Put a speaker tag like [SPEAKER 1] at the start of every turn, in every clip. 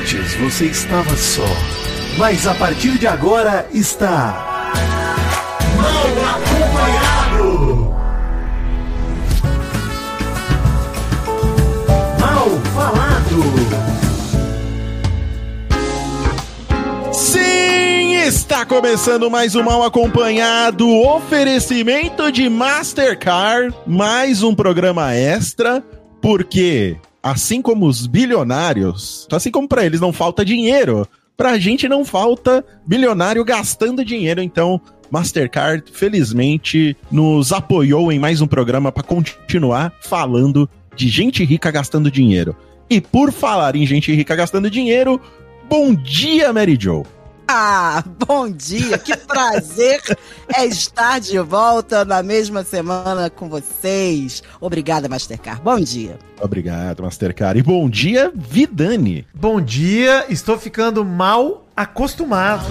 [SPEAKER 1] Antes você estava só, mas a partir de agora está. Mal acompanhado! Mal falado!
[SPEAKER 2] Sim, está começando mais um Mal Acompanhado oferecimento de Mastercard, mais um programa extra, porque assim como os bilionários, assim como para eles não falta dinheiro, para a gente não falta bilionário gastando dinheiro. Então, Mastercard, felizmente, nos apoiou em mais um programa para continuar falando de gente rica gastando dinheiro. E por falar em gente rica gastando dinheiro, bom dia, Mary Jo.
[SPEAKER 3] Ah, bom dia! Que prazer é estar de volta na mesma semana com vocês. Obrigada, Mastercard. Bom dia.
[SPEAKER 2] Obrigado, Mastercard. E bom dia, Vidani.
[SPEAKER 4] Bom dia, estou ficando mal acostumado.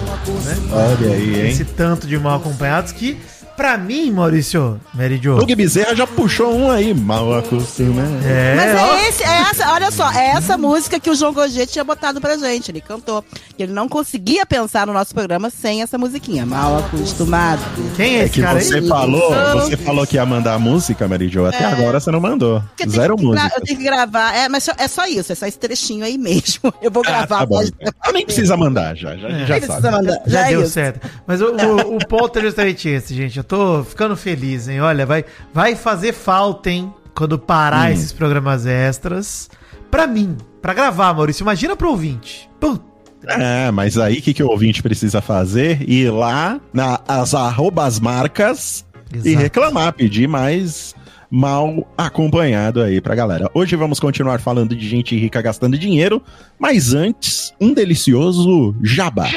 [SPEAKER 4] Né?
[SPEAKER 2] Olha aí, hein?
[SPEAKER 4] Esse tanto de mal acompanhados que, pra mim, Maurício, Mary Jo.
[SPEAKER 2] Doug Bezerra já puxou um aí, mal acostumado.
[SPEAKER 3] É, Mas é, ó. esse, é essa, olha só, é essa música que o João Gogê tinha botado pra gente, ele cantou. Ele não conseguia pensar no nosso programa sem essa musiquinha, mal acostumado.
[SPEAKER 4] Quem é
[SPEAKER 2] É
[SPEAKER 4] esse
[SPEAKER 2] que
[SPEAKER 4] cara aí?
[SPEAKER 2] você falou, você falou que ia mandar música, Mary Jo, até agora você não mandou.
[SPEAKER 3] É. Porque eu tenho
[SPEAKER 2] Zero
[SPEAKER 3] que gra-
[SPEAKER 2] música.
[SPEAKER 3] Eu tenho que gravar. É, mas só- é só isso, é só esse trechinho aí mesmo. Eu vou
[SPEAKER 2] Ah,
[SPEAKER 3] gravar
[SPEAKER 2] tá
[SPEAKER 3] a
[SPEAKER 2] bom.
[SPEAKER 3] voz.
[SPEAKER 2] então. Ah, nem precisa mandar, já, já, já
[SPEAKER 3] Nem
[SPEAKER 2] sabe.
[SPEAKER 3] precisa mandar,
[SPEAKER 4] Já
[SPEAKER 3] já é
[SPEAKER 4] deu
[SPEAKER 3] isso.
[SPEAKER 4] certo. Mas o, o, o ponto é justamente esse, gente. Eu tô ficando feliz, hein? Olha, vai, vai fazer falta, hein? Quando parar
[SPEAKER 2] Hum.
[SPEAKER 4] esses programas extras. Pra mim, pra gravar, Maurício. Imagina pro ouvinte. Puta.
[SPEAKER 2] Ah, mas aí o que, que o ouvinte precisa fazer? Ir lá nas arrobas marcas e
[SPEAKER 4] Exato.
[SPEAKER 2] reclamar, pedir mais mal acompanhado aí pra galera. Hoje vamos continuar falando de gente rica gastando dinheiro, mas antes, um delicioso jabá.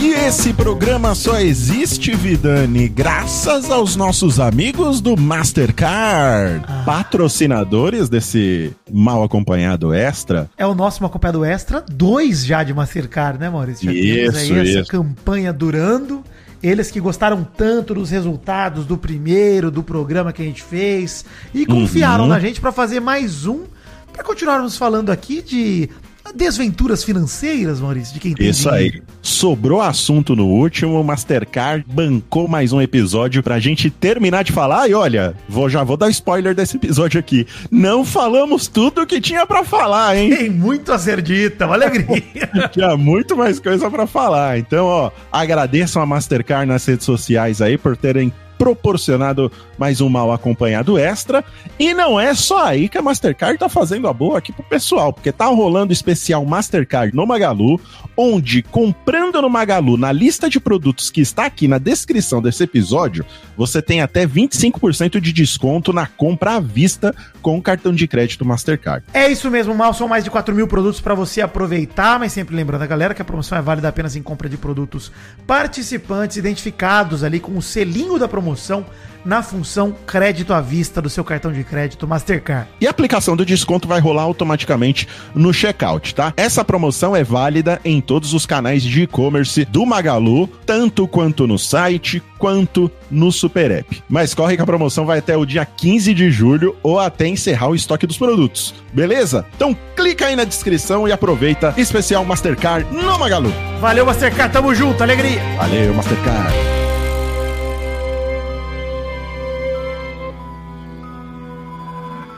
[SPEAKER 2] E esse programa só existe, Vidani, graças aos nossos amigos do Mastercard, patrocinadores desse mal acompanhado extra.
[SPEAKER 4] É o nosso Uma Copa do Extra, dois já de Mastercard, né, Maurício? Já
[SPEAKER 2] Isso,
[SPEAKER 4] essa
[SPEAKER 2] isso.
[SPEAKER 4] campanha durando. Eles que gostaram tanto dos resultados do primeiro, do programa que a gente fez, e confiaram
[SPEAKER 2] Uhum.
[SPEAKER 4] na gente pra fazer mais um, pra continuarmos falando aqui de desventuras financeiras, Maurício, de quem tem
[SPEAKER 2] Isso aí. Sobrou assunto no último, o Mastercard bancou mais um episódio pra gente terminar de falar. E olha, vou, já vou dar spoiler desse episódio aqui. Não falamos tudo que tinha pra falar, hein?
[SPEAKER 4] Tem muito a ser dita, uma alegria.
[SPEAKER 2] Tinha muito mais coisa pra falar. Então, ó, agradeçam a Mastercard nas redes sociais aí por terem proporcionado mais um mal acompanhado extra. E não é só aí que a Mastercard tá fazendo a boa aqui pro pessoal, porque tá rolando o especial Mastercard no Magalu, onde comprando no Magalu, na lista de produtos que está aqui na descrição desse episódio, você tem até 25% de desconto na compra à vista com o cartão de crédito Mastercard.
[SPEAKER 4] É isso mesmo, Mal. São mais de 4 mil produtos para você aproveitar, mas sempre lembrando a galera que a promoção é válida apenas em compra de produtos participantes identificados ali com o selinho da promoção na função crédito à vista do seu cartão de crédito Mastercard.
[SPEAKER 2] E a aplicação do desconto vai rolar automaticamente no checkout, tá? Essa promoção é válida em todos os canais de e-commerce do Magalu, tanto quanto no site, quanto no Super App. Mas corre que a promoção vai até o dia 15 de julho ou até encerrar o estoque dos produtos, beleza? Então clica aí na descrição e aproveita especial Mastercard no Magalu.
[SPEAKER 4] Valeu, Mastercard. Tamo junto. Alegria.
[SPEAKER 2] Valeu, Mastercard.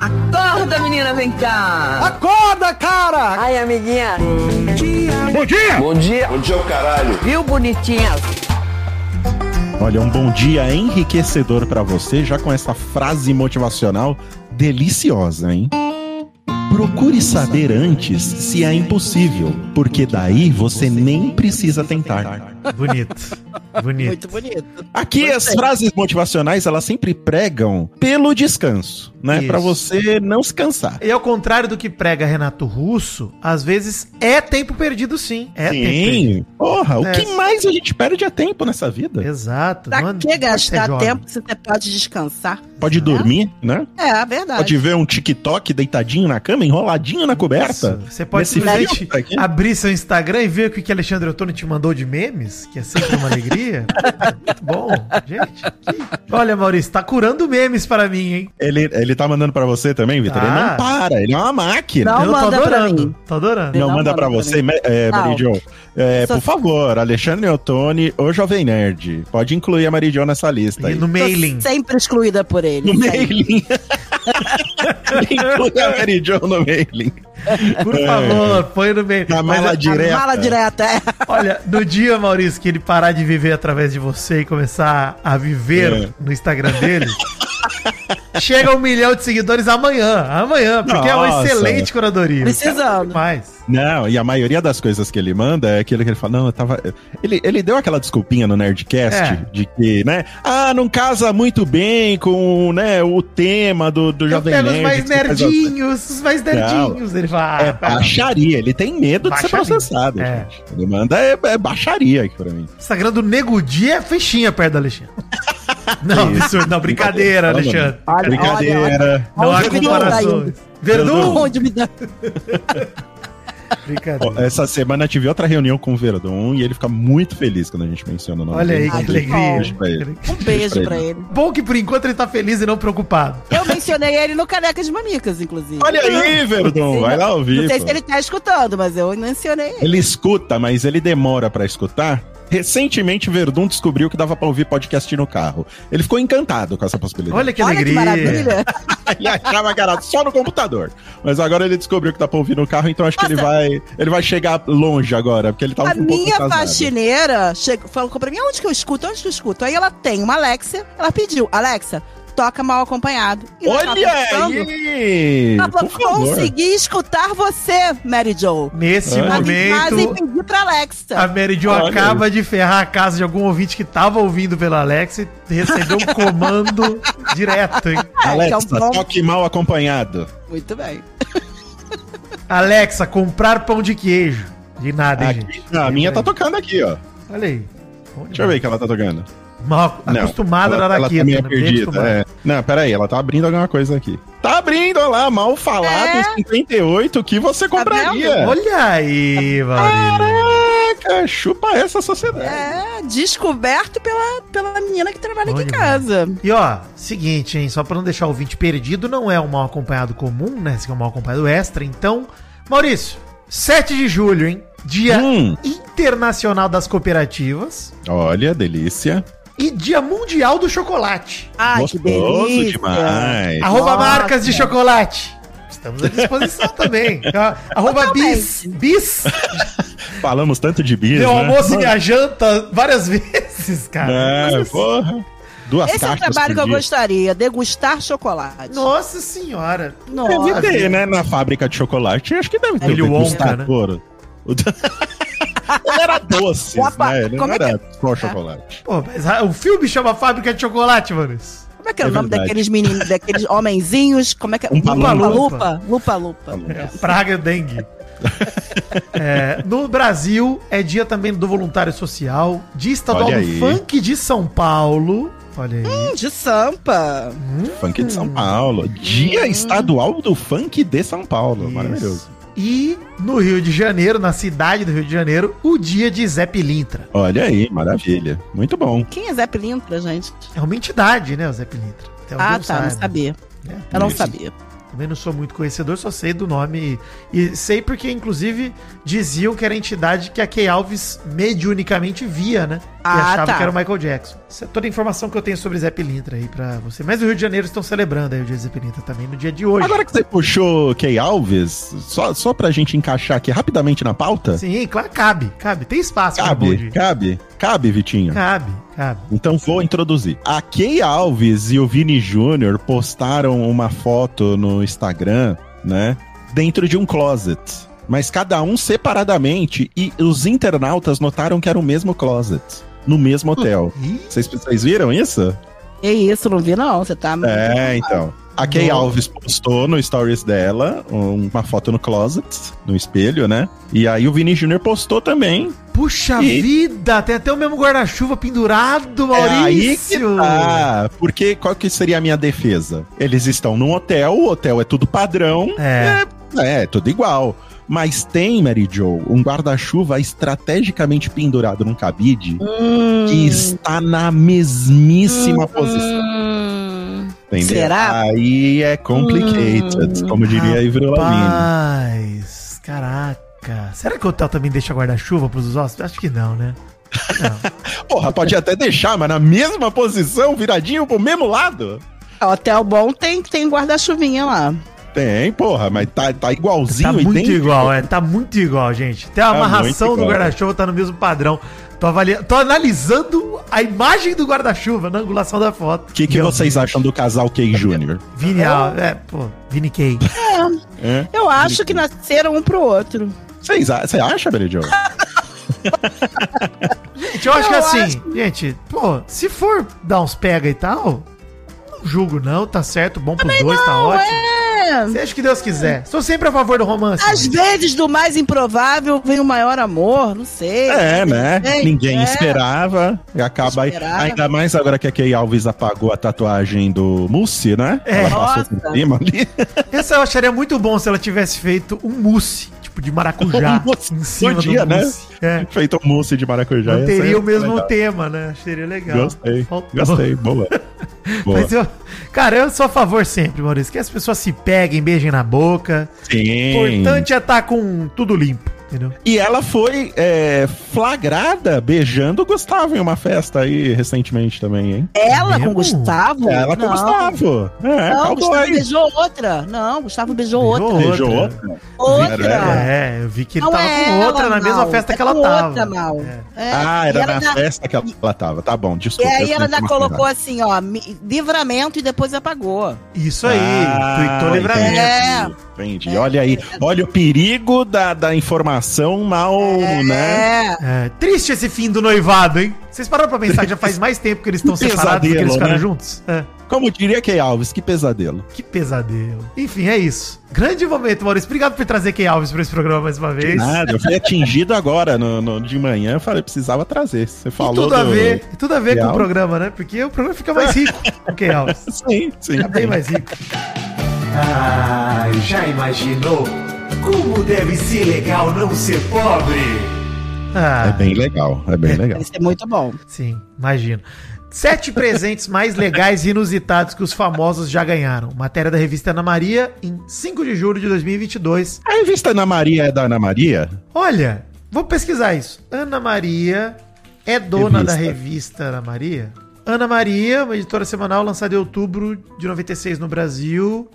[SPEAKER 5] Acorda, menina, vem cá!
[SPEAKER 4] Acorda, cara!
[SPEAKER 5] Ai, amiguinha!
[SPEAKER 2] Bom dia!
[SPEAKER 5] Bom dia! Bom dia, o caralho! Viu, bonitinha?
[SPEAKER 2] Olha, um bom dia enriquecedor pra você, já com essa frase motivacional deliciosa, hein? Procure saber antes se é impossível, porque daí você nem precisa tentar.
[SPEAKER 4] Bonito. Bonito.
[SPEAKER 3] Muito bonito.
[SPEAKER 2] Aqui as frases motivacionais, elas sempre pregam pelo descanso. né?
[SPEAKER 4] Isso.
[SPEAKER 2] Pra você não se cansar.
[SPEAKER 4] E ao contrário do que prega Renato Russo, às vezes é tempo perdido sim. É tempo perdido.
[SPEAKER 2] Sim. Porra, o
[SPEAKER 4] É.
[SPEAKER 2] que mais a gente perde é tempo nessa vida.
[SPEAKER 4] Exato.
[SPEAKER 3] Pra
[SPEAKER 4] Não-
[SPEAKER 3] que
[SPEAKER 4] é
[SPEAKER 3] gastar
[SPEAKER 4] jovem.
[SPEAKER 3] tempo se você pode descansar?
[SPEAKER 2] Pode dormir, né?
[SPEAKER 3] É, a verdade.
[SPEAKER 2] Pode ver um TikTok deitadinho na cama, enroladinho na
[SPEAKER 4] Isso.
[SPEAKER 2] coberta.
[SPEAKER 4] Você pode
[SPEAKER 2] Nesse
[SPEAKER 4] simplesmente
[SPEAKER 2] frio aqui.
[SPEAKER 4] abrir seu Instagram e ver o que que Alexandre Ottoni te mandou de memes, que é sempre uma alegria. Muito bom, gente. que- Olha, Maurício, tá curando memes para mim, hein?
[SPEAKER 2] Ele, ele tá mandando pra você também, Vitor? Ele
[SPEAKER 4] Tá.
[SPEAKER 2] não para, ele é uma máquina.
[SPEAKER 3] Não
[SPEAKER 4] Eu tô
[SPEAKER 3] um manda pra
[SPEAKER 4] adorando.
[SPEAKER 3] mim.
[SPEAKER 4] Tô adorando.
[SPEAKER 2] Não,
[SPEAKER 3] Não,
[SPEAKER 2] manda
[SPEAKER 3] manda
[SPEAKER 2] pra
[SPEAKER 3] pra
[SPEAKER 2] você, me- é,
[SPEAKER 3] Não.
[SPEAKER 2] Maridion. É,
[SPEAKER 3] Só-
[SPEAKER 4] assim.
[SPEAKER 2] Por favor, Alexandre Ottoni ou Jovem Nerd. Pode incluir a Maridion nessa lista.
[SPEAKER 4] E
[SPEAKER 2] Tá Aí.
[SPEAKER 4] no
[SPEAKER 2] No,
[SPEAKER 4] mailing.
[SPEAKER 3] Tô sempre excluída por ele. sempre.
[SPEAKER 2] mailing. Inclui a Maridion no mailing.
[SPEAKER 4] Por
[SPEAKER 2] É.
[SPEAKER 4] favor, põe no mailing.
[SPEAKER 2] Na
[SPEAKER 4] Mas
[SPEAKER 2] mala
[SPEAKER 4] eu-
[SPEAKER 2] direta.
[SPEAKER 3] A mala direta, é.
[SPEAKER 4] Olha, no dia, Maurício, que ele parar de viver através de você e começar a viver
[SPEAKER 2] É.
[SPEAKER 4] no Instagram dele. Chega a um milhão de seguidores amanhã. Amanhã, porque é uma
[SPEAKER 2] Nossa.
[SPEAKER 4] excelente curadoria.
[SPEAKER 3] Precisando.
[SPEAKER 4] Mas.
[SPEAKER 2] Não, e a maioria das coisas que ele manda é aquilo que ele fala, não, eu tava... Ele, ele deu aquela desculpinha no Nerdcast
[SPEAKER 4] É.
[SPEAKER 2] de que, né, ah, não casa muito bem com, né, o tema do, do
[SPEAKER 4] Eu
[SPEAKER 2] Jovem
[SPEAKER 4] pego os
[SPEAKER 2] Nerd,
[SPEAKER 4] mais
[SPEAKER 2] que faz as-
[SPEAKER 4] nerdinhos, os mais nerdinhos. Ele fala.
[SPEAKER 2] É
[SPEAKER 4] ah, pá,
[SPEAKER 2] baixaria, ele tem medo de ser
[SPEAKER 4] Baixaria.
[SPEAKER 2] processado,
[SPEAKER 4] É.
[SPEAKER 2] gente. Ele manda é, é baixaria aqui pra mim.
[SPEAKER 4] Instagram do Nego Dia é fechinha perto do Alexandre. Não, absurdo. Não, brincadeira,
[SPEAKER 2] Calma,
[SPEAKER 4] Alexandre.
[SPEAKER 2] mano.
[SPEAKER 3] Olha,
[SPEAKER 2] Brincadeira.
[SPEAKER 4] Não há
[SPEAKER 3] Olha o Verdun
[SPEAKER 4] comparações.
[SPEAKER 3] ainda.
[SPEAKER 4] Verdun!
[SPEAKER 3] Onde me dá-
[SPEAKER 4] Brincadeira.
[SPEAKER 2] Ó, Essa semana eu tive outra reunião com o Verdun e ele fica muito feliz quando a gente menciona o nome
[SPEAKER 4] Olha
[SPEAKER 2] dele.
[SPEAKER 4] aí que
[SPEAKER 3] Ah, que
[SPEAKER 4] alegria.
[SPEAKER 2] bom. pra ele.
[SPEAKER 3] Um beijo pra ele.
[SPEAKER 4] Bom que por enquanto ele tá feliz e não preocupado.
[SPEAKER 3] Eu mencionei ele no Caneca de Mamicas, inclusive.
[SPEAKER 2] Olha aí, Verdun,
[SPEAKER 3] Sim,
[SPEAKER 2] vai lá ouvir.
[SPEAKER 3] Não sei se
[SPEAKER 2] pô.
[SPEAKER 3] ele tá escutando, mas eu mencionei ele.
[SPEAKER 2] Ele escuta, mas ele demora pra escutar. Recentemente, Verdun descobriu que dava pra ouvir podcast no carro. Ele ficou encantado com essa possibilidade.
[SPEAKER 4] Olha que
[SPEAKER 3] Olha que
[SPEAKER 4] alegria.
[SPEAKER 3] maravilha.
[SPEAKER 2] Tá Ele achava que era só no computador. Mas agora ele descobriu que dá pra ouvir no carro, então acho que ele vai, ele vai chegar longe agora, porque ele tá um
[SPEAKER 3] A
[SPEAKER 2] pouco
[SPEAKER 3] minha
[SPEAKER 2] atrasado.
[SPEAKER 3] faxineira chegou, falou pra mim, onde que eu escuto, onde que eu escuto? Aí ela tem uma Alexia, ela pediu, Alexa, toca mal acompanhado. E eu tava
[SPEAKER 2] Olha
[SPEAKER 3] pensando,
[SPEAKER 2] aí!
[SPEAKER 3] Ela
[SPEAKER 2] Por
[SPEAKER 3] falou,
[SPEAKER 2] favor.
[SPEAKER 3] consegui escutar você, Mary Jo.
[SPEAKER 4] Nesse
[SPEAKER 2] Ah.
[SPEAKER 3] Mas Tá e
[SPEAKER 4] momento,
[SPEAKER 3] pedi pra Alexa.
[SPEAKER 4] a Mary Jo
[SPEAKER 2] Olha.
[SPEAKER 4] acaba de ferrar a casa de algum ouvinte que tava ouvindo pela Alexa e recebeu um comando direto, hein?
[SPEAKER 3] É, que é um
[SPEAKER 2] Alexa,
[SPEAKER 3] bom-
[SPEAKER 2] toque mal acompanhado.
[SPEAKER 3] Muito bem.
[SPEAKER 4] Alexa, comprar pão de queijo. De nada, hein,
[SPEAKER 2] Aqui,
[SPEAKER 4] gente? é
[SPEAKER 2] não, a minha tá
[SPEAKER 4] Lembra
[SPEAKER 2] tocando aqui, ó.
[SPEAKER 4] aí. Olha aí.
[SPEAKER 2] Deixa eu ver o que ela tá tocando.
[SPEAKER 4] Mal
[SPEAKER 2] Não,
[SPEAKER 4] acostumada
[SPEAKER 2] ela,
[SPEAKER 4] na
[SPEAKER 2] ela tá
[SPEAKER 4] Araqueta.
[SPEAKER 2] meio
[SPEAKER 4] né? Bem
[SPEAKER 2] perdida.
[SPEAKER 4] acostumada.
[SPEAKER 2] É. Não, peraí, ela tá abrindo alguma coisa aqui. Tá abrindo, olha lá, mal
[SPEAKER 3] É?
[SPEAKER 2] falado, 58, que você
[SPEAKER 3] Tá
[SPEAKER 2] compraria.
[SPEAKER 4] Olha aí, Maurício.
[SPEAKER 2] Caraca, chupa essa sociedade.
[SPEAKER 3] É, descoberto pela, pela menina que trabalha
[SPEAKER 4] Bom
[SPEAKER 3] aqui em
[SPEAKER 4] demais.
[SPEAKER 3] casa.
[SPEAKER 4] E ó, seguinte, hein? Só pra não deixar o ouvinte perdido, não é um mal acompanhado comum, né? Esse é um mal acompanhado extra. Então, Maurício, 7 de julho, hein? Dia
[SPEAKER 2] Hum.
[SPEAKER 4] Internacional das Cooperativas
[SPEAKER 3] É.
[SPEAKER 2] Olha, delícia.
[SPEAKER 4] e Dia Mundial do Chocolate.
[SPEAKER 3] Ai, que
[SPEAKER 2] Gostoso
[SPEAKER 3] delícia.
[SPEAKER 2] demais.
[SPEAKER 4] Arroba
[SPEAKER 3] nossa.
[SPEAKER 4] marcas de chocolate. Estamos à disposição também. Tá? Arroba bis. Bis.
[SPEAKER 2] Falamos tanto de bis,
[SPEAKER 4] Meu
[SPEAKER 2] né?
[SPEAKER 4] almoço e minha janta várias vezes, cara.
[SPEAKER 2] É,
[SPEAKER 4] Nossa
[SPEAKER 2] porra. Duas
[SPEAKER 3] Esse é o
[SPEAKER 2] caixas
[SPEAKER 3] trabalho que
[SPEAKER 2] por
[SPEAKER 3] eu
[SPEAKER 2] dia.
[SPEAKER 3] gostaria, degustar chocolate.
[SPEAKER 4] Nossa senhora.
[SPEAKER 3] Nossa.
[SPEAKER 2] Deve ter, né? Na fábrica de chocolate, acho que deve ter
[SPEAKER 4] Willy
[SPEAKER 2] o
[SPEAKER 4] Wonka, né?
[SPEAKER 2] degustador. O da- Ele era doce,
[SPEAKER 3] Opa,
[SPEAKER 2] né? Ele não
[SPEAKER 3] como é que-
[SPEAKER 2] era só chocolate.
[SPEAKER 4] Pô, mas a- o filme chama Fábrica de Chocolate, Maurício.
[SPEAKER 3] Como é que é,
[SPEAKER 2] É
[SPEAKER 3] o nome
[SPEAKER 2] verdade.
[SPEAKER 3] daqueles meninos, daqueles homenzinhos? Como é que é?
[SPEAKER 2] Um
[SPEAKER 4] palupa.
[SPEAKER 3] Lupa-lupa? Lupa-lupa.
[SPEAKER 4] É, Praga dengue. É, no Brasil, é dia também do voluntário social, dia estadual
[SPEAKER 2] Olha
[SPEAKER 4] do
[SPEAKER 2] aí.
[SPEAKER 4] funk de São Paulo. Olha aí.
[SPEAKER 3] Hum, De sampa.
[SPEAKER 2] Funk de São Paulo. Dia
[SPEAKER 3] Hum.
[SPEAKER 2] estadual do funk de São Paulo.
[SPEAKER 4] Isso.
[SPEAKER 2] Maravilhoso.
[SPEAKER 4] E no Rio de Janeiro, na cidade do Rio de Janeiro, o dia de Zé Pilintra.
[SPEAKER 2] Olha aí, maravilha. Muito bom.
[SPEAKER 3] Quem é Zé Pilintra, gente?
[SPEAKER 4] É uma entidade, né, o Zé Pilintra? Até onde
[SPEAKER 3] ah,
[SPEAKER 4] eu
[SPEAKER 3] tá.
[SPEAKER 4] saiba.
[SPEAKER 3] Não sabia.
[SPEAKER 4] É.
[SPEAKER 3] Eu não
[SPEAKER 2] Isso.
[SPEAKER 3] sabia.
[SPEAKER 4] Também não sou muito conhecedor, só sei do nome. E sei porque, inclusive, diziam que era a entidade que a Key Alves mediunicamente via, né? E
[SPEAKER 3] Ah,
[SPEAKER 4] achava
[SPEAKER 3] tá.
[SPEAKER 4] que era o Michael Jackson. Essa é toda a informação que eu tenho sobre Zé Pilintra aí pra você. Mas o Rio de Janeiro estão celebrando aí o dia de Zé Pilintra também, no dia de hoje.
[SPEAKER 2] Agora que você puxou Key Alves, só, só pra gente encaixar aqui rapidamente na pauta.
[SPEAKER 4] Sim, claro, cabe, cabe. Tem espaço pra
[SPEAKER 2] Cabe,
[SPEAKER 4] bonde.
[SPEAKER 2] cabe, cabe, Vitinho.
[SPEAKER 4] Cabe, cabe.
[SPEAKER 2] Então vou introduzir. A Kay Alves e o Vini Júnior postaram uma foto no Instagram, né? Dentro de um closet. Mas cada um separadamente. E os internautas notaram que era o mesmo closet. No mesmo hotel.
[SPEAKER 4] Ih,
[SPEAKER 2] Vocês, vocês viram isso?
[SPEAKER 3] É isso, não vi não. Você tá...
[SPEAKER 2] É, então. A Kay Alves postou no stories dela um- uma foto no closet, no espelho, né? E aí o Vini Jr. postou também.
[SPEAKER 4] Puxa
[SPEAKER 2] E-
[SPEAKER 4] vida, tem até o mesmo guarda-chuva pendurado,
[SPEAKER 2] É aí que
[SPEAKER 4] Maurício.
[SPEAKER 2] tá. Porque qual que seria a minha defesa? Eles estão num hotel, o hotel é tudo padrão,
[SPEAKER 4] É.
[SPEAKER 2] é, é tudo igual. Mas tem, Mary Jo, um guarda-chuva estrategicamente pendurado num cabide
[SPEAKER 3] Hum.
[SPEAKER 2] que está na mesmíssima posição.
[SPEAKER 3] Hum.
[SPEAKER 2] Entendeu?
[SPEAKER 3] será?
[SPEAKER 2] Aí é complicated, como diria a Ivro Lavigne.
[SPEAKER 4] Rapaz, caraca. Será que o hotel também deixa guarda-chuva pros hóspedes? Acho que não, né?
[SPEAKER 2] Porra, pode até deixar, mas na mesma posição, viradinho pro mesmo lado?
[SPEAKER 3] Hotel bom tem, tem guarda-chuvinha lá.
[SPEAKER 2] Tem, porra, mas tá, tá igualzinho,
[SPEAKER 4] Tá muito
[SPEAKER 2] idêntico.
[SPEAKER 4] igual, é. Tá muito igual, gente. Até a
[SPEAKER 2] Tá
[SPEAKER 4] amarração
[SPEAKER 2] muito
[SPEAKER 4] do
[SPEAKER 2] igual.
[SPEAKER 4] guarda-chuva tá no mesmo padrão. Tô, avalia... Tô analisando a imagem do guarda-chuva na angulação da foto.
[SPEAKER 2] O que, que
[SPEAKER 4] Meu
[SPEAKER 2] vocês acham do casal Kay Jr.?
[SPEAKER 4] Deus. Vini, ah, é, pô, Vini Kay.
[SPEAKER 2] Hã?
[SPEAKER 3] Eu acho que nasceram um pro outro.
[SPEAKER 2] Vocês a- Você acha, Mary Jo?
[SPEAKER 4] Gente, eu acho que
[SPEAKER 3] Eu
[SPEAKER 4] assim, gente, pô, se for dar uns pega e tal, não julgo não, tá certo, bom pros dois, tá ótimo.
[SPEAKER 3] É.
[SPEAKER 4] Seja o que Deus quiser. Sou sempre a favor do romance.
[SPEAKER 3] Às
[SPEAKER 4] gente.
[SPEAKER 3] vezes, do mais improvável vem o maior amor, não sei.
[SPEAKER 2] É, né?
[SPEAKER 3] Gente,
[SPEAKER 2] Ninguém
[SPEAKER 3] é.
[SPEAKER 2] esperava. E acaba aí.
[SPEAKER 3] Esperava.
[SPEAKER 2] Ainda mais agora que a Kay Alves apagou a tatuagem do Mussi, né?
[SPEAKER 4] É.
[SPEAKER 2] Ela passou
[SPEAKER 3] Nossa.
[SPEAKER 2] por cima ali.
[SPEAKER 4] Essa eu acharia muito bom se ela tivesse feito um mousse, tipo de maracujá.
[SPEAKER 2] Um mousse.
[SPEAKER 4] em cima do
[SPEAKER 2] Podia, né?
[SPEAKER 4] mousse. É.
[SPEAKER 2] Feito um Mussi de maracujá.
[SPEAKER 4] Não
[SPEAKER 2] Essa
[SPEAKER 4] teria
[SPEAKER 2] é
[SPEAKER 4] o mesmo
[SPEAKER 2] legal.
[SPEAKER 4] tema, né? Seria legal.
[SPEAKER 2] Gostei.
[SPEAKER 4] Faltou.
[SPEAKER 2] Gostei. Boa. Boa.
[SPEAKER 4] Mas eu, cara, eu sou a favor sempre, Maurício. Que as pessoas se peguem, beijem na boca. O
[SPEAKER 2] Sim.
[SPEAKER 4] é importante é estar com tudo limpo, entendeu?
[SPEAKER 2] E ela foi é, flagrada beijando o Gustavo em uma festa aí recentemente também, hein?
[SPEAKER 3] Ela
[SPEAKER 4] Mesmo?
[SPEAKER 3] com Gustavo?
[SPEAKER 2] Ela com o
[SPEAKER 3] Não.
[SPEAKER 2] Gustavo. É,
[SPEAKER 3] Não,
[SPEAKER 2] qual
[SPEAKER 3] Gustavo
[SPEAKER 2] dois?
[SPEAKER 3] beijou outra. Não, Gustavo beijou
[SPEAKER 4] Beijou
[SPEAKER 3] outra.
[SPEAKER 2] Beijou
[SPEAKER 4] outra.
[SPEAKER 2] outra?
[SPEAKER 3] Outra.
[SPEAKER 2] Era-
[SPEAKER 4] É, eu vi que ele
[SPEAKER 3] Não
[SPEAKER 4] tava
[SPEAKER 3] é
[SPEAKER 4] com
[SPEAKER 3] ela,
[SPEAKER 4] outra na mesma
[SPEAKER 3] Mal.
[SPEAKER 4] festa
[SPEAKER 3] É
[SPEAKER 4] que ela
[SPEAKER 3] com
[SPEAKER 4] tava.
[SPEAKER 3] Outra, mal.
[SPEAKER 4] É.
[SPEAKER 3] É,
[SPEAKER 2] Ah,
[SPEAKER 3] e
[SPEAKER 2] era
[SPEAKER 3] ela
[SPEAKER 2] na
[SPEAKER 3] ainda-
[SPEAKER 2] festa que ela tava. Tá bom,
[SPEAKER 3] E
[SPEAKER 2] desculpa.
[SPEAKER 3] aí
[SPEAKER 2] eu
[SPEAKER 3] ela ainda
[SPEAKER 2] tenho que
[SPEAKER 3] colocou
[SPEAKER 2] marcar.
[SPEAKER 3] assim, ó, mi- livramento e depois apagou.
[SPEAKER 4] Isso aí,
[SPEAKER 2] Ah,
[SPEAKER 4] tweetou livramento.
[SPEAKER 2] entendi,
[SPEAKER 3] É.
[SPEAKER 2] Entendi. Olha aí. Olha o perigo da, da informação mal, né?
[SPEAKER 3] É.
[SPEAKER 4] É, triste esse fim do noivado, hein? Vocês pararam pra pensar que já faz mais tempo que eles estão separados do que eles
[SPEAKER 2] Pesadelo,
[SPEAKER 4] ficaram
[SPEAKER 2] né?
[SPEAKER 4] juntos? É.
[SPEAKER 2] Como diria Key Alves, que pesadelo.
[SPEAKER 4] Que pesadelo. Enfim, é isso. Grande momento, Maurício. Obrigado por trazer Key Alves pra esse programa mais uma vez.
[SPEAKER 2] Nada, eu fui atingido agora no, no- de manhã. Eu falei, precisava trazer. Você
[SPEAKER 4] E
[SPEAKER 2] falou.
[SPEAKER 4] tudo a
[SPEAKER 2] do-
[SPEAKER 4] ver, e tudo a ver
[SPEAKER 2] Key
[SPEAKER 4] com o
[SPEAKER 2] Alves.
[SPEAKER 4] programa, né? Porque o programa fica mais rico com Key Alves.
[SPEAKER 2] Sim, sim.
[SPEAKER 4] Fica Tá bem mais rico.
[SPEAKER 1] Ah, já imaginou como deve ser legal não ser pobre?
[SPEAKER 4] Ah,
[SPEAKER 2] É bem legal, é bem legal.
[SPEAKER 3] Isso é muito bom.
[SPEAKER 4] sim, imagino. Sete presentes mais legais e inusitados que os famosos já ganharam. Matéria da revista Ana Maria, em 5 de julho de 2022.
[SPEAKER 2] A revista Ana Maria é da Ana Maria?
[SPEAKER 4] Olha, vou pesquisar isso. Ana Maria é dona da revista Ana Maria? Ana Maria, uma editora semanal lançada em outubro de 96 no Brasil,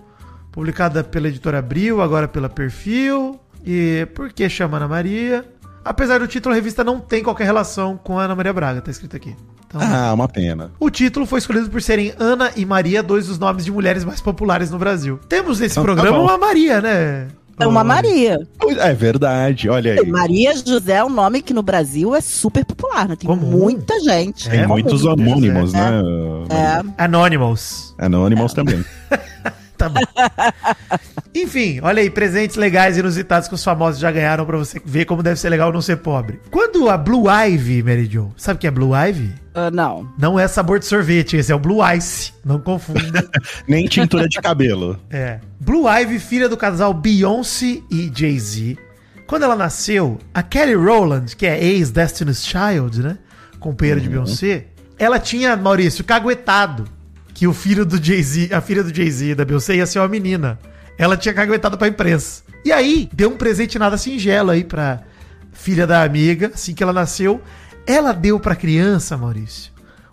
[SPEAKER 4] publicada pela editora Abril, agora pela Perfil. E por que chama Ana Maria? Apesar do título, a revista não tem qualquer relação com a Ana Maria Braga, tá escrito aqui. Então,
[SPEAKER 2] Ah, uma pena.
[SPEAKER 4] o título foi escolhido por serem Ana e Maria, dois dos nomes de mulheres mais populares no Brasil. Temos nesse
[SPEAKER 2] Então tá
[SPEAKER 4] programa
[SPEAKER 2] bom.
[SPEAKER 4] uma Maria, né?
[SPEAKER 2] Ah.
[SPEAKER 3] É uma Maria.
[SPEAKER 2] É verdade, olha aí.
[SPEAKER 3] Maria José é um nome que no Brasil é super popular, né? Tem
[SPEAKER 4] Comum.
[SPEAKER 3] muita gente.
[SPEAKER 2] Tem
[SPEAKER 4] É,
[SPEAKER 2] muitos
[SPEAKER 4] vamos,
[SPEAKER 2] homônimos,
[SPEAKER 3] José.
[SPEAKER 2] né?
[SPEAKER 3] É.
[SPEAKER 4] Anonymous.
[SPEAKER 2] Anônimos também.
[SPEAKER 4] Tá bom. Enfim, olha aí, presentes legais e inusitados que os famosos já ganharam pra você ver como deve ser legal não ser pobre. Quando a Blue Ivy, Mary Jo, sabe o que é Blue Ivy?
[SPEAKER 3] Ah, não.
[SPEAKER 4] Não é sabor de sorvete, esse é o Blue Ice, não confunda.
[SPEAKER 2] Nem tintura de cabelo.
[SPEAKER 4] É. Blue Ivy, filha do casal Beyoncé e Jay-Z. Quando ela nasceu, a Kelly Rowland, que é ex-Destiny's Child, né? Companheira de Beyoncé, ela tinha, Maurício, caguetado que o filho do Jay-Z, a filha do Jay-Z e da Beyoncé ia ser uma menina. Ela tinha caguetado pra imprensa. E aí, deu um presente nada singelo aí pra filha da amiga, assim que ela nasceu. Ela deu pra criança, Maurício,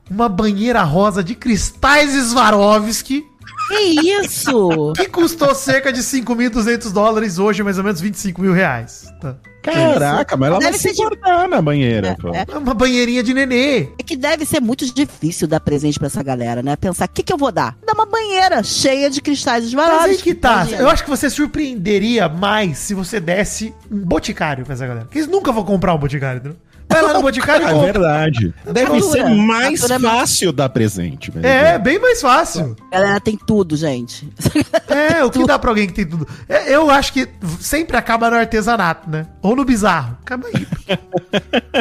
[SPEAKER 4] uma banheira rosa de cristais Swarovski
[SPEAKER 3] Que isso?
[SPEAKER 4] que custou cerca de 5.200 dólares hoje, mais ou menos 25 mil reais. Tá.
[SPEAKER 2] Caraca, mas ela
[SPEAKER 3] Deve
[SPEAKER 2] vai se
[SPEAKER 3] ser de-
[SPEAKER 2] guardar na banheira, pô.
[SPEAKER 3] é.
[SPEAKER 4] É Uma banheirinha de nenê.
[SPEAKER 3] É que deve ser muito difícil dar presente pra essa galera, né? Pensar, o que, que eu vou dar? Dá uma banheira cheia de cristais
[SPEAKER 4] Mas
[SPEAKER 3] esvarados.
[SPEAKER 4] aí que tá. Eu acho que você surpreenderia mais se você desse um boticário pra essa galera. Porque eles nunca vão comprar um boticário, entendeu? Vai lá no Boticário e
[SPEAKER 3] Ah,
[SPEAKER 2] É
[SPEAKER 4] compra.
[SPEAKER 2] verdade. Deve
[SPEAKER 3] Natura.
[SPEAKER 2] ser mais
[SPEAKER 3] Natura é mais-
[SPEAKER 2] fácil dar presente. velho.
[SPEAKER 4] É, bem mais fácil.
[SPEAKER 3] Galera, tem né? tudo, gente.
[SPEAKER 4] É, o que dá pra alguém que tem tudo. É, eu acho que sempre acaba no artesanato, né? Ou no bizarro. Acaba aí.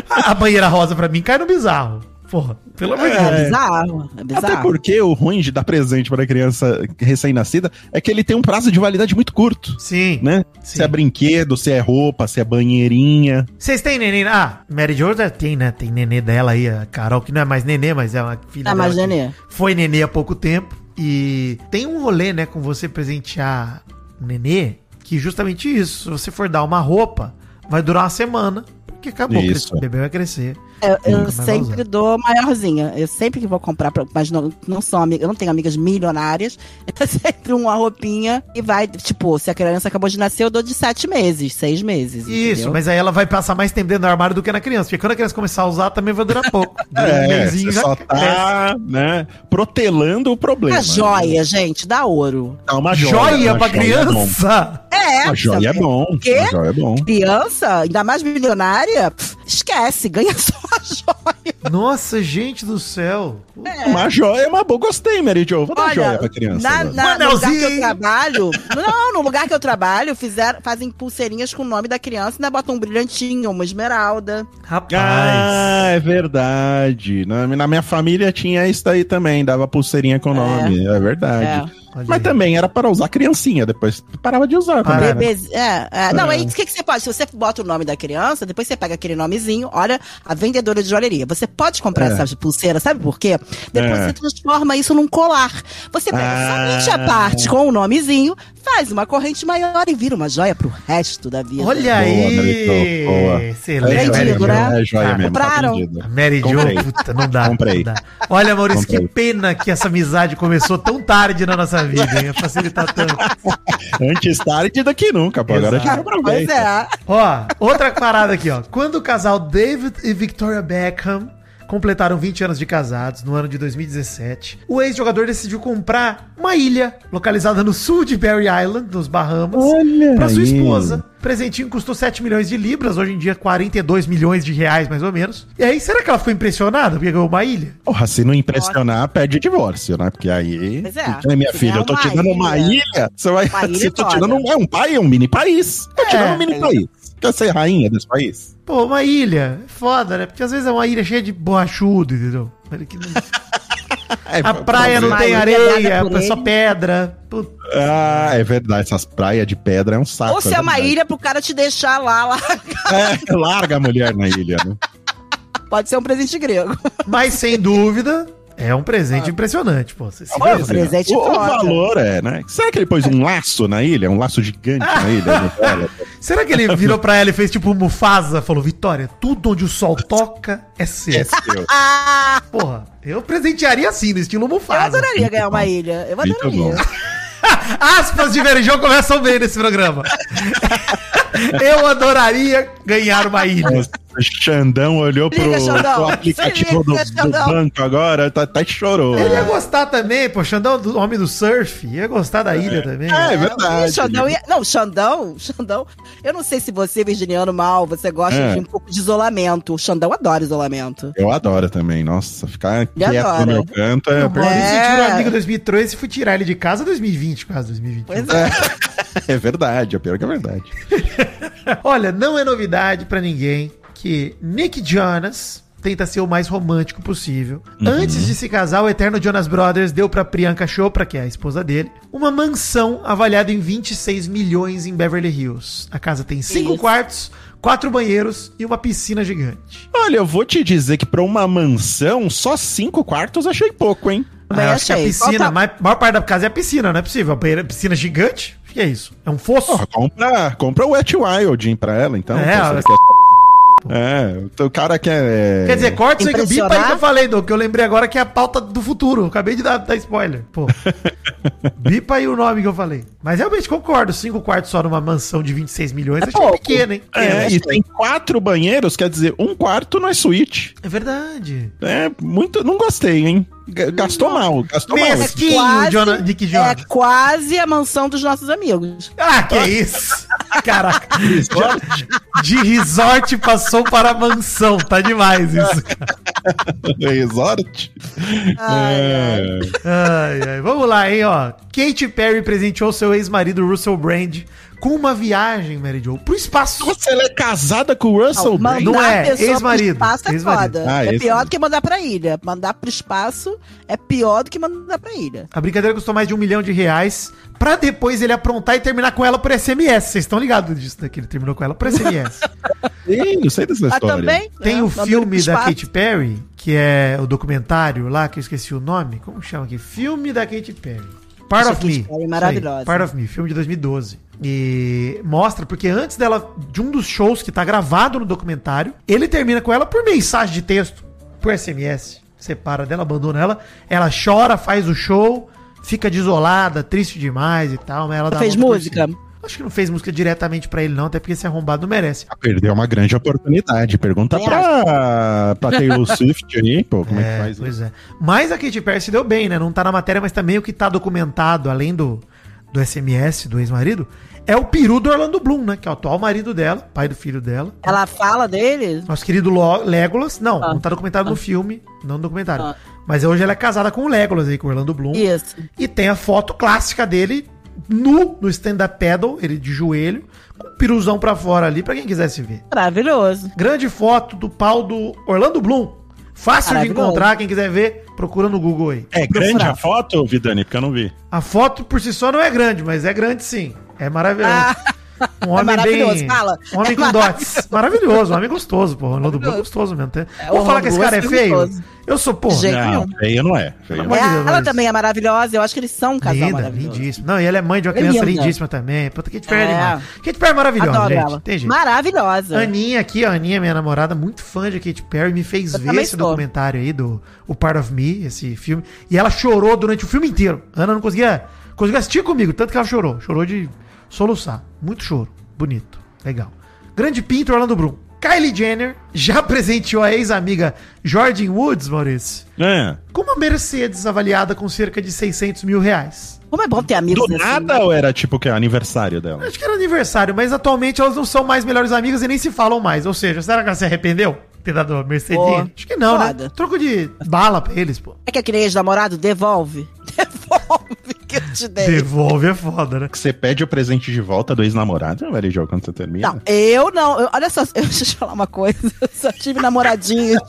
[SPEAKER 4] a, a banheira rosa pra mim cai no bizarro. Porra, pelo amor de Deus.
[SPEAKER 3] É bizarro. É bizarro.
[SPEAKER 2] Até porque o ruim de dar presente para criança recém-nascida é que ele tem um prazo de validade muito curto,
[SPEAKER 4] Sim.
[SPEAKER 2] né?
[SPEAKER 4] Sim.
[SPEAKER 2] Se é brinquedo, se é roupa, se é banheirinha.
[SPEAKER 4] Vocês têm neném? Ah, Mary Jo já tem, né? Tem nenê dela aí, a Carol, que não é mais nenê, mas é uma filha
[SPEAKER 3] É
[SPEAKER 4] dela
[SPEAKER 3] mais
[SPEAKER 4] que
[SPEAKER 3] nenê.
[SPEAKER 4] Foi nenê há pouco tempo. E tem um rolê, né, com você presentear um nenê, que justamente isso. Se você for dar uma roupa, vai durar uma semana, porque acabou.
[SPEAKER 2] Isso.
[SPEAKER 4] cres- O bebê vai crescer.
[SPEAKER 3] Eu,
[SPEAKER 2] tá
[SPEAKER 3] eu
[SPEAKER 4] Nunca mais vai
[SPEAKER 3] sempre
[SPEAKER 4] usar.
[SPEAKER 3] dou maiorzinha. Eu sempre que vou comprar, pra- mas não, não sou amiga, eu não tenho amigas milionárias. É sempre uma roupinha e vai, tipo, se a criança acabou de nascer, eu dou de sete meses, seis meses.
[SPEAKER 4] Isso,
[SPEAKER 3] entendeu?
[SPEAKER 4] mas aí ela vai passar mais tempo dentro do armário do que na criança. Porque quando a criança começar a usar, também vai durar pouco. Dura um
[SPEAKER 2] É,
[SPEAKER 4] mesinho
[SPEAKER 2] você
[SPEAKER 4] já
[SPEAKER 2] só
[SPEAKER 4] cresce.
[SPEAKER 2] tá, né, protelando o problema.
[SPEAKER 3] É.
[SPEAKER 2] né?
[SPEAKER 3] Uma joia, gente, dá ouro.
[SPEAKER 2] Tá, uma joia,
[SPEAKER 4] Joia
[SPEAKER 2] uma
[SPEAKER 4] pra
[SPEAKER 2] joia é bom.
[SPEAKER 4] criança!
[SPEAKER 3] É,
[SPEAKER 2] Uma joia é
[SPEAKER 3] sabe?
[SPEAKER 2] bom.
[SPEAKER 3] Quê?
[SPEAKER 2] Uma joia é bom.
[SPEAKER 3] Criança, ainda mais milionária, pff, esquece, ganha só a joia.
[SPEAKER 4] Nossa, gente do céu!
[SPEAKER 2] Uma joia é uma boa. Gostei, Mary Jo. Vou dar
[SPEAKER 3] Olha,
[SPEAKER 2] joia pra criança.
[SPEAKER 3] na-
[SPEAKER 2] agora.
[SPEAKER 3] na- no lugar que eu
[SPEAKER 4] Manelzinho.
[SPEAKER 3] trabalho. Não, no lugar que eu trabalho, fizeram, fazem pulseirinhas com o nome da criança, ainda botam um brilhantinho, uma esmeralda.
[SPEAKER 4] Rapaz!
[SPEAKER 2] Ah, é verdade. Na, na minha família tinha isso aí também, dava pulseirinha com o nome. É verdade.
[SPEAKER 4] Olha
[SPEAKER 2] Mas
[SPEAKER 4] aí. Ah,
[SPEAKER 2] também era para usar criancinha, depois parava de usar.
[SPEAKER 4] Parava.
[SPEAKER 2] também, né?
[SPEAKER 3] Bebês, é, é. Não, aí o que, que você pode? Se você bota o nome da criança, depois você pega aquele nomezinho, olha, a vendedora de joalheria. Você pode comprar
[SPEAKER 2] É.
[SPEAKER 3] essa pulseira, sabe por quê? Depois
[SPEAKER 2] É.
[SPEAKER 3] você transforma isso num colar. Você pega
[SPEAKER 2] Ah.
[SPEAKER 3] somente a parte com o nomezinho, faz uma corrente maior e vira uma joia pro resto da vida.
[SPEAKER 4] Olha
[SPEAKER 2] Boa,
[SPEAKER 4] aí!
[SPEAKER 2] Mary Jo, boa.
[SPEAKER 4] Excelente!
[SPEAKER 3] joia,
[SPEAKER 4] Mary Jo.
[SPEAKER 3] né?
[SPEAKER 2] É joia mesmo. tá
[SPEAKER 3] Compraram?
[SPEAKER 2] vendido.
[SPEAKER 4] A Mary
[SPEAKER 2] Comprei.
[SPEAKER 4] Jo, puta, não dá.
[SPEAKER 2] Comprei.
[SPEAKER 4] não dá. Olha, Maurício,
[SPEAKER 2] Comprei.
[SPEAKER 4] que pena que essa amizade começou tão tarde na nossa vida, hein? Ia facilitar tanto.
[SPEAKER 2] Antes tarde do que nunca, pô. Agora um a gente
[SPEAKER 4] Exato.
[SPEAKER 3] Pois
[SPEAKER 2] aproveita.
[SPEAKER 3] é.
[SPEAKER 4] Ó, outra parada aqui, ó. Quando o casal David e Victoria Beckham completaram 20 anos de casados no ano de 2017, o ex-jogador decidiu comprar uma ilha localizada no sul de Barry Island, nos Bahamas,
[SPEAKER 2] Olha
[SPEAKER 4] para sua
[SPEAKER 2] aí.
[SPEAKER 4] esposa. O presentinho custou 7 milhões de libras, hoje em dia 42 milhões de reais, mais ou menos. E aí, será que ela ficou impressionada porque ganhou uma ilha?
[SPEAKER 2] Porra, se não impressionar, pede o divórcio, né? Porque aí.
[SPEAKER 3] Pois é.
[SPEAKER 2] Porque, minha
[SPEAKER 3] Se
[SPEAKER 2] filha, eu
[SPEAKER 3] ganhar
[SPEAKER 2] tô
[SPEAKER 3] uma
[SPEAKER 2] te dando uma
[SPEAKER 3] ilha-
[SPEAKER 2] ilha. Você vai.
[SPEAKER 3] Uma ilha É.
[SPEAKER 2] se tô
[SPEAKER 3] foda.
[SPEAKER 2] tirando um, é um pai, é um mini país. Tô tirando um mini país. Quer ser rainha desse país?
[SPEAKER 4] Pô, uma ilha. É Foda, né? Porque às vezes é uma ilha cheia de borrachudo, entendeu? Que não-
[SPEAKER 2] É,
[SPEAKER 4] A praia não
[SPEAKER 2] problema.
[SPEAKER 4] tem
[SPEAKER 3] Uma ilha
[SPEAKER 4] areia,
[SPEAKER 3] dada por
[SPEAKER 4] é só
[SPEAKER 3] ele.
[SPEAKER 4] pedra. Puta.
[SPEAKER 2] Ah, é verdade. Essas praias de pedra é um saco.
[SPEAKER 3] Ou se é uma
[SPEAKER 2] verdade.
[SPEAKER 3] ilha pro cara te deixar lá, lá.
[SPEAKER 2] É, larga a mulher na ilha, né?
[SPEAKER 3] Pode ser um presente grego.
[SPEAKER 4] Mas sem dúvida, é um presente
[SPEAKER 2] Ah.
[SPEAKER 4] impressionante, pô. Você se
[SPEAKER 3] Olha,
[SPEAKER 4] vê,
[SPEAKER 3] um presente
[SPEAKER 2] o, o
[SPEAKER 3] foda.
[SPEAKER 2] valor é, né? Será que ele pôs um laço na ilha? Um laço gigante na ilha? né? Olha,
[SPEAKER 4] Será que ele virou pra ela e fez tipo Mufasa? Falou, Vitória, tudo onde o sol toca é seu.
[SPEAKER 2] esqueceu.
[SPEAKER 3] Ah,
[SPEAKER 4] Porra, eu presentearia assim, no estilo
[SPEAKER 3] eu
[SPEAKER 4] Mufasa.
[SPEAKER 3] adoraria ganhar uma ilha. Eu
[SPEAKER 2] Muito bom.
[SPEAKER 3] adoraria.
[SPEAKER 4] Aspas de Verijão começam bem nesse programa. Eu adoraria ganhar uma ilha.
[SPEAKER 2] O Xandão olhou
[SPEAKER 3] Liga,
[SPEAKER 2] pro,
[SPEAKER 3] Xandão.
[SPEAKER 2] pro aplicativo
[SPEAKER 3] Se liga,
[SPEAKER 2] do, do
[SPEAKER 3] Xandão.
[SPEAKER 2] banco agora, tá- até chorou.
[SPEAKER 4] Ele ia
[SPEAKER 2] É,
[SPEAKER 4] gostar também, pô, Xandão, do homem do surf, ia gostar da ilha
[SPEAKER 2] é
[SPEAKER 4] também.
[SPEAKER 3] Ih, Xandão
[SPEAKER 4] né?
[SPEAKER 2] verdade.
[SPEAKER 3] ia- Não, Xandão, Xandão. Eu não sei se você, virginiano mal, você gosta
[SPEAKER 2] É.
[SPEAKER 3] de um pouco de isolamento. O Xandão adora isolamento.
[SPEAKER 2] Eu adoro também, nossa, ficar quieto
[SPEAKER 3] adora.
[SPEAKER 2] no meu canto é...
[SPEAKER 4] O Maurício
[SPEAKER 3] É.
[SPEAKER 4] tirou o amigo 2013 e fui tirar ele de casa em 2020, quase 2021.
[SPEAKER 3] Pois é.
[SPEAKER 2] É verdade, é pior que é verdade.
[SPEAKER 4] Olha, não é novidade pra ninguém que Nick Jonas tenta ser o mais romântico possível. Antes de se casar, o eterno Jonas Brothers deu pra Priyanka Chopra, que é a esposa dele, uma mansão avaliada em 26 milhões em Beverly Hills. A casa tem cinco
[SPEAKER 3] Isso.
[SPEAKER 4] quartos, quatro banheiros e uma piscina gigante.
[SPEAKER 2] Olha, eu vou te dizer que pra uma mansão, só cinco quartos achei pouco, hein?
[SPEAKER 3] Também
[SPEAKER 4] Ah, eu acho que a
[SPEAKER 3] achei.
[SPEAKER 4] piscina,
[SPEAKER 3] Falta-
[SPEAKER 4] a mai- maior parte da casa é a piscina, não é possível. A banheira- piscina gigante? O que é isso? É um fosso?
[SPEAKER 2] Porra, compra, compra o Wet Wilding pra ela, então.
[SPEAKER 4] É,
[SPEAKER 2] pô, se
[SPEAKER 4] ela-
[SPEAKER 2] ela quer- É, o cara quer... é,
[SPEAKER 4] Quer dizer, corta isso aí que eu bipa aí que eu
[SPEAKER 3] Impressionar?
[SPEAKER 4] falei, Doug, que eu lembrei agora que é a pauta do futuro. Eu Acabei de dar, dar spoiler. Pô. bipa aí o nome que eu falei. Mas realmente concordo, cinco quartos só numa mansão de 26 milhões, achei
[SPEAKER 3] pouco.
[SPEAKER 4] pequeno, hein?
[SPEAKER 2] É, e tem quatro banheiros, quer dizer, um quarto não é suíte.
[SPEAKER 4] É verdade.
[SPEAKER 2] É, muito. Não gostei, hein? G- Gastou mal, gastou mal.
[SPEAKER 4] Mesquinho, Jona- Nick
[SPEAKER 3] é
[SPEAKER 4] Jonas.
[SPEAKER 3] quase a mansão dos nossos amigos.
[SPEAKER 4] Ah, que isso! Caraca. De resort passou para mansão. Tá demais isso.
[SPEAKER 2] Resort? É.
[SPEAKER 4] Ai, ai. Vamos lá, hein, ó. Katy Perry presenteou seu ex-marido Russell Brand com uma viagem, Mary Jo, pro espaço.
[SPEAKER 2] Nossa, ela é casada com o Russell
[SPEAKER 3] mandar
[SPEAKER 2] Brand?
[SPEAKER 4] não é,
[SPEAKER 3] a pessoa pro
[SPEAKER 4] ex-marido,
[SPEAKER 3] espaço é
[SPEAKER 4] ex-marido.
[SPEAKER 3] foda.
[SPEAKER 2] Ah,
[SPEAKER 3] é
[SPEAKER 2] esse-
[SPEAKER 3] pior do que mandar pra ilha. Mandar pro espaço é pior do que mandar pra ilha.
[SPEAKER 4] A brincadeira custou mais de um milhão de reais pra depois ele aprontar e terminar com ela por SMS. Vocês estão ligados disso, né? Que ele terminou com ela por SMS.
[SPEAKER 2] Sim, eu sei dessa
[SPEAKER 3] Mas
[SPEAKER 2] história.
[SPEAKER 3] também.
[SPEAKER 4] Tem
[SPEAKER 3] né,
[SPEAKER 4] o
[SPEAKER 3] mandando
[SPEAKER 4] filme
[SPEAKER 3] pro
[SPEAKER 4] da
[SPEAKER 3] espaço.
[SPEAKER 4] Katy Perry, que é o documentário lá, que eu esqueci o nome. Como chama aqui? Filme da Katy Perry. Part
[SPEAKER 3] Essa
[SPEAKER 4] of
[SPEAKER 3] Katy
[SPEAKER 4] Me.
[SPEAKER 3] Perry maravilhosa.
[SPEAKER 4] Isso aí, Part of Me, filme de 2012. E mostra, porque antes dela, de um dos shows que tá gravado no documentário, ele termina com ela por mensagem de texto, por SMS. Separa dela, abandona ela, ela chora, faz o show, fica desolada, triste demais e tal. Mas ela dá a
[SPEAKER 3] fez
[SPEAKER 4] volta por
[SPEAKER 3] música?
[SPEAKER 4] cima. Acho que não fez música diretamente pra ele, não, até porque esse arrombado não merece.
[SPEAKER 2] Perdeu uma grande oportunidade. Pergunta
[SPEAKER 3] Também
[SPEAKER 2] pra, pra Taylor Swift aí, pô, como é,
[SPEAKER 4] É,
[SPEAKER 2] que faz isso?
[SPEAKER 4] pois é. Mas a Katy Perry se deu bem, né? Não tá na matéria, mas também o que tá documentado, além do, do SMS do ex-marido, é o peru do Orlando Bloom, né? Que é o atual marido dela, pai do filho dela.
[SPEAKER 3] Ela fala dele?
[SPEAKER 4] Nosso querido Lo- Legolas. Não,
[SPEAKER 3] Ah.
[SPEAKER 4] não tá documentado no filme, não no documentário.
[SPEAKER 3] Ah.
[SPEAKER 4] Mas hoje ela é casada com o Legolas aí, com o Orlando Bloom.
[SPEAKER 3] Isso.
[SPEAKER 4] E tem a foto clássica dele nu no stand-up paddle, ele de joelho, com o piruzão pra fora ali, pra quem quiser se ver.
[SPEAKER 3] Maravilhoso.
[SPEAKER 4] Grande foto do pau do Orlando Bloom. Fácil de
[SPEAKER 3] Maravilhoso.
[SPEAKER 4] encontrar, quem quiser ver, procura no Google aí.
[SPEAKER 2] É grande a foto, Vidani? Porque eu não vi.
[SPEAKER 4] A foto por si só não é grande, mas é grande sim. É maravilhoso.
[SPEAKER 3] Ah,
[SPEAKER 4] Um homem
[SPEAKER 3] é maravilhoso,
[SPEAKER 4] bem.
[SPEAKER 3] fala.
[SPEAKER 4] Um homem
[SPEAKER 3] É
[SPEAKER 4] com dotes. Maravilhoso, um homem gostoso, pô. Orlando Bloom é gostoso mesmo. Tá? Vou
[SPEAKER 3] o
[SPEAKER 4] falar que esse
[SPEAKER 3] Orlando
[SPEAKER 4] cara é
[SPEAKER 3] Bloom é
[SPEAKER 4] feio?
[SPEAKER 3] gostoso.
[SPEAKER 4] Eu sou, pô.
[SPEAKER 3] Gente, Tem
[SPEAKER 2] Não,
[SPEAKER 3] nenhum.
[SPEAKER 2] feio não é. Feio não é.
[SPEAKER 4] amor de
[SPEAKER 3] É,
[SPEAKER 4] Deus,
[SPEAKER 3] ela
[SPEAKER 4] Larissa.
[SPEAKER 3] também é maravilhosa. Eu acho que eles são um casal
[SPEAKER 4] Linda,
[SPEAKER 3] maravilhoso.
[SPEAKER 4] lindíssima. Não, e ela é mãe de uma
[SPEAKER 3] É
[SPEAKER 4] criança
[SPEAKER 3] linda.
[SPEAKER 4] lindíssima também. Puta, Kate Perry é
[SPEAKER 3] É.
[SPEAKER 4] demais. Kate Perry é maravilhosa,
[SPEAKER 3] Adoro
[SPEAKER 4] gente.
[SPEAKER 3] ela.
[SPEAKER 4] Tem jeito.
[SPEAKER 3] Maravilhosa.
[SPEAKER 4] Aninha aqui, a Aninha, minha namorada, muito fã de Katy Perry, me fez
[SPEAKER 3] Eu
[SPEAKER 4] ver
[SPEAKER 3] também
[SPEAKER 4] esse
[SPEAKER 3] sou.
[SPEAKER 4] documentário aí do O Part of Me, esse filme, e ela chorou durante o filme inteiro. A Ana não conseguia, conseguia assistir comigo, tanto que ela chorou, chorou de soluçar. Muito choro, bonito, legal. Grande pinto Orlando Brum. Kylie Jenner já presenteou a ex-amiga Jordan Woods, Maurício,
[SPEAKER 2] É.
[SPEAKER 4] com uma Mercedes avaliada com cerca de 600 mil reais.
[SPEAKER 3] Como é bom ter amigos
[SPEAKER 2] Do nada
[SPEAKER 4] assim,
[SPEAKER 2] ou era tipo que é aniversário dela?
[SPEAKER 4] Acho que era aniversário, mas atualmente elas não são mais melhores amigas e nem se falam mais. Ou seja, será que ela se arrependeu? de Ter dado a Mercedinha?
[SPEAKER 3] Pô,
[SPEAKER 4] Acho que não, né?
[SPEAKER 3] foda.
[SPEAKER 4] Troco de bala pra eles, pô.
[SPEAKER 3] É que aquele ex-namorado devolve? Devolve que eu te dei.
[SPEAKER 4] Devolve é foda, né?
[SPEAKER 2] Que você pede o presente de volta do ex-namorado, né, Mary Jo, quando você termina?
[SPEAKER 3] Não, eu não. Eu- olha só, eu, deixa eu te falar uma coisa. Eu só tive namoradinhos.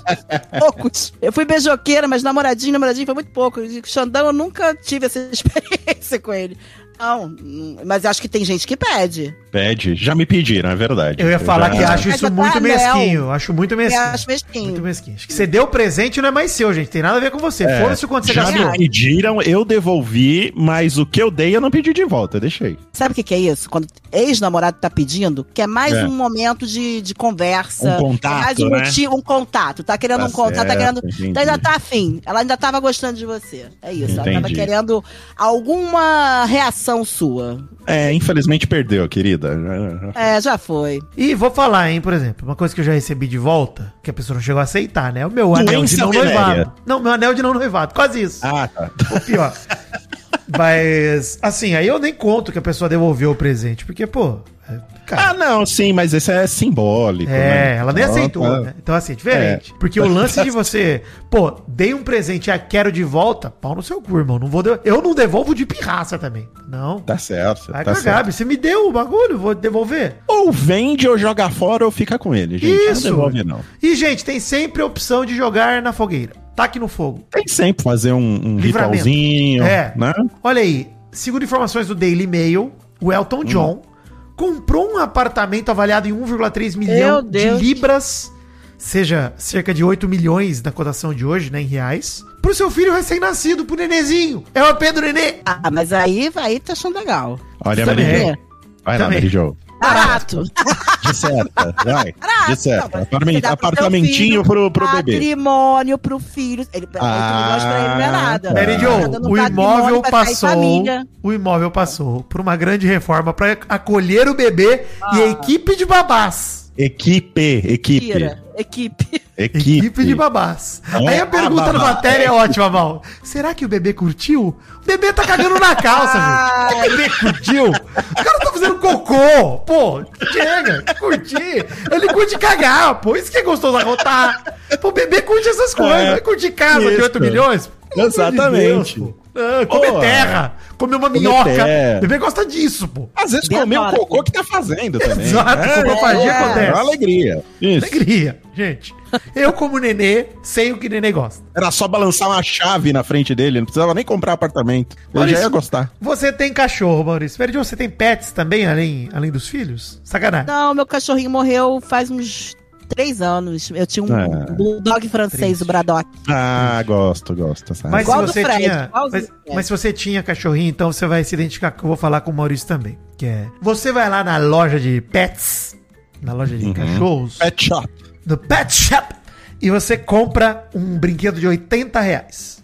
[SPEAKER 3] poucos. Eu fui beijoqueira, mas namoradinho, namoradinho foi muito pouco. E com o Xandão, eu nunca tive essa experiência com ele. Não, hum, mas acho que tem gente que pede.
[SPEAKER 2] Pede. Já me pediram, é verdade.
[SPEAKER 4] Eu ia falar
[SPEAKER 2] já-
[SPEAKER 4] que acho
[SPEAKER 3] Mas
[SPEAKER 4] isso
[SPEAKER 3] eu tô
[SPEAKER 4] muito
[SPEAKER 3] anel.
[SPEAKER 4] mesquinho. Acho muito
[SPEAKER 3] Eu
[SPEAKER 4] mesquinho.
[SPEAKER 3] acho assim.
[SPEAKER 4] Muito
[SPEAKER 3] mesquinho.
[SPEAKER 4] mesquinho. Acho que você deu o presente e não é mais seu, gente. Tem nada a ver com você.
[SPEAKER 2] É,
[SPEAKER 4] Foda-se quando você
[SPEAKER 2] já
[SPEAKER 4] gastou.
[SPEAKER 2] me pediram, eu devolvi, mas o que eu dei eu não pedi de volta, eu deixei.
[SPEAKER 3] Sabe o que, que é isso? Quando ex-namorado tá pedindo, quer mais
[SPEAKER 2] É.
[SPEAKER 3] um momento de, de conversa.
[SPEAKER 2] Um contato,
[SPEAKER 3] quer mais um
[SPEAKER 2] né?
[SPEAKER 3] motivo, um contato. Tá querendo
[SPEAKER 2] Tá
[SPEAKER 3] um contato, tá
[SPEAKER 2] certo,
[SPEAKER 3] querendo.
[SPEAKER 2] entendi.
[SPEAKER 3] Ainda tá afim. Ela ainda tava gostando de você. É isso. Ela tava
[SPEAKER 2] Entendi.
[SPEAKER 3] querendo alguma reação sua.
[SPEAKER 2] É, infelizmente perdeu, querida.
[SPEAKER 3] É, já foi.
[SPEAKER 4] E vou falar, hein, por exemplo, uma coisa que eu já recebi de volta, que a pessoa não chegou a aceitar, né? O meu anel de
[SPEAKER 2] Doença
[SPEAKER 4] não
[SPEAKER 2] venérea.
[SPEAKER 4] noivado. Não, meu anel de não noivado. Quase isso.
[SPEAKER 2] Ah, tá.
[SPEAKER 4] o pior. Mas, assim, aí eu nem conto que a pessoa devolveu o presente, porque, pô, é,
[SPEAKER 2] Ah,
[SPEAKER 4] cara.
[SPEAKER 2] não, sim, mas esse é simbólico.
[SPEAKER 4] é,
[SPEAKER 2] né?
[SPEAKER 4] ela nem
[SPEAKER 2] Então,
[SPEAKER 4] aceitou,
[SPEAKER 2] tá.
[SPEAKER 4] né? Então, assim, é diferente. Porque o lance de você, pô, dei um presente e ah, quero de volta, pau no seu cu, irmão. Não vou de- Eu não devolvo de pirraça também. Não.
[SPEAKER 2] Tá certo.
[SPEAKER 4] Vai
[SPEAKER 2] Tá
[SPEAKER 4] cagar,
[SPEAKER 2] certo.
[SPEAKER 4] bicho. você me deu o bagulho, vou devolver.
[SPEAKER 2] Ou vende, ou joga fora, ou fica com ele, gente.
[SPEAKER 4] Isso.
[SPEAKER 2] Não devolve, não.
[SPEAKER 4] E, gente, tem sempre a opção de jogar na fogueira. Taque no fogo.
[SPEAKER 2] Tem sempre fazer um, um
[SPEAKER 4] Livramento.
[SPEAKER 2] ritualzinho,
[SPEAKER 4] É.
[SPEAKER 2] né?
[SPEAKER 4] Olha aí, segundo informações do Daily Mail, o Elton John comprou um apartamento avaliado em 1,3 milhão de
[SPEAKER 3] Deus.
[SPEAKER 4] libras, seja cerca de 8 milhões na cotação de hoje, né, em reais, pro seu filho recém-nascido, pro nenezinho. É o Pedro Nenê.
[SPEAKER 3] Ah, mas aí, aí tá achando legal.
[SPEAKER 2] Olha,
[SPEAKER 4] Também.
[SPEAKER 2] Mary Jo. Vai lá,
[SPEAKER 4] Também.
[SPEAKER 2] Mary Jo.
[SPEAKER 3] Barato.
[SPEAKER 2] Disserta, vai.
[SPEAKER 3] Não,
[SPEAKER 2] Disserta.
[SPEAKER 3] mas você dá pro
[SPEAKER 2] Apartamentinho
[SPEAKER 3] seu filho,
[SPEAKER 2] pro, pro bebê.
[SPEAKER 3] Patrimônio pro filho. Ele,
[SPEAKER 2] Ah,
[SPEAKER 3] ah, milhões pra ele não é nada.
[SPEAKER 4] Mary
[SPEAKER 3] Tá
[SPEAKER 4] Jo,
[SPEAKER 3] dando um
[SPEAKER 4] o imóvel
[SPEAKER 3] patrimônio pra sair
[SPEAKER 4] passou,
[SPEAKER 3] família.
[SPEAKER 4] o imóvel passou por uma grande reforma para
[SPEAKER 3] Ah.
[SPEAKER 4] acolher o bebê e a equipe de babás.
[SPEAKER 2] Equipe, equipe.
[SPEAKER 3] Tira. Equipe.
[SPEAKER 2] Equipe.
[SPEAKER 4] Equipe de babás.
[SPEAKER 2] Não
[SPEAKER 4] Aí
[SPEAKER 2] é
[SPEAKER 4] a pergunta
[SPEAKER 2] a
[SPEAKER 4] da
[SPEAKER 2] babá,
[SPEAKER 4] matéria é ótima, Val. Será que o bebê curtiu? O bebê tá cagando na calça, gente. O bebê curtiu? O cara tá fazendo cocô. Pô, chega, curtir. Ele curte cagar, pô. Isso que é gostoso arrotar. Pô, o bebê curte essas coisas.
[SPEAKER 2] É.
[SPEAKER 4] Vai curtir casa de
[SPEAKER 2] Isso.
[SPEAKER 4] 8 milhões? Pelo amor de
[SPEAKER 2] Exatamente.
[SPEAKER 4] Deus, pô. Ah, comer
[SPEAKER 2] Pô.
[SPEAKER 4] terra, comer uma
[SPEAKER 2] Comer
[SPEAKER 4] minhoca.
[SPEAKER 2] terra.
[SPEAKER 4] O bebê gosta disso, pô.
[SPEAKER 2] Às vezes
[SPEAKER 3] Dentro
[SPEAKER 2] comer
[SPEAKER 3] da
[SPEAKER 2] o
[SPEAKER 3] hora.
[SPEAKER 2] cocô que tá fazendo também.
[SPEAKER 4] Exato,
[SPEAKER 2] né?
[SPEAKER 4] coprofagia
[SPEAKER 2] É,
[SPEAKER 4] acontece.
[SPEAKER 2] É uma alegria. Isso.
[SPEAKER 4] Alegria, gente. Eu, como nenê, sei o que nenê gosta.
[SPEAKER 2] Era só balançar uma chave na frente dele, não precisava nem comprar apartamento. Ele
[SPEAKER 4] Maurício,
[SPEAKER 2] já ia gostar.
[SPEAKER 4] Você tem cachorro, Maurício. Verdi, você tem pets também, além, além dos filhos? Sacanagem.
[SPEAKER 3] Não, meu cachorrinho morreu faz uns três anos. Eu tinha um
[SPEAKER 2] Ah.
[SPEAKER 3] bulldog francês,
[SPEAKER 4] Triste.
[SPEAKER 3] o Braddock.
[SPEAKER 2] Ah, gosto, gosto. sabe?
[SPEAKER 4] Mas se,
[SPEAKER 3] Igual do
[SPEAKER 4] você
[SPEAKER 3] Fred,
[SPEAKER 4] tinha,
[SPEAKER 3] igualzinho
[SPEAKER 4] mas,
[SPEAKER 3] do Fred.
[SPEAKER 4] mas se você tinha cachorrinho, então você vai se identificar que eu vou falar com o Maurício também. Que é. Você vai lá na loja de pets, na loja de cachorros,
[SPEAKER 2] Pet shop.
[SPEAKER 4] do Pet Shop, e você compra um brinquedo de 80 reais.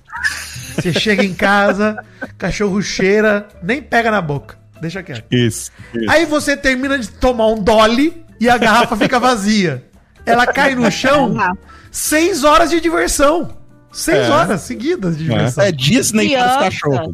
[SPEAKER 4] Você chega em casa, cachorro cheira, nem pega na boca. Deixa quieto.
[SPEAKER 2] Isso. isso.
[SPEAKER 4] Aí você termina de tomar um dole e a garrafa fica vazia. Ela cai no
[SPEAKER 3] Ah,
[SPEAKER 4] chão. Seis horas de diversão. Seis
[SPEAKER 2] É.
[SPEAKER 4] horas seguidas de diversão.
[SPEAKER 2] É. É Disney para os
[SPEAKER 3] Criança.
[SPEAKER 2] cachorros.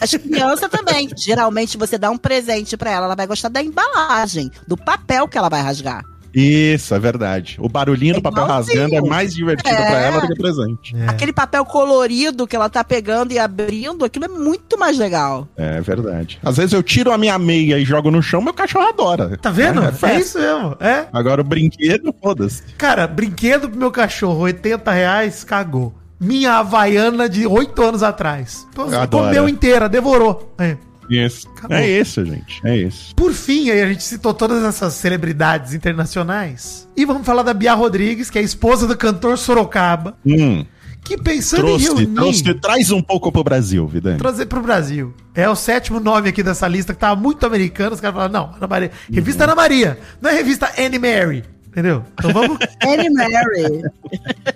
[SPEAKER 3] As crianças também. Geralmente você dá um presente pra ela, ela vai gostar da embalagem, do papel que ela vai rasgar.
[SPEAKER 2] Isso, é verdade. O barulhinho do
[SPEAKER 3] É
[SPEAKER 2] papel
[SPEAKER 3] igualzinho.
[SPEAKER 2] rasgando é mais divertido pra
[SPEAKER 3] É.
[SPEAKER 2] ela do que o presente.
[SPEAKER 4] É.
[SPEAKER 3] Aquele papel colorido que ela tá pegando e abrindo, aquilo é muito mais legal.
[SPEAKER 2] É verdade. Às vezes eu tiro a minha meia e jogo no chão, meu cachorro adora.
[SPEAKER 4] Tá vendo?
[SPEAKER 2] É,
[SPEAKER 4] É
[SPEAKER 2] festa.
[SPEAKER 4] isso mesmo. É.
[SPEAKER 2] Agora o brinquedo, foda-se.
[SPEAKER 4] Cara, brinquedo pro meu cachorro, 80 reais, cagou. Minha Havaiana de oito anos atrás. Pô,
[SPEAKER 2] Adoro. é.
[SPEAKER 4] Comeu inteira, devorou. É.
[SPEAKER 2] Isso.
[SPEAKER 4] Acabou.
[SPEAKER 2] É isso, gente. É isso.
[SPEAKER 4] Por fim, aí a gente citou todas essas celebridades internacionais. E vamos falar da Bia Rodrigues, que é a esposa do cantor Sorocaba.
[SPEAKER 2] Hum,
[SPEAKER 4] Que pensando em
[SPEAKER 2] trouxe,
[SPEAKER 4] reunir,
[SPEAKER 2] trouxe, traz um pouco pro Brasil, Vidani.
[SPEAKER 4] trazer pro Brasil. É o sétimo nome aqui dessa lista que tava muito americano. Os caras falaram, não, Ana Maria. Revista
[SPEAKER 2] Uhum.
[SPEAKER 4] Ana Maria, não é revista Annie Mary. Entendeu? Então vamos.
[SPEAKER 3] Annie Mary.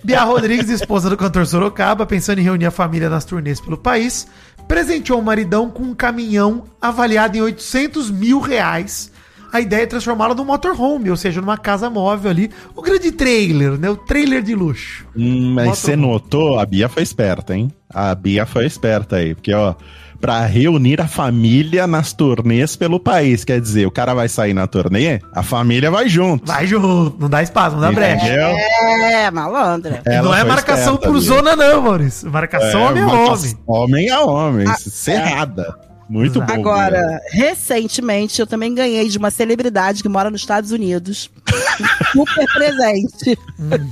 [SPEAKER 4] Bia Rodrigues, esposa do cantor Sorocaba, pensando em reunir a família nas turnês pelo país, presenteou o maridão com um caminhão avaliado em 800 mil reais. A ideia é transformá-lo num motorhome, ou seja, numa casa móvel ali. O grande trailer, né? O trailer de luxo.
[SPEAKER 2] Hum, mas
[SPEAKER 4] Bota
[SPEAKER 2] você
[SPEAKER 4] um.
[SPEAKER 2] notou? A Bia foi esperta, hein? A Bia foi esperta aí, porque, ó, pra reunir a família nas turnês pelo país, quer dizer, o cara vai sair na turnê, a família vai junto.
[SPEAKER 4] Vai junto, não dá espaço, não dá brecha.
[SPEAKER 2] Entendeu?
[SPEAKER 3] É, malandra.
[SPEAKER 2] Ela
[SPEAKER 4] não é
[SPEAKER 2] foi
[SPEAKER 4] marcação
[SPEAKER 2] esperta,
[SPEAKER 4] por
[SPEAKER 2] Bia.
[SPEAKER 4] zona, não, Maurício. Marcação homem é
[SPEAKER 2] marcação-
[SPEAKER 4] homem.
[SPEAKER 2] Homem
[SPEAKER 4] Ah, é.
[SPEAKER 2] a homem, cerrada. Muito
[SPEAKER 4] Exato.
[SPEAKER 2] bom. Bia.
[SPEAKER 3] Agora, recentemente eu também ganhei de uma celebridade que mora nos Estados Unidos. um super presente.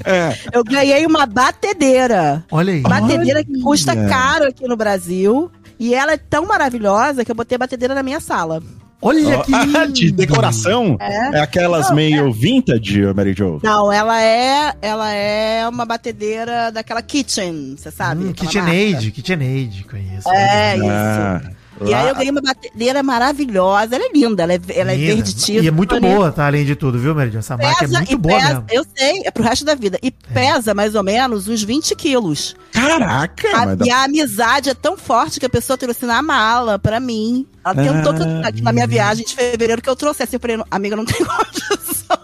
[SPEAKER 2] É,
[SPEAKER 3] Eu ganhei uma batedeira.
[SPEAKER 4] Olha aí.
[SPEAKER 3] Batedeira que custa caro aqui no Brasil. E ela é tão maravilhosa que eu botei a batedeira na minha sala.
[SPEAKER 4] Olha
[SPEAKER 2] ó,
[SPEAKER 4] que
[SPEAKER 2] ah,
[SPEAKER 4] lindo.
[SPEAKER 2] de decoração. É,
[SPEAKER 3] É.
[SPEAKER 2] aquelas meio vintage, Mary Jo.
[SPEAKER 3] Não, ela é, ela é uma batedeira daquela kitchen, você sabe?
[SPEAKER 4] Hum,
[SPEAKER 3] Aquela marca.
[SPEAKER 4] KitchenAid, KitchenAid, conheço.
[SPEAKER 3] É, isso.
[SPEAKER 4] Ah,
[SPEAKER 3] E aí
[SPEAKER 2] Ah, lá-
[SPEAKER 3] eu ganhei uma batedeira maravilhosa. Ela é linda, ela é, ela é
[SPEAKER 4] Linda.
[SPEAKER 3] verde tinta.
[SPEAKER 4] E é muito
[SPEAKER 3] bonita.
[SPEAKER 4] boa, tá? Além de tudo, viu, Meridian? Essa marca é
[SPEAKER 3] Pesa
[SPEAKER 4] muito
[SPEAKER 3] e
[SPEAKER 4] boa
[SPEAKER 3] pesa,
[SPEAKER 4] mesmo.
[SPEAKER 3] eu sei, é pro resto da vida. E pesa mais ou menos uns 20 quilos.
[SPEAKER 2] Caraca,
[SPEAKER 3] A-
[SPEAKER 2] mas dá-
[SPEAKER 3] E a amizade é tão forte que a pessoa trouxe na mala pra mim. Ela tentou
[SPEAKER 2] Ah,
[SPEAKER 3] trouxer aqui na minha viagem de fevereiro que eu trouxe assim. Eu falei, amiga, não tem condição.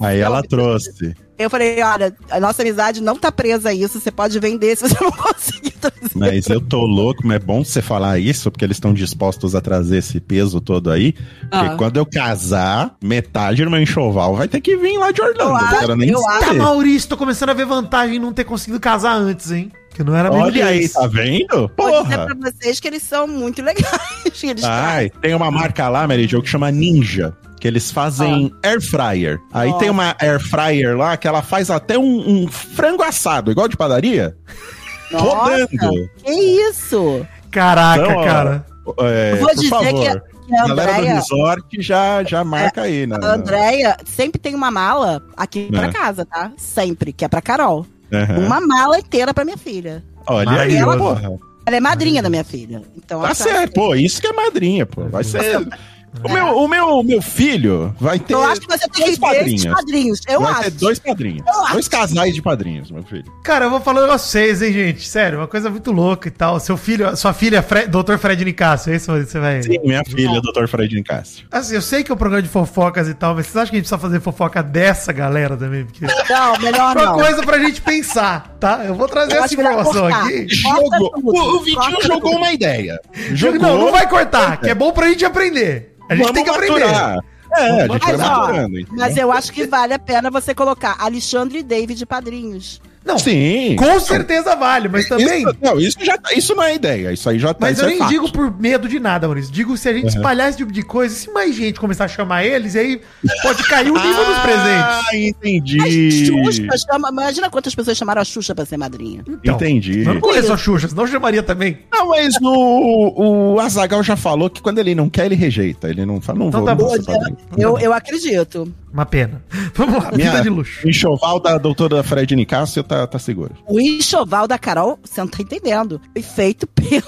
[SPEAKER 2] aí ela
[SPEAKER 3] então,
[SPEAKER 2] trouxe.
[SPEAKER 3] Eu falei, olha, a nossa amizade não tá presa a isso. Você pode vender se você não conseguir trazer.
[SPEAKER 2] Mas eu tô louco, mas é bom você falar isso, porque eles estão dispostos a trazer esse peso todo aí. Porque
[SPEAKER 3] Ah.
[SPEAKER 2] quando eu casar, metade do meu enxoval vai ter que vir lá de Orlando.
[SPEAKER 3] Eu
[SPEAKER 2] Eu
[SPEAKER 3] acho-
[SPEAKER 2] quero nem
[SPEAKER 3] eu
[SPEAKER 2] saber.
[SPEAKER 4] Tá, Maurício, tô começando a ver vantagem em não ter conseguido casar antes, hein? Que não era mesmo
[SPEAKER 2] Olha aí,
[SPEAKER 4] desse.
[SPEAKER 2] tá vendo?
[SPEAKER 3] Vou dizer
[SPEAKER 2] Porra! Ah,
[SPEAKER 3] pra vocês que eles são muito legais. Eles
[SPEAKER 2] Ai, tem uma marca lá, Mary Jo, que chama Ninja. Que eles fazem air fryer. Aí
[SPEAKER 3] Ah. Nossa.
[SPEAKER 2] tem uma air fryer lá que ela faz até um, um frango assado, igual de padaria,
[SPEAKER 3] Nossa,
[SPEAKER 2] rodando.
[SPEAKER 3] Que isso?
[SPEAKER 4] Caraca,
[SPEAKER 2] Então, ó,
[SPEAKER 4] cara.
[SPEAKER 2] É,
[SPEAKER 3] Eu vou
[SPEAKER 2] por
[SPEAKER 3] dizer
[SPEAKER 2] favor.
[SPEAKER 3] que a- que a
[SPEAKER 2] Galera do
[SPEAKER 3] Andréia. É,
[SPEAKER 2] resort já, já marca aí, né?
[SPEAKER 3] A Andréia sempre tem uma mala aqui
[SPEAKER 2] É.
[SPEAKER 3] pra casa, tá? Sempre, que é pra Carol.
[SPEAKER 2] Aham.
[SPEAKER 3] Uma mala inteira pra minha filha.
[SPEAKER 2] Olha aí,
[SPEAKER 3] Ela-
[SPEAKER 2] porra.
[SPEAKER 3] Ela é madrinha da minha filha. Então
[SPEAKER 2] Tá
[SPEAKER 3] ela
[SPEAKER 2] certo, pô. Isso que é madrinha, pô. Vai ser. O meu, o meu, meu filho vai ter
[SPEAKER 3] Eu acho que você tem
[SPEAKER 2] dois
[SPEAKER 3] que ver esses
[SPEAKER 2] padrinhos.
[SPEAKER 3] padrinhos. Eu
[SPEAKER 2] vai
[SPEAKER 3] acho.
[SPEAKER 2] ter dois padrinhos.
[SPEAKER 3] Eu acho.
[SPEAKER 2] Dois casais de padrinhos, meu filho.
[SPEAKER 4] Cara, eu vou falar um pra vocês, hein, gente. Sério, uma coisa muito louca e tal. Seu filho, sua filha, Fre Dr. Fred Nicasso, é isso que você vai.
[SPEAKER 2] Sim, minha filha, Dr. Fred Nicásio.
[SPEAKER 4] Assim, eu sei que é um programa de fofocas e tal, mas vocês acham que a gente precisa fazer fofoca dessa galera também? Porque é
[SPEAKER 3] Não, melhor
[SPEAKER 4] uma
[SPEAKER 3] Ah, não.
[SPEAKER 4] coisa pra gente pensar, tá? Eu vou trazer
[SPEAKER 3] Eu
[SPEAKER 4] essa
[SPEAKER 3] acho melhor
[SPEAKER 4] informação
[SPEAKER 3] cortar.
[SPEAKER 4] aqui.
[SPEAKER 2] Jogou.
[SPEAKER 3] tudo,
[SPEAKER 2] O, o
[SPEAKER 3] corta
[SPEAKER 2] Vitinho
[SPEAKER 3] tudo.
[SPEAKER 2] jogou uma ideia. Jogou.
[SPEAKER 4] Não, não vai cortar, que é bom pra gente aprender. A gente tem que aprender.
[SPEAKER 2] maturar. É, a gente vai
[SPEAKER 3] Mas, ó,
[SPEAKER 2] maturando. entendeu?
[SPEAKER 3] mas é eu acho que vale a pena você colocar Alexandre e David de padrinhos.
[SPEAKER 4] Não,
[SPEAKER 2] Sim.
[SPEAKER 4] com certeza vale, mas também.
[SPEAKER 2] Isso, não, isso, já, tá- isso não é ideia. Isso aí já tá.
[SPEAKER 4] Mas
[SPEAKER 2] isso
[SPEAKER 4] eu
[SPEAKER 2] é
[SPEAKER 4] nem
[SPEAKER 2] fato. Uhum.
[SPEAKER 4] digo por medo de nada, Maurício. Digo se a gente espalhar esse tipo de coisa, se mais gente começar a chamar eles, e aí pode cair o nível dos presentes.
[SPEAKER 2] Ah, entendi.
[SPEAKER 3] Mas Xuxa chama- imagina quantas pessoas chamaram a Xuxa pra ser madrinha.
[SPEAKER 4] então.
[SPEAKER 2] Entendi.
[SPEAKER 4] Não conheço a Xuxa, senão eu chamaria também.
[SPEAKER 2] Não, mas o, o Azagal já falou que quando ele não quer, ele rejeita. Ele não fala, não
[SPEAKER 4] Então
[SPEAKER 2] vou.
[SPEAKER 4] tá
[SPEAKER 2] não
[SPEAKER 4] bom,
[SPEAKER 2] vou ser
[SPEAKER 3] Olha,
[SPEAKER 2] padrinho.
[SPEAKER 3] eu, eu acredito.
[SPEAKER 4] Uma pena. Vamos lá,
[SPEAKER 2] Minha
[SPEAKER 4] vida de luxo.
[SPEAKER 2] enxoval da doutora Fred Nicásio tá, tá segura.
[SPEAKER 3] O enxoval da Carol, você não tá entendendo. E feito pela,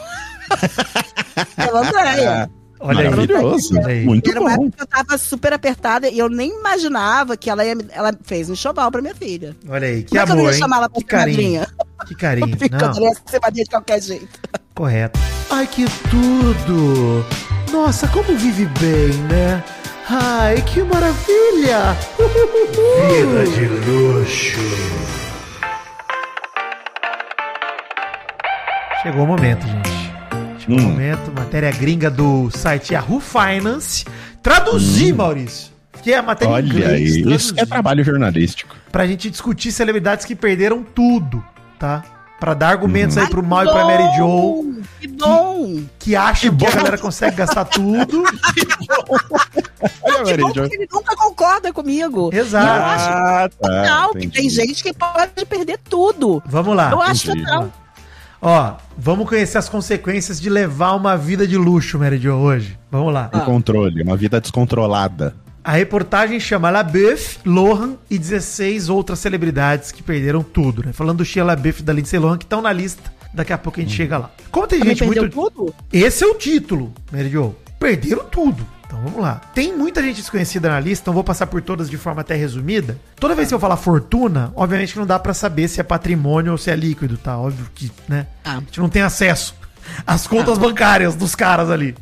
[SPEAKER 3] pela Andréia.
[SPEAKER 4] Olha aí.
[SPEAKER 2] Maravilhoso.
[SPEAKER 4] Olha aí.
[SPEAKER 2] é Muito
[SPEAKER 3] Era uma
[SPEAKER 2] Ah, bom.
[SPEAKER 3] época que eu tava super apertada e eu nem imaginava que ela ia me- Ela fez um enxoval pra minha filha.
[SPEAKER 4] Olha aí, que
[SPEAKER 3] Como é que eu não
[SPEAKER 4] amor,
[SPEAKER 3] ia
[SPEAKER 4] hein?
[SPEAKER 3] chamar ela pra
[SPEAKER 4] Que
[SPEAKER 3] ser madrinha?
[SPEAKER 4] carinho. Que carinho.
[SPEAKER 3] Porque eu
[SPEAKER 4] Não,
[SPEAKER 3] queria ser madrinha de qualquer jeito.
[SPEAKER 4] correto. Ai, que tudo. Nossa, como vive bem, né? Ai, que maravilha.
[SPEAKER 1] Vida de luxo.
[SPEAKER 4] Chegou o momento, gente. Chegou o
[SPEAKER 2] Hum.
[SPEAKER 4] momento. Matéria gringa do site Yahoo Finance. Traduzir, Maurício. Que é a matéria em
[SPEAKER 2] Hum. Olha
[SPEAKER 4] inglês,
[SPEAKER 2] aí. Isso
[SPEAKER 4] traduzir.
[SPEAKER 2] é trabalho jornalístico.
[SPEAKER 4] pra gente discutir celebridades que perderam tudo, tá? Pra dar argumentos
[SPEAKER 2] Uhum.
[SPEAKER 4] aí pro Mal e pra Mary Joe,
[SPEAKER 3] Que bom!
[SPEAKER 4] que acham que, a galera consegue gastar tudo.
[SPEAKER 2] Olha,
[SPEAKER 3] Que bom porque ele nunca concorda comigo.
[SPEAKER 4] Exato.
[SPEAKER 3] Eu acho
[SPEAKER 2] Ah, tá,
[SPEAKER 4] É,
[SPEAKER 3] total que
[SPEAKER 2] entendi.
[SPEAKER 3] tem gente que pode perder tudo.
[SPEAKER 4] Vamos lá.
[SPEAKER 3] eu acho
[SPEAKER 2] entendi.
[SPEAKER 3] total.
[SPEAKER 4] Ó, vamos conhecer as consequências de levar uma vida de luxo, Mary Jo, hoje. Vamos lá.
[SPEAKER 3] Ah.
[SPEAKER 2] Um controle, uma vida descontrolada.
[SPEAKER 4] A reportagem chama LaBeouf, Lohan e 16 outras celebridades que perderam tudo, né? Falando do Shia LaBeouf e da Lindsay Lohan, que estão na lista. Daqui a pouco a gente chega lá. Como tem
[SPEAKER 3] Hum. Também
[SPEAKER 4] gente
[SPEAKER 3] perdeu
[SPEAKER 4] muito...
[SPEAKER 3] tudo?
[SPEAKER 4] Esse é o título, Mary Jo. Perderam tudo. Então vamos lá. Tem muita gente desconhecida na lista, então vou passar por todas de forma até resumida. Toda vez que eu falar fortuna, obviamente que não dá pra saber se é patrimônio ou se é líquido, tá? Óbvio que, né?
[SPEAKER 3] Ah.
[SPEAKER 4] A gente não tem acesso às contas bancárias dos caras ali.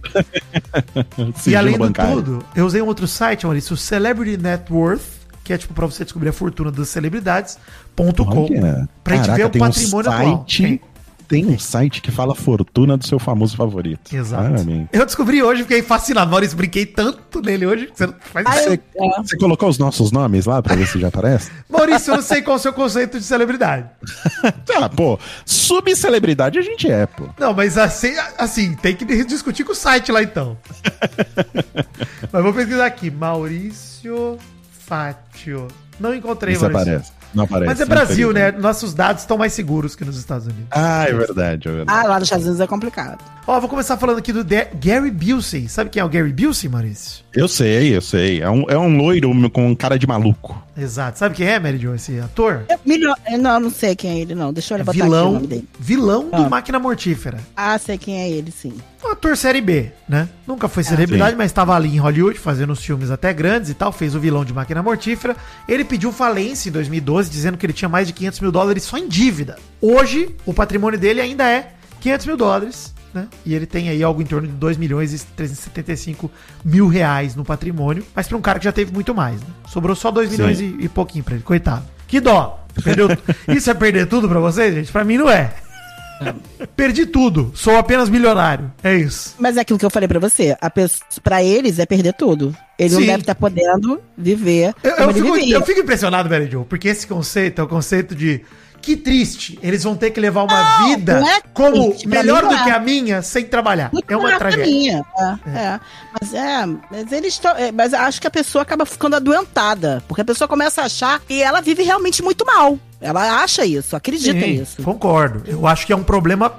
[SPEAKER 4] E
[SPEAKER 2] Sigilo
[SPEAKER 4] além de
[SPEAKER 2] bancário.
[SPEAKER 4] tudo, eu usei um outro site, Maurício, o Celebrity Net Worth, que é tipo pra você descobrir a fortuna das celebridades.com.
[SPEAKER 2] Olha,
[SPEAKER 4] Pra gente ver
[SPEAKER 2] caraca,
[SPEAKER 4] o
[SPEAKER 2] tem
[SPEAKER 4] patrimônio
[SPEAKER 2] um
[SPEAKER 4] atual.
[SPEAKER 2] site,
[SPEAKER 4] Tem.
[SPEAKER 2] Tem um site que fala a fortuna do seu famoso favorito.
[SPEAKER 4] Exato.
[SPEAKER 2] Parabéns.
[SPEAKER 4] Eu descobri hoje, fiquei fascinado. Maurício, brinquei tanto nele hoje. que Você não faz
[SPEAKER 3] Ah,
[SPEAKER 4] ideia.
[SPEAKER 2] Você, você colocou os nossos nomes lá pra ver se já aparece?
[SPEAKER 4] Maurício, eu não sei qual é o seu conceito de celebridade.
[SPEAKER 2] tá, pô. Subcelebridade a gente é, pô.
[SPEAKER 4] Não, mas assim, assim, tem que discutir com o site lá então. mas vou pesquisar aqui. Maurício Fátio. Não encontrei,
[SPEAKER 2] Isso aparece. Não aparece.
[SPEAKER 4] Mas é Brasil, né? Nossos dados estão mais seguros que nos Estados Unidos.
[SPEAKER 2] Ah, é verdade, é verdade.
[SPEAKER 3] Ah, lá nos Estados Unidos é complicado.
[SPEAKER 4] Ó, vou começar falando aqui do De- Gary Busey. Sabe quem é o Gary Busey, Maurício?
[SPEAKER 2] Eu sei, eu sei. É um, é um loiro com cara de maluco.
[SPEAKER 4] Exato. Sabe quem é, Mary Jo, esse ator?
[SPEAKER 3] É milho- é, Não, não sei quem é ele, não. Deixa eu botar aqui o
[SPEAKER 4] vilão,
[SPEAKER 3] nome dele.
[SPEAKER 4] vilão do
[SPEAKER 3] Ah.
[SPEAKER 4] Máquina Mortífera.
[SPEAKER 3] Ah, sei quem é ele, sim.
[SPEAKER 4] Um ator série B, né? Nunca foi celebridade,
[SPEAKER 2] Sim.
[SPEAKER 4] mas estava ali em Hollywood fazendo os filmes até grandes e tal. Fez o vilão de Máquina Mortífera. Ele pediu falência em 2012, dizendo que ele tinha mais de 500 mil dólares só em dívida. Hoje, o patrimônio dele ainda é 500 mil dólares, né? E ele tem aí algo em torno de 2 milhões e 375 mil reais no patrimônio. Mas para um cara que já teve muito mais, né? Sobrou só 2 milhões e, e pouquinho pra ele. Coitado. Que dó. Perdeu... Isso é perder tudo pra vocês, gente? Pra mim não é. Perdi tudo, sou apenas milionário. É isso.
[SPEAKER 3] Mas é aquilo que eu falei pra você. A pessoa, pra eles é perder tudo. Ele
[SPEAKER 4] Sim.
[SPEAKER 3] não deve estar podendo viver
[SPEAKER 4] Eu, eu
[SPEAKER 3] como ele
[SPEAKER 4] fico,
[SPEAKER 3] vivia.
[SPEAKER 4] eu fico impressionado, Mary Jo, porque esse conceito é o conceito de que triste, eles vão ter que levar uma vida
[SPEAKER 3] não é
[SPEAKER 4] como
[SPEAKER 3] triste, pra
[SPEAKER 4] melhor
[SPEAKER 3] mim não
[SPEAKER 4] do
[SPEAKER 3] é.
[SPEAKER 4] que a minha sem trabalhar.
[SPEAKER 3] Muito
[SPEAKER 4] é uma
[SPEAKER 3] melhor que a
[SPEAKER 4] tragédia.
[SPEAKER 3] minha. É, é. Mas é, mas eles estão. é, mas acho que a pessoa acaba ficando adoentada. Porque a pessoa começa a achar e ela vive realmente muito mal. Ela acha isso, acredita
[SPEAKER 4] Sim,
[SPEAKER 3] nisso.
[SPEAKER 4] Concordo. Eu acho que é um problema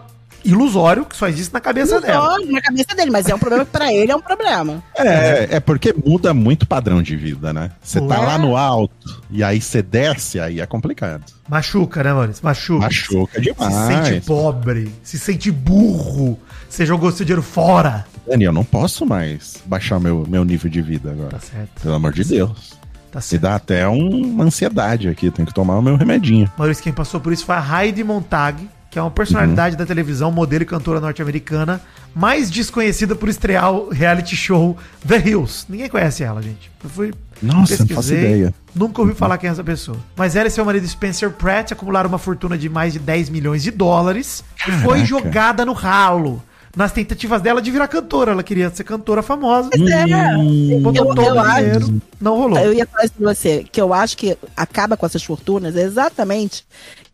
[SPEAKER 4] ilusório que só existe na cabeça
[SPEAKER 3] Não
[SPEAKER 4] dela.
[SPEAKER 3] só na cabeça dele, mas é um problema que pra ele é um problema.
[SPEAKER 2] É, é porque muda muito o padrão de vida, né? Você tá
[SPEAKER 4] Ué.
[SPEAKER 2] lá no alto e aí você desce, aí é complicado.
[SPEAKER 4] Machuca, né, Maurício? Machuca.
[SPEAKER 2] Machuca
[SPEAKER 4] Se
[SPEAKER 2] demais.
[SPEAKER 4] sente pobre, se sente burro, Você jogou seu dinheiro fora.
[SPEAKER 2] Dani, eu não posso mais baixar meu, meu nível de vida agora.
[SPEAKER 4] Tá certo.
[SPEAKER 2] Pelo amor de Deus.
[SPEAKER 4] Tá
[SPEAKER 2] Se
[SPEAKER 4] certo.
[SPEAKER 2] dá até um- uma ansiedade aqui, tem que tomar o meu remedinho.
[SPEAKER 4] Maurício, quem passou por isso foi a Heidi Montag, que é uma personalidade
[SPEAKER 2] Uhum.
[SPEAKER 4] da televisão, modelo e cantora norte-americana, mais desconhecida por estrear o reality show The Hills. Ninguém conhece ela, gente. Eu fui.
[SPEAKER 2] Nossa, não faço ideia.
[SPEAKER 4] Nunca ouvi falar quem é essa pessoa. Mas ela e seu marido Spencer Pratt acumularam uma fortuna de mais de 10 milhões de dólares e foi
[SPEAKER 2] Caraca.
[SPEAKER 4] jogada no ralo. Nas tentativas dela de virar cantora. Ela queria ser cantora famosa.
[SPEAKER 3] Mas é,
[SPEAKER 4] Botou
[SPEAKER 3] eu-
[SPEAKER 4] todo
[SPEAKER 3] eu
[SPEAKER 4] o
[SPEAKER 3] acho-
[SPEAKER 4] dinheiro. Não rolou.
[SPEAKER 3] Eu ia falar isso pra você, que eu acho que acaba com essas fortunas é exatamente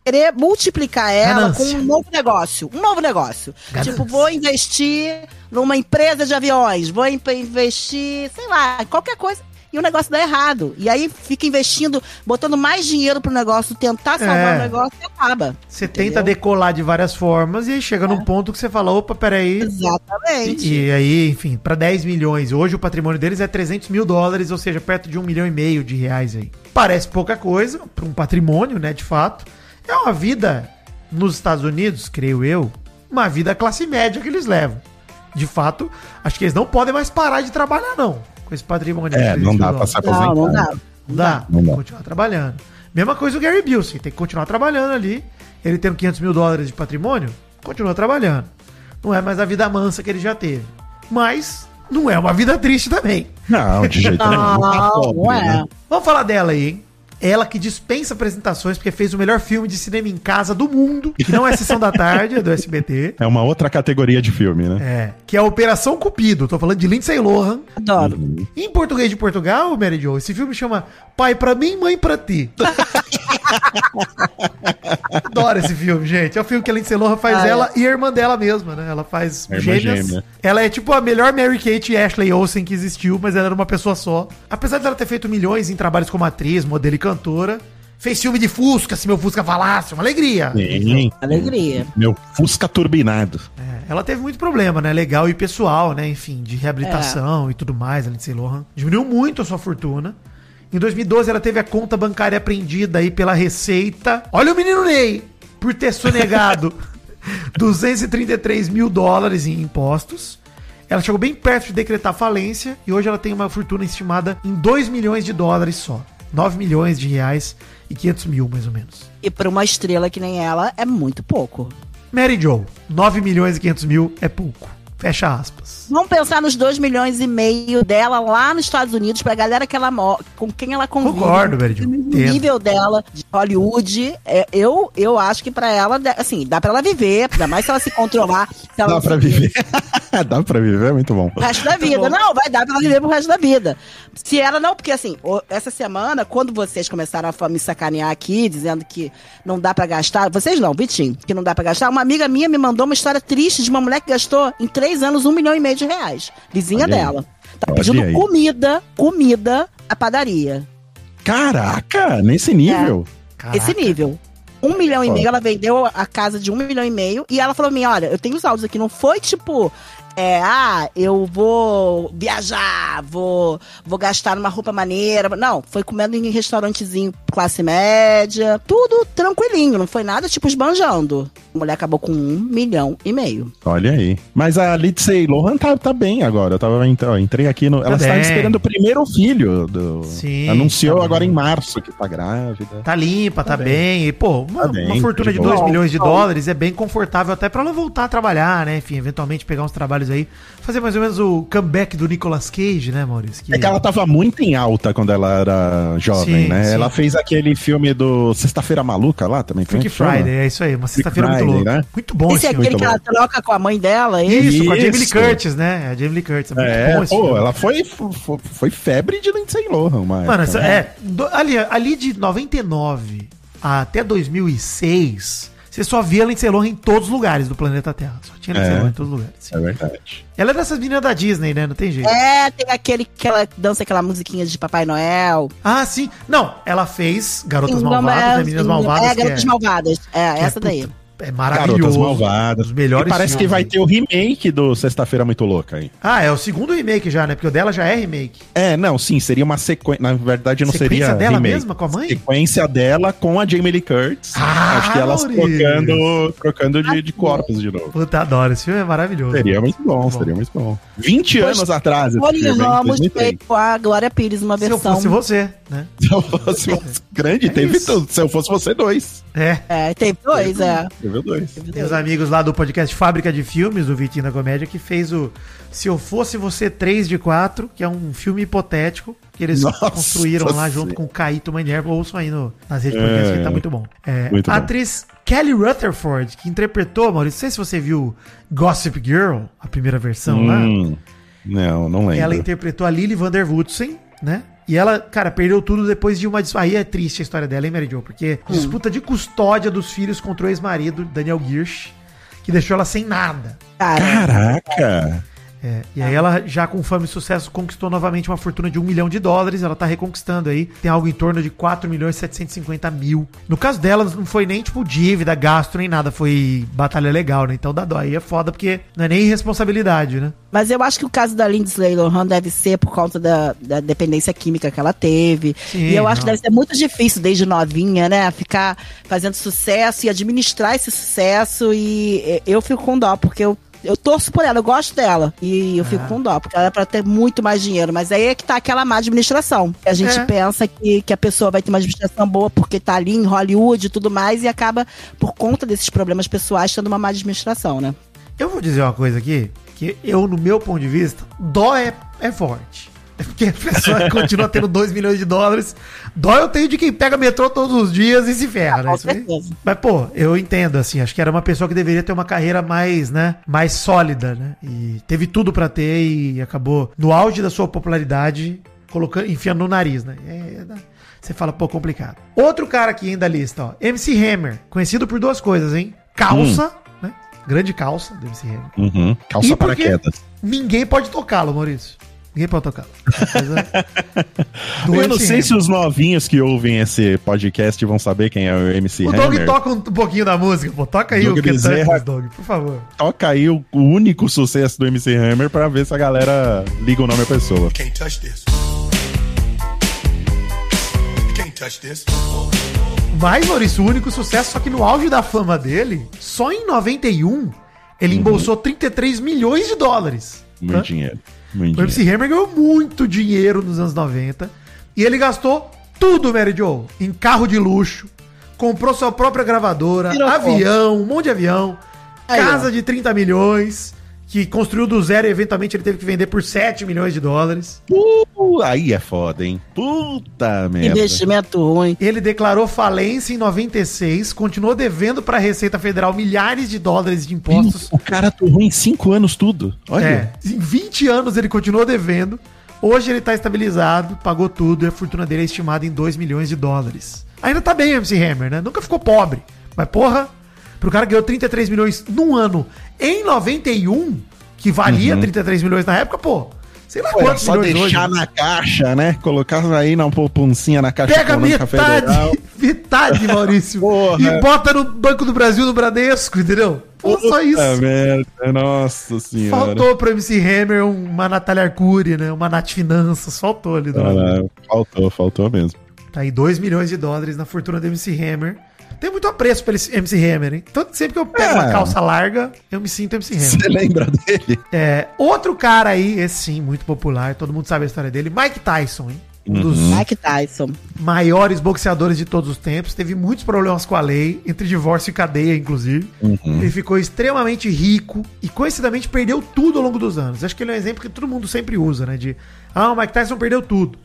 [SPEAKER 3] querer multiplicar ela
[SPEAKER 4] Ganância.
[SPEAKER 3] com um novo negócio. Um novo negócio.
[SPEAKER 4] Ganância.
[SPEAKER 3] Tipo, vou investir numa empresa de aviões, vou em- investir, sei lá, em qualquer coisa. E o negócio dá errado. E aí fica investindo, botando mais dinheiro pro negócio, tentar salvar o
[SPEAKER 4] É.
[SPEAKER 3] negócio e acaba.
[SPEAKER 4] Você
[SPEAKER 3] Entendeu? É.
[SPEAKER 4] tenta decolar de várias formas e aí chega num ponto que você fala, opa, peraí.
[SPEAKER 3] Exatamente.
[SPEAKER 4] E, e aí, enfim, pra 10 milhões. Hoje o patrimônio deles é 300 mil dólares, ou seja, perto de um milhão e meio de reais aí. Parece pouca coisa pra um patrimônio, né, de fato. É uma vida, nos Estados Unidos, creio eu, uma vida classe média que eles levam. De fato, acho que eles não podem mais parar de trabalhar, não, com esse patrimônio. de
[SPEAKER 2] É,
[SPEAKER 4] 300
[SPEAKER 2] não dá
[SPEAKER 4] mil
[SPEAKER 2] pra
[SPEAKER 4] dólares.
[SPEAKER 2] se aposentar.
[SPEAKER 3] Não, não dá.
[SPEAKER 4] Não dá,
[SPEAKER 2] Não dá.
[SPEAKER 4] continuar trabalhando. Mesma coisa o Gary Busey, tem que continuar trabalhando ali. Ele tendo 500 mil dólares de patrimônio, continua trabalhando. Não é mais a vida mansa que ele já teve. Mas não é uma vida triste também.
[SPEAKER 2] Não, de jeito nenhum.
[SPEAKER 3] Não,
[SPEAKER 2] Tá pobre,
[SPEAKER 3] não é.
[SPEAKER 2] né?
[SPEAKER 4] Vamos falar dela aí, hein? Ela que dispensa apresentações porque fez o melhor filme de cinema em casa do mundo, que não é Sessão da Tarde, é do SBT.
[SPEAKER 2] É uma outra categoria de filme, né?
[SPEAKER 4] É, que é Operação Cupido. Tô falando de Lindsay Lohan.
[SPEAKER 3] Adoro.
[SPEAKER 4] Em português de Portugal, Mary Jo, esse filme chama Pai pra mim, Mãe pra ti. Adoro esse filme, gente. É o filme que a Lindsay Lohan faz
[SPEAKER 3] Ah, é.
[SPEAKER 4] ela e a irmã dela mesma, né? Ela faz
[SPEAKER 2] A irmã
[SPEAKER 4] gêmeas.
[SPEAKER 2] gêmea.
[SPEAKER 4] Ela é tipo a melhor Mary Kate e Ashley Olsen que existiu, mas ela era uma pessoa só. Apesar dela ter feito milhões em trabalhos como atriz, modelo e cantora, fez filme de Fusca, se meu Fusca falasse, uma alegria.
[SPEAKER 2] Sim.
[SPEAKER 3] É, Alegria.
[SPEAKER 2] Meu Fusca turbinado.
[SPEAKER 4] É, ela teve muito problema, né? Legal e pessoal, né? Enfim, de reabilitação e tudo mais, a Lindsay Lohan. Diminuiu muito a sua fortuna. Em 2012, ela teve a conta bancária apreendida aí pela Receita. Olha o menino Ney! Por ter sonegado 233 mil dólares em impostos. Ela chegou bem perto de decretar falência e hoje ela tem uma fortuna estimada em 2 milhões de dólares só. 9 milhões de reais e 500 mil, mais ou menos.
[SPEAKER 3] E pra uma estrela que nem ela, é muito pouco.
[SPEAKER 4] Mary Joe, 9 milhões e 500 mil é pouco. Fecha aspas.
[SPEAKER 3] Vamos pensar nos 2 milhões e meio dela lá nos Estados Unidos, pra galera que ela mo- com quem ela convive.
[SPEAKER 4] Concordo, Berdio.
[SPEAKER 3] O nível dela de Hollywood, é, eu, eu acho que pra ela, dá- assim, dá pra ela viver, ainda mais se ela se controlar. se ela-
[SPEAKER 2] Dá pra viver. Dá pra viver, é muito bom.
[SPEAKER 3] o resto da vida. Não, vai dar pra ela viver pro resto da vida. Se ela não, porque assim, o- essa semana, quando vocês começaram a fa- me sacanear aqui, dizendo que não dá pra gastar, vocês não, Vitinho, que não dá pra gastar, uma amiga minha me mandou uma história triste de uma mulher que gastou em três anos um milhão e meio de reais. Vizinha
[SPEAKER 2] Olha aí.
[SPEAKER 3] dela. Tá
[SPEAKER 2] Olha
[SPEAKER 3] pedindo
[SPEAKER 2] aí.
[SPEAKER 3] comida, comida à padaria.
[SPEAKER 2] Caraca, nesse nível.
[SPEAKER 3] É. Esse nível. Um milhão e
[SPEAKER 2] Ó.
[SPEAKER 3] meio, ela vendeu a casa de um milhão e meio. E ela falou pra mim: olha, eu tenho os áudios aqui. Não foi tipo, é, ah, eu vou viajar, vou, vou gastar numa roupa maneira. Não, foi comendo em restaurantezinho classe média. Tudo tranquilinho, não foi nada tipo esbanjando. A mulher acabou com um milhão e meio.
[SPEAKER 2] Olha aí. Mas a Lindsay Lohan tá, tá bem agora. Eu tava ent- ó, entrei aqui no. Ela
[SPEAKER 4] Tá
[SPEAKER 2] estava
[SPEAKER 4] bem.
[SPEAKER 2] esperando o primeiro filho. Do...
[SPEAKER 4] Sim,
[SPEAKER 2] Anunciou
[SPEAKER 4] tá bem.
[SPEAKER 2] agora em março que tá grávida.
[SPEAKER 4] Tá limpa, tá, bem. E, pô, uma,
[SPEAKER 2] Tá bem,
[SPEAKER 4] uma fortuna de
[SPEAKER 2] de boa.
[SPEAKER 4] 2 milhões de dólares é bem confortável até pra ela voltar a trabalhar, né? Enfim, eventualmente pegar uns trabalhos aí. Fazer mais ou menos o comeback do Nicolas Cage, né, Maurício?
[SPEAKER 2] É que ela tava muito em alta quando ela era jovem,
[SPEAKER 4] Sim,
[SPEAKER 2] né?
[SPEAKER 4] sim.
[SPEAKER 2] Ela fez aquele filme do Sexta-feira Maluca lá também. como é
[SPEAKER 4] Freak
[SPEAKER 2] que chama?
[SPEAKER 4] Friday, é isso aí. Uma sexta-feira muito
[SPEAKER 2] Friday,
[SPEAKER 4] louca.
[SPEAKER 2] né?
[SPEAKER 4] Muito bom
[SPEAKER 3] Esse é
[SPEAKER 4] esse filme.
[SPEAKER 3] aquele
[SPEAKER 4] então.
[SPEAKER 2] muito
[SPEAKER 3] que
[SPEAKER 2] bom.
[SPEAKER 3] ela troca com a mãe dela, hein?
[SPEAKER 4] Isso, com a Jamie Lee
[SPEAKER 2] Isso.
[SPEAKER 4] Curtis, né? A Jamie Lee Curtis. muito
[SPEAKER 2] É,
[SPEAKER 4] bom esse
[SPEAKER 2] pô,
[SPEAKER 4] filme.
[SPEAKER 2] ela foi, foi, foi febre de Lindsay Lohan, né? mas.
[SPEAKER 4] Mano, essa- é, do- ali, ali de 99 até 2006, você só via Lindsay Lohan em todos os lugares do planeta Terra. Só tinha Lindsay
[SPEAKER 2] É.
[SPEAKER 4] Lohan em todos os lugares. sim.
[SPEAKER 2] É verdade.
[SPEAKER 4] Ela é dessas meninas da Disney, né? Não tem jeito.
[SPEAKER 3] É, tem aquele que ela dança aquela musiquinha de Papai Noel.
[SPEAKER 4] Ah, sim. Não, ela fez Garotas
[SPEAKER 3] Sim,
[SPEAKER 4] Malvadas,
[SPEAKER 3] Gambé,
[SPEAKER 4] né? Meninas
[SPEAKER 3] sim,
[SPEAKER 4] Malvadas.
[SPEAKER 3] É,
[SPEAKER 4] que
[SPEAKER 3] Garotas Malvadas. É,
[SPEAKER 4] que é
[SPEAKER 3] essa daí.
[SPEAKER 4] puta- É
[SPEAKER 2] Garotas
[SPEAKER 4] maravilhoso.
[SPEAKER 2] Malvadas.
[SPEAKER 4] Os melhores
[SPEAKER 2] E parece que
[SPEAKER 4] filmes.
[SPEAKER 2] vai ter o remake do Sexta-feira Muito Louca, hein?
[SPEAKER 4] Ah, é o segundo remake já, né? Porque o dela já é remake.
[SPEAKER 2] É, não, sim, seria uma sequência. Na verdade, não
[SPEAKER 4] Sequência
[SPEAKER 2] seria.
[SPEAKER 4] dela assim? mesma com a mãe?
[SPEAKER 2] Sequência dela com a Jamie Lee Curtis.
[SPEAKER 4] Ah,
[SPEAKER 2] Acho que elas
[SPEAKER 4] Maurício.
[SPEAKER 2] trocando, trocando de, de corpos de novo.
[SPEAKER 4] Puta, adoro. Esse filme é maravilhoso.
[SPEAKER 2] Seria muito bom,
[SPEAKER 4] Muito bom.
[SPEAKER 2] seria muito bom. 20
[SPEAKER 3] Pois,
[SPEAKER 2] anos atrás, esse
[SPEAKER 3] Tony
[SPEAKER 2] filme, hein?
[SPEAKER 3] Ramos
[SPEAKER 2] 2003.
[SPEAKER 3] fez com a ah, Glória Pires uma
[SPEAKER 4] Se eu
[SPEAKER 3] versão.
[SPEAKER 4] fosse você, né?
[SPEAKER 2] Se eu fosse você, grande,
[SPEAKER 4] É
[SPEAKER 2] teve
[SPEAKER 4] isso.
[SPEAKER 2] tudo. Se eu fosse você, dois.
[SPEAKER 4] É.
[SPEAKER 3] É, teve dois, é.
[SPEAKER 2] Teve dois.
[SPEAKER 3] Teve
[SPEAKER 4] Tem os
[SPEAKER 3] dois.
[SPEAKER 4] amigos lá do podcast Fábrica de Filmes, do Vitinho da Comédia, que fez o Se Eu Fosse Você 3 de 4, que é um filme hipotético que eles
[SPEAKER 2] Nossa
[SPEAKER 4] construíram lá
[SPEAKER 2] Senhora.
[SPEAKER 4] junto com o Caíto Manier. Ouçam aí no, nas redes de podcast,
[SPEAKER 2] É.
[SPEAKER 4] que tá muito bom. É,
[SPEAKER 2] Muito
[SPEAKER 4] a
[SPEAKER 2] bom.
[SPEAKER 4] atriz Kelly Rutherford, que interpretou, Maurício, não sei se você viu Gossip Girl, a primeira versão lá.
[SPEAKER 2] Hum, não, não lembro.
[SPEAKER 4] Ela interpretou a Lily Vanderwoodsen, né? E ela, cara, perdeu tudo depois de uma dis- Aí é triste a história dela, hein, Mary Jo? Porque disputa de custódia dos filhos contra o ex-marido, Daniel Girsch, que deixou ela sem nada.
[SPEAKER 3] Cara,
[SPEAKER 2] Caraca!
[SPEAKER 4] É, e aí ela, já com fama e sucesso, conquistou novamente uma fortuna de um milhão de dólares. Ela tá reconquistando aí. Tem algo em torno de 4 milhões e 750 mil. No caso dela, não foi nem, tipo, dívida, gasto, nem nada. Foi batalha legal, né? Então dá dó. Aí é foda, porque não é nem responsabilidade, né?
[SPEAKER 3] Mas eu acho que o caso da Lindsay Lohan deve ser por conta da, da dependência química que ela teve.
[SPEAKER 4] Sim,
[SPEAKER 3] e eu acho
[SPEAKER 4] não.
[SPEAKER 3] que deve ser muito difícil desde novinha, né? Ficar fazendo sucesso e administrar esse sucesso. E eh, eu fico com dó, porque eu. Eu torço por ela, eu gosto dela. E eu
[SPEAKER 4] Ah.
[SPEAKER 3] fico com dó, porque ela é pra ter muito mais dinheiro. Mas aí é que tá aquela má administração. A gente
[SPEAKER 4] É.
[SPEAKER 3] pensa que, que a pessoa vai ter uma administração boa porque tá ali em Hollywood e tudo mais, e acaba, por conta desses problemas pessoais, tendo uma má administração, né?
[SPEAKER 4] Eu vou dizer uma coisa aqui, que eu, no meu ponto de vista, dó é, é forte. É porque a pessoa continua tendo 2 milhões de dólares. Dó eu tenho de quem pega metrô todos os dias e se ferra, né?
[SPEAKER 3] com
[SPEAKER 4] Isso aí-
[SPEAKER 3] certeza.
[SPEAKER 4] Mas, pô, eu entendo, assim, acho que era uma pessoa que deveria ter uma carreira mais, né, mais sólida, né? E teve tudo pra ter e acabou, no auge da sua popularidade, colocando, enfiando no nariz, né? É, é, você fala, pô, complicado. Outro cara aqui ainda da lista, ó, MC Hammer, conhecido por duas coisas, hein? Calça,
[SPEAKER 2] Hum.
[SPEAKER 4] né? Grande calça do MC Hammer.
[SPEAKER 2] Uhum. Calça
[SPEAKER 4] E por quê?
[SPEAKER 2] paraquedas.
[SPEAKER 4] Ninguém pode tocá-lo, Maurício. Ninguém pode tocá-lo. É,
[SPEAKER 2] Eu não sei se os novinhos que ouvem esse podcast vão saber quem é o MC
[SPEAKER 4] o Dog
[SPEAKER 2] Hammer.
[SPEAKER 4] toca um pouquinho da música, pô. Toca aí
[SPEAKER 2] Doug
[SPEAKER 4] o que
[SPEAKER 2] Bezerra.
[SPEAKER 4] Dog, por favor.
[SPEAKER 2] Toca aí o, o único sucesso do MC Hammer pra ver se a galera liga o nome à pessoa.
[SPEAKER 6] Can't touch this. You can't touch this.
[SPEAKER 4] Mas, Maurício, o único sucesso, só que no auge da fama dele, só em 91, ele embolsou 33 milhões de dólares.
[SPEAKER 2] Uhum. Muito
[SPEAKER 4] Tá?
[SPEAKER 2] dinheiro. Muito
[SPEAKER 4] O MC
[SPEAKER 2] dinheiro.
[SPEAKER 4] Hammer ganhou muito dinheiro nos anos 90. E ele gastou tudo, Mary Joe, em carro de luxo, comprou sua própria gravadora,
[SPEAKER 3] Virou
[SPEAKER 4] avião, um monte de avião,
[SPEAKER 3] Aí,
[SPEAKER 4] casa de 30 milhões, que construiu do zero e eventualmente ele teve que vender por 7 milhões de dólares.
[SPEAKER 2] Uh, aí é foda, hein? Puta merda.
[SPEAKER 3] Investimento ruim.
[SPEAKER 4] Ele declarou falência em 96, continuou devendo para a Receita Federal milhares de dólares de impostos.
[SPEAKER 2] O cara torrou em 5 anos tudo. Olha.
[SPEAKER 4] É, em 20 anos ele continuou devendo. Hoje ele tá estabilizado, pagou tudo e a fortuna dele é estimada em 2 milhões de dólares. Ainda tá bem o MC Hammer, né? Nunca ficou pobre. Mas porra, pro cara que ganhou 33 milhões num ano em 91, que valia 33 milhões na época, pô. Sei lá
[SPEAKER 2] Uhum. Pô, era
[SPEAKER 4] quantos
[SPEAKER 2] só
[SPEAKER 4] milhões hoje.
[SPEAKER 2] deixar na caixa, né? Colocar aí na poupancinha na caixa
[SPEAKER 4] Pega
[SPEAKER 2] econômica federal.
[SPEAKER 4] metade, metade, Maurício.
[SPEAKER 2] Porra.
[SPEAKER 4] E bota no Banco do Brasil, no Bradesco, entendeu? Pô, só
[SPEAKER 2] Puta
[SPEAKER 4] isso.
[SPEAKER 2] merda, nossa senhora.
[SPEAKER 4] Faltou pro MC Hammer um, uma Natália Arcuri, né? Uma Nath Finanças. Faltou ali. Do lado.
[SPEAKER 2] Caralho, faltou, faltou mesmo.
[SPEAKER 4] Tá aí 2 milhões de dólares na fortuna do MC Hammer. Tem muito apreço pelo MC Hammer, hein? Então, sempre que eu pego
[SPEAKER 2] É.
[SPEAKER 4] uma calça larga, eu me sinto MC Hammer.
[SPEAKER 2] Você lembra dele?
[SPEAKER 4] É, outro cara aí, esse sim, muito popular, todo mundo sabe a história dele, Mike Tyson, hein? Um dos
[SPEAKER 2] Hum? Uhum.
[SPEAKER 3] Mike Tyson.
[SPEAKER 4] maiores boxeadores de todos os tempos, teve muitos problemas com a lei, entre divórcio e cadeia, inclusive.
[SPEAKER 2] Uhum.
[SPEAKER 4] Ele ficou extremamente rico e, coincidentemente, perdeu tudo ao longo dos anos. Acho que ele é um exemplo que todo mundo sempre usa, né? De, ah, o Mike Tyson perdeu tudo.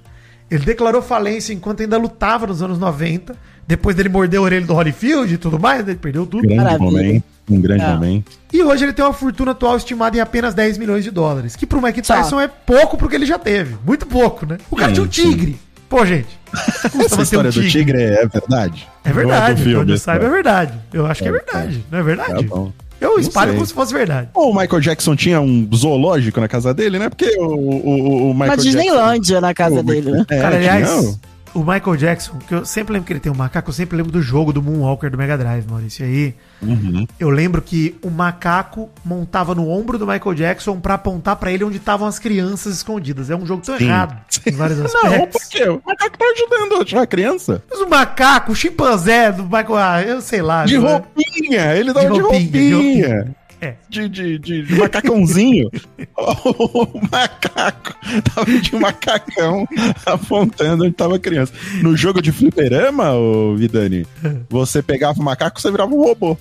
[SPEAKER 4] Ele declarou falência enquanto ainda lutava nos anos 90. Depois dele morder a orelha do Holyfield e tudo mais, né? ele perdeu tudo.
[SPEAKER 2] Grande
[SPEAKER 3] Maravilha.
[SPEAKER 2] momento. Um grande
[SPEAKER 4] Ah.
[SPEAKER 3] É.
[SPEAKER 2] momento.
[SPEAKER 4] E hoje ele tem uma fortuna atual estimada em apenas 10 milhões de dólares. Que pro Mike
[SPEAKER 3] Só.
[SPEAKER 4] Tyson é pouco pro que ele já teve. Muito pouco, né? O cara
[SPEAKER 2] Sim,
[SPEAKER 4] tinha um tigre. Pô, gente. custa
[SPEAKER 2] Essa
[SPEAKER 4] manter um
[SPEAKER 2] história do tigre é verdade?
[SPEAKER 4] É verdade,
[SPEAKER 2] Não é do
[SPEAKER 4] quando
[SPEAKER 2] filme,
[SPEAKER 4] eu saiba é verdade. Eu acho que é
[SPEAKER 2] É,
[SPEAKER 4] verdade, não é
[SPEAKER 2] Tá
[SPEAKER 4] verdade?
[SPEAKER 2] bom.
[SPEAKER 4] eu
[SPEAKER 2] Não
[SPEAKER 4] espalho
[SPEAKER 2] sei.
[SPEAKER 4] como se fosse verdade.
[SPEAKER 2] Ou o Michael Jackson tinha um zoológico na casa dele, né? Porque o, o, o- o Michael
[SPEAKER 3] Uma
[SPEAKER 2] Jackson-
[SPEAKER 3] Disneylândia na casa
[SPEAKER 2] O Michael-
[SPEAKER 3] dele, né?
[SPEAKER 2] É,
[SPEAKER 4] Cara, aliás,
[SPEAKER 2] tinha um-
[SPEAKER 4] O Michael Jackson, que eu sempre lembro que ele tem um macaco, eu sempre lembro do jogo do Moonwalker do Mega Drive, Maurício. E aí,
[SPEAKER 2] Uhum.
[SPEAKER 4] eu lembro que o macaco montava no ombro do Michael Jackson pra apontar pra ele onde estavam as crianças escondidas. É um jogo tão
[SPEAKER 2] Sim.
[SPEAKER 4] errado em vários
[SPEAKER 2] Não, por
[SPEAKER 4] aspectos.
[SPEAKER 2] quê? O macaco tá ajudando a achar a criança.
[SPEAKER 4] Mas o macaco, o chimpanzé do Michael, ah, eu sei lá.
[SPEAKER 2] De
[SPEAKER 4] não é?
[SPEAKER 2] roupinha, ele dá
[SPEAKER 4] De
[SPEAKER 2] uma de
[SPEAKER 4] roupinha, de
[SPEAKER 2] roupinha.
[SPEAKER 4] É.
[SPEAKER 2] De, de, de, de macacãozinho. o macaco tava de macacão apontando onde tava a criança. No jogo de fliperama, ô Vidani, você pegava o macaco, você virava um robô.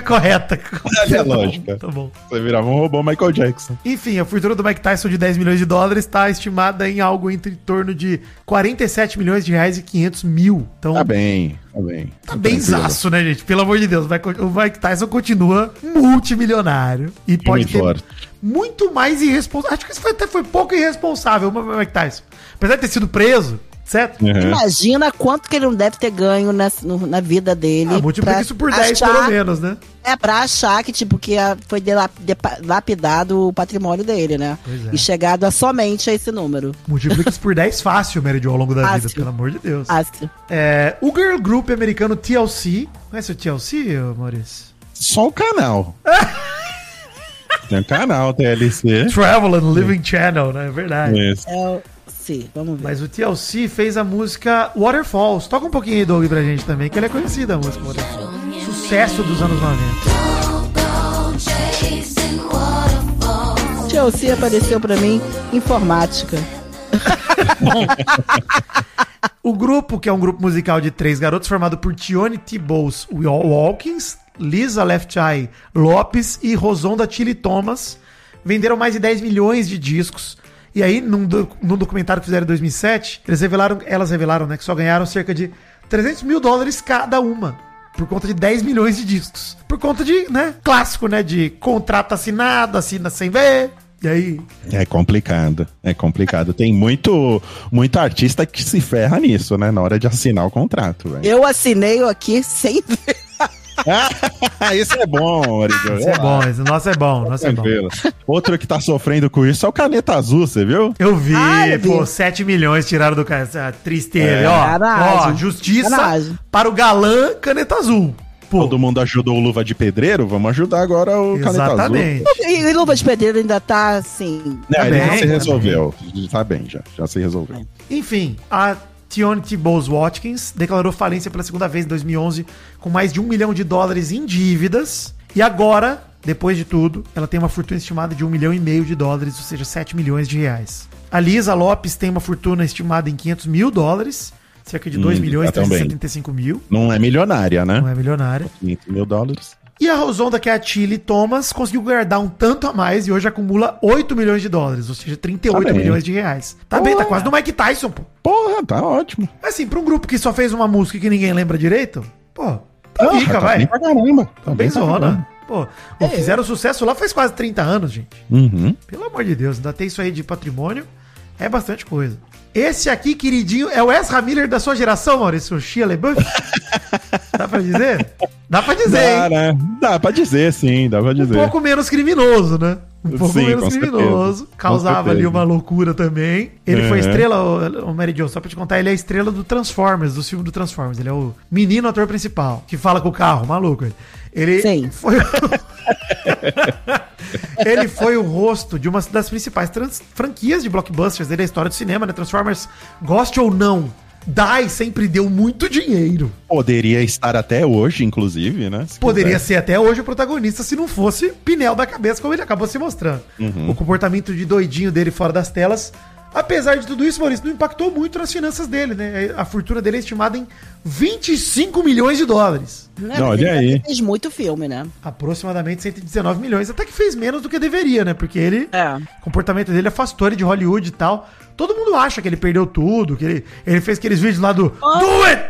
[SPEAKER 4] correta.
[SPEAKER 2] Olha a É, lógica.
[SPEAKER 4] Tá bom.
[SPEAKER 2] Você virava um robô Michael Jackson.
[SPEAKER 4] Enfim, a fortuna do Mike Tyson de 10 milhões de dólares está estimada em algo entre em torno de 47 milhões de reais e 500 mil. Então,
[SPEAKER 2] Tá bem, tá bem.
[SPEAKER 4] Tá bem zaço, né, gente? Pelo amor de Deus. vai co- O Mike Tyson continua multimilionário. E pode ter
[SPEAKER 2] forte.
[SPEAKER 4] muito mais irresponsável. Acho que isso foi, até foi pouco irresponsável, o Mike Tyson. Apesar de ter sido preso, certo? Ah,
[SPEAKER 2] Uhum.
[SPEAKER 3] Imagina quanto que ele não deve ter ganho na, no- na vida dele.
[SPEAKER 4] Ah, multiplica
[SPEAKER 3] pra
[SPEAKER 4] isso por 10
[SPEAKER 3] achar-
[SPEAKER 4] pelo menos, né?
[SPEAKER 3] É, pra achar que, tipo, que a- foi dela- depa- lapidado o patrimônio dele, né?
[SPEAKER 4] Pois é.
[SPEAKER 3] E chegado a somente a esse número.
[SPEAKER 4] Multiplica isso por 10 fácil, Mary Jo, ao longo da vida,
[SPEAKER 3] Fácil. Ah.
[SPEAKER 4] pelo amor de Deus.
[SPEAKER 3] Astro.
[SPEAKER 4] É, o girl group americano TLC. Conhece o TLC, ô Maurício?
[SPEAKER 2] Só o canal. Tem um canal, TLC.
[SPEAKER 4] Travel and Living Channel, né? É verdade.
[SPEAKER 2] Isso.
[SPEAKER 3] É o... Sim, vamos ver.
[SPEAKER 4] Mas o TLC fez a música Waterfalls. Toca um pouquinho aí, Doug, pra gente também, que ela é conhecida a música Waterfalls. Sucesso dos anos 90.
[SPEAKER 3] Chelsea apareceu pra mim informática.
[SPEAKER 4] O grupo, que é um grupo musical de três garotos, formado por Tione Tibous Walkins, Lisa Left Eye Lopes e Rosonda Tilly Thomas, venderam mais de 10 milhões de discos. E aí, num, do- num documentário que fizeram em 2007, eles revelaram, elas revelaram né, que só ganharam cerca de 300 mil dólares cada uma. Por conta de 10 milhões de discos. Por conta de, né? Clássico, né? De contrato assinado, assina sem ver. E aí,
[SPEAKER 2] É complicado, é complicado. Tem muito, muito artista que se ferra nisso, né? Na hora de assinar o contrato, velho.
[SPEAKER 3] Eu assinei aqui sem ver.
[SPEAKER 2] Ah, isso é bom, Marido.
[SPEAKER 4] isso é bom, esse nosso é bom, nosso é bom.
[SPEAKER 2] Tranquilo. Outro que tá sofrendo com isso é o Caneta Azul, você viu?
[SPEAKER 4] Eu vi,
[SPEAKER 3] Ah, eu vi.
[SPEAKER 4] pô, 7 milhões tiraram do cara. essa Tristeza,
[SPEAKER 2] É.
[SPEAKER 4] ó.
[SPEAKER 3] Sacanagem.
[SPEAKER 4] Ó, justiça
[SPEAKER 3] Sacanagem.
[SPEAKER 4] para o galã caneta azul. Pô,
[SPEAKER 2] Todo mundo ajudou o Luva de Pedreiro, vamos ajudar agora o Caneta Azul.
[SPEAKER 4] exatamente.
[SPEAKER 3] E, e Luva de Pedreiro ainda tá assim.
[SPEAKER 2] Não,
[SPEAKER 4] Tá
[SPEAKER 2] ele já
[SPEAKER 4] bem,
[SPEAKER 2] se
[SPEAKER 4] tá
[SPEAKER 2] resolveu. Tá bem, já, já se resolveu.
[SPEAKER 4] Enfim, a Tione Bowles Watkins declarou falência pela segunda vez em 2011 com mais de um milhão de dólares em dívidas. E agora, depois de tudo, ela tem uma fortuna estimada de um milhão e meio de dólares, ou seja, 7 milhões de reais. A Lisa Lopes tem uma fortuna estimada em 500 mil dólares, cerca de 2
[SPEAKER 2] Hum,
[SPEAKER 4] milhões e
[SPEAKER 2] tá tão bem.
[SPEAKER 4] 375 mil.
[SPEAKER 2] Não é milionária,
[SPEAKER 4] Não
[SPEAKER 2] né?
[SPEAKER 4] é milionária.
[SPEAKER 2] 500 mil dólares.
[SPEAKER 4] E a Rosonda, que é a Chile Thomas, conseguiu guardar um tanto a mais e hoje acumula 8 milhões de dólares, ou seja, 38
[SPEAKER 2] Tá bem.
[SPEAKER 4] milhões de reais. Tá bem, tá quase no Mike Tyson, pô.
[SPEAKER 2] Porra, tá ótimo.
[SPEAKER 4] Mas assim, pra um grupo que só fez uma música que ninguém lembra direito, pô, tá
[SPEAKER 2] Porra,
[SPEAKER 4] rica,
[SPEAKER 2] tá bem
[SPEAKER 4] vai.
[SPEAKER 2] pra caramba. Tá
[SPEAKER 4] Bem
[SPEAKER 2] bem pra
[SPEAKER 4] zona.
[SPEAKER 2] caramba.
[SPEAKER 4] Pô, pô, fizeram sucesso lá faz quase 30 anos, gente.
[SPEAKER 2] Uhum.
[SPEAKER 4] Pelo amor de Deus, ainda tem isso aí de patrimônio, é bastante coisa. Esse aqui, queridinho, é o Ezra Miller da sua geração, Maurício, o Shia LaBeouf? Dá pra dizer? Dá pra dizer, hein?
[SPEAKER 2] Dá, né? Dá pra dizer, sim, dá pra
[SPEAKER 4] um
[SPEAKER 2] dizer.
[SPEAKER 4] pouco menos criminoso, né? Um pouco
[SPEAKER 2] Sim,
[SPEAKER 4] menos
[SPEAKER 2] com certeza.
[SPEAKER 4] criminoso.
[SPEAKER 2] Com
[SPEAKER 4] Causava
[SPEAKER 2] certeza.
[SPEAKER 4] ali uma loucura também. Ele foi
[SPEAKER 2] É.
[SPEAKER 4] estrela, o, Mary Jo, só pra te contar, ele é a estrela do Transformers, do filme do Transformers. Ele é o menino ator principal, que fala com o carro, maluco. ele. Ele
[SPEAKER 3] Sim.
[SPEAKER 4] foi. ele foi o rosto de uma das principais trans- franquias de blockbusters da história do cinema, né? Transformers, goste ou não. Dai sempre deu muito dinheiro.
[SPEAKER 2] Poderia estar até hoje, inclusive, né? Se
[SPEAKER 4] Poderia
[SPEAKER 2] quiser.
[SPEAKER 4] ser até hoje o protagonista se não fosse Pinel da cabeça, como ele acabou se mostrando. O comportamento de doidinho dele fora das telas. Apesar de tudo isso, Maurício, não impactou muito nas finanças dele, né? A fortuna dele é estimada em 25 milhões de dólares.
[SPEAKER 3] Né?
[SPEAKER 2] Não,
[SPEAKER 3] Mas
[SPEAKER 2] olha
[SPEAKER 3] ele
[SPEAKER 2] aí.
[SPEAKER 3] fez muito filme, né?
[SPEAKER 4] Aproximadamente 119 milhões. Até que fez menos do que deveria, né? Porque ele.
[SPEAKER 3] É.
[SPEAKER 4] O comportamento dele afastou ele de Hollywood e tal. Todo mundo acha que ele perdeu tudo, que ele, ele fez aqueles vídeos lá do Do it!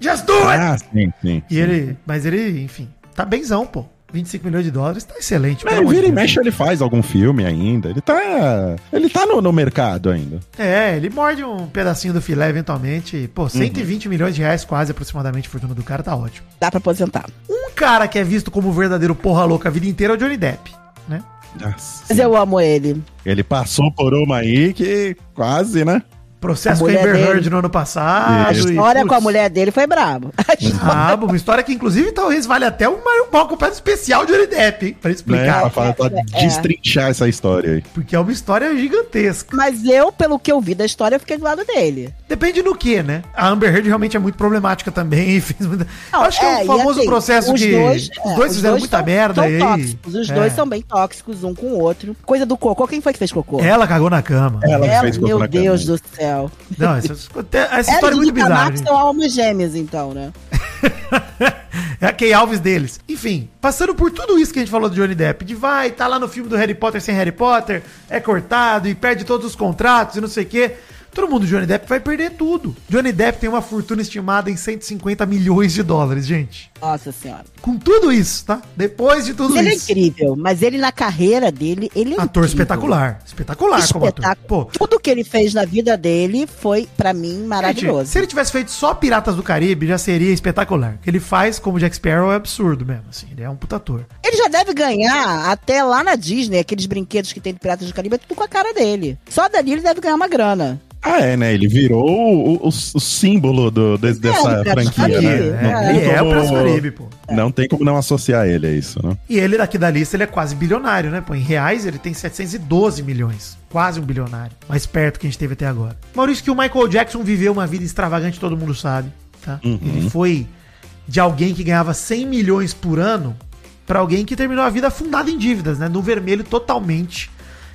[SPEAKER 4] Just do it!
[SPEAKER 2] Ah, sim, sim.
[SPEAKER 3] é
[SPEAKER 4] E ele, mas ele, enfim, tá benzão, pô. 25 milhões de dólares, tá excelente.
[SPEAKER 2] Mas
[SPEAKER 4] pelo amor
[SPEAKER 2] É, vira
[SPEAKER 4] de
[SPEAKER 2] e
[SPEAKER 3] né?
[SPEAKER 4] Deus.
[SPEAKER 2] mexe, ele faz algum filme ainda. Ele tá. Ele tá no, no mercado ainda.
[SPEAKER 4] É, ele morde um pedacinho do filé eventualmente. e,
[SPEAKER 2] Uhum.
[SPEAKER 4] Pô, 120 milhões de reais quase aproximadamente a fortuna do cara, tá ótimo.
[SPEAKER 3] Dá pra aposentar.
[SPEAKER 4] Um cara que é visto como o verdadeiro porra louca a vida inteira é o Johnny Depp, né?
[SPEAKER 2] Nossa.
[SPEAKER 3] Mas eu amo ele.
[SPEAKER 2] Ah, Ele passou por uma aí que quase, né?
[SPEAKER 4] Processo
[SPEAKER 3] A
[SPEAKER 4] com a
[SPEAKER 3] mulher
[SPEAKER 4] Amber
[SPEAKER 3] dele.
[SPEAKER 4] Heard no ano passado.
[SPEAKER 3] A
[SPEAKER 4] e-
[SPEAKER 3] história com a
[SPEAKER 4] putz,
[SPEAKER 3] mulher dele foi brava.
[SPEAKER 4] Brabo, uma história que inclusive talvez valha até um Mario palco para especial de Uridep, hein? Pra
[SPEAKER 2] né?
[SPEAKER 4] explicar.
[SPEAKER 2] pra falar, pra
[SPEAKER 3] é.
[SPEAKER 2] destrinchar essa história aí.
[SPEAKER 4] Porque é uma história gigantesca.
[SPEAKER 3] Mas eu, pelo que eu vi da história, eu fiquei do lado dele.
[SPEAKER 4] Depende do que, né? A Amber Heard realmente é muito problemática também. e fez muita-
[SPEAKER 3] Não,
[SPEAKER 4] Acho que é
[SPEAKER 3] e
[SPEAKER 4] o famoso
[SPEAKER 3] assim,
[SPEAKER 4] processo
[SPEAKER 3] os
[SPEAKER 4] de.
[SPEAKER 3] dois, é,
[SPEAKER 4] os dois fizeram muita
[SPEAKER 3] são-
[SPEAKER 4] merda
[SPEAKER 3] são
[SPEAKER 4] aí.
[SPEAKER 3] Tóxicos, os
[SPEAKER 4] É.
[SPEAKER 3] dois são bem tóxicos, um com o outro. Coisa do cocô, quem foi que fez cocô?
[SPEAKER 4] Ela cagou na cama.
[SPEAKER 2] Ela que
[SPEAKER 3] Ela-
[SPEAKER 2] fez cocô
[SPEAKER 3] meu
[SPEAKER 2] na
[SPEAKER 3] Deus do céu.
[SPEAKER 4] Não, essa, essa
[SPEAKER 3] Ela
[SPEAKER 4] história
[SPEAKER 3] e
[SPEAKER 4] é muito
[SPEAKER 3] Rita
[SPEAKER 4] bizarra.
[SPEAKER 3] Max
[SPEAKER 4] gente.
[SPEAKER 3] são almas gêmeas, então, né?
[SPEAKER 4] é a Kay Alves deles. Enfim, passando por tudo isso que a gente falou do Johnny Depp, de vai, tá lá no filme do Harry Potter sem Harry Potter, é cortado e perde todos os contratos e não sei o quê. Todo mundo, Johnny Depp, vai perder tudo. Johnny Depp tem uma fortuna estimada em 150 milhões de dólares, gente.
[SPEAKER 3] Nossa senhora.
[SPEAKER 4] Com tudo isso, tá? Depois de tudo
[SPEAKER 3] Ele é
[SPEAKER 4] isso.
[SPEAKER 3] incrível, mas ele na carreira dele, ele é
[SPEAKER 4] ator
[SPEAKER 3] incrível.
[SPEAKER 4] espetacular. Espetacular como ator.
[SPEAKER 3] Espetáculo. Tudo que ele fez na vida dele foi, pra mim,
[SPEAKER 4] Gente,
[SPEAKER 3] maravilhoso.
[SPEAKER 4] se ele tivesse feito só Piratas do Caribe, já seria espetacular. O que ele faz como Jack Sparrow é absurdo mesmo, assim. Ele é um puta ator.
[SPEAKER 3] Ele já deve ganhar, até lá na Disney, aqueles brinquedos que tem de Piratas do Caribe, é tudo com a cara dele. Só dali ele deve ganhar uma grana.
[SPEAKER 2] Ah, é, né? Ele virou o, o- o símbolo do, de- dessa
[SPEAKER 3] Piratas do
[SPEAKER 2] franquia,
[SPEAKER 3] Caribe,
[SPEAKER 2] né?
[SPEAKER 3] é.
[SPEAKER 2] tem
[SPEAKER 4] Ele é o
[SPEAKER 2] como-
[SPEAKER 4] Piratas do Caribe, pô.
[SPEAKER 2] Não tem como não associar ele a isso, né?
[SPEAKER 4] E ele daqui da lista, ele é quase bilionário, né? Pô, em reais ele tem 712 milhões. Quase um bilionário. Mais perto que a gente teve até agora. Maurício, que o Michael Jackson viveu uma vida extravagante, todo mundo sabe, tá? Ele foi de alguém que ganhava 100 milhões por ano pra alguém que terminou a vida afundada em dívidas, né? No vermelho totalmente.